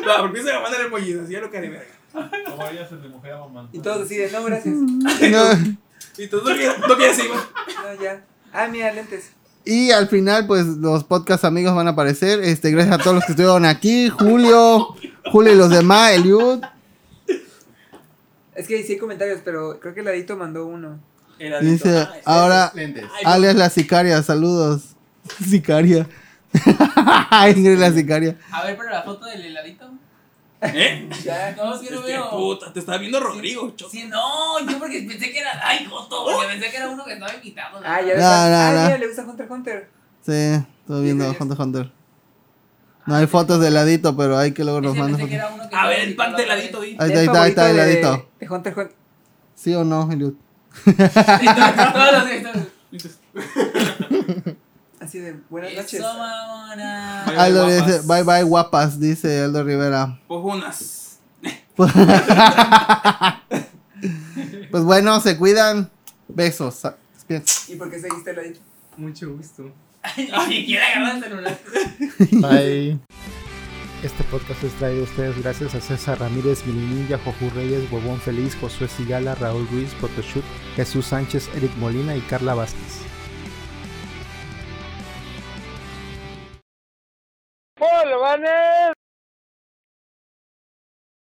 No, porque se va a mandar el pollizo, así ya lo que haré, verga. Como ella se le mojea mamá. Y todos así de, no, gracias. No, Y tú no quieres, no quieres seguir. No, ya. Ah, mira, lentes. Y al final, pues los podcast amigos van a aparecer. Este, gracias a todos los que estuvieron aquí: Julio, Julio y los demás, Eliud. Es que hice comentarios, pero creo que el ladito mandó uno. El adicto. Dice, Ah, este- ahora, Lentes. alias la sicaria, saludos. Sicaria. Ingrid la sicaria. A ver, pero la foto del heladito. ¿Eh? Ya. No, si no Hostia, veo. puta, te está viendo Rodrigo, choco. Oh. Sí, no, yo porque pensé que era. Ay, Joto, porque pensé que era uno que estaba invitado. Ah, ya. No, ves, ah, no, no. mira, le gusta Hunter x Hunter. Sí, estoy viendo Sí, sí, sí. Hunter x Hunter. No hay fotos de ladito, pero hay que luego Es nos que mandan pensé que fotos. era uno que A estaba ver, el invitado pack de otra vez. ladito, di. Ahí está, El ahí está, ahí está, el favorito de- ladito. De Hunter x Hunter. ¿Sí o no, Eliud? Todos los directores. Así de, buenas noches. Eso, mamona. Bye, Aldo guapas. dice, bye bye guapas, dice Aldo Rivera. Pojunas. Pues bueno, se cuidan. Besos. Bien. ¿Y por qué seguiste el ladito? Mucho gusto. Ay, quiere agarrar el celular. Bye. Este podcast es traído a ustedes gracias a César Ramírez, Milinilla, Jojú Reyes, Huevón Feliz, Josué Sigala, Raúl Ruiz, Photoshoot, Jesús Sánchez, Eric Molina y Carla Vázquez.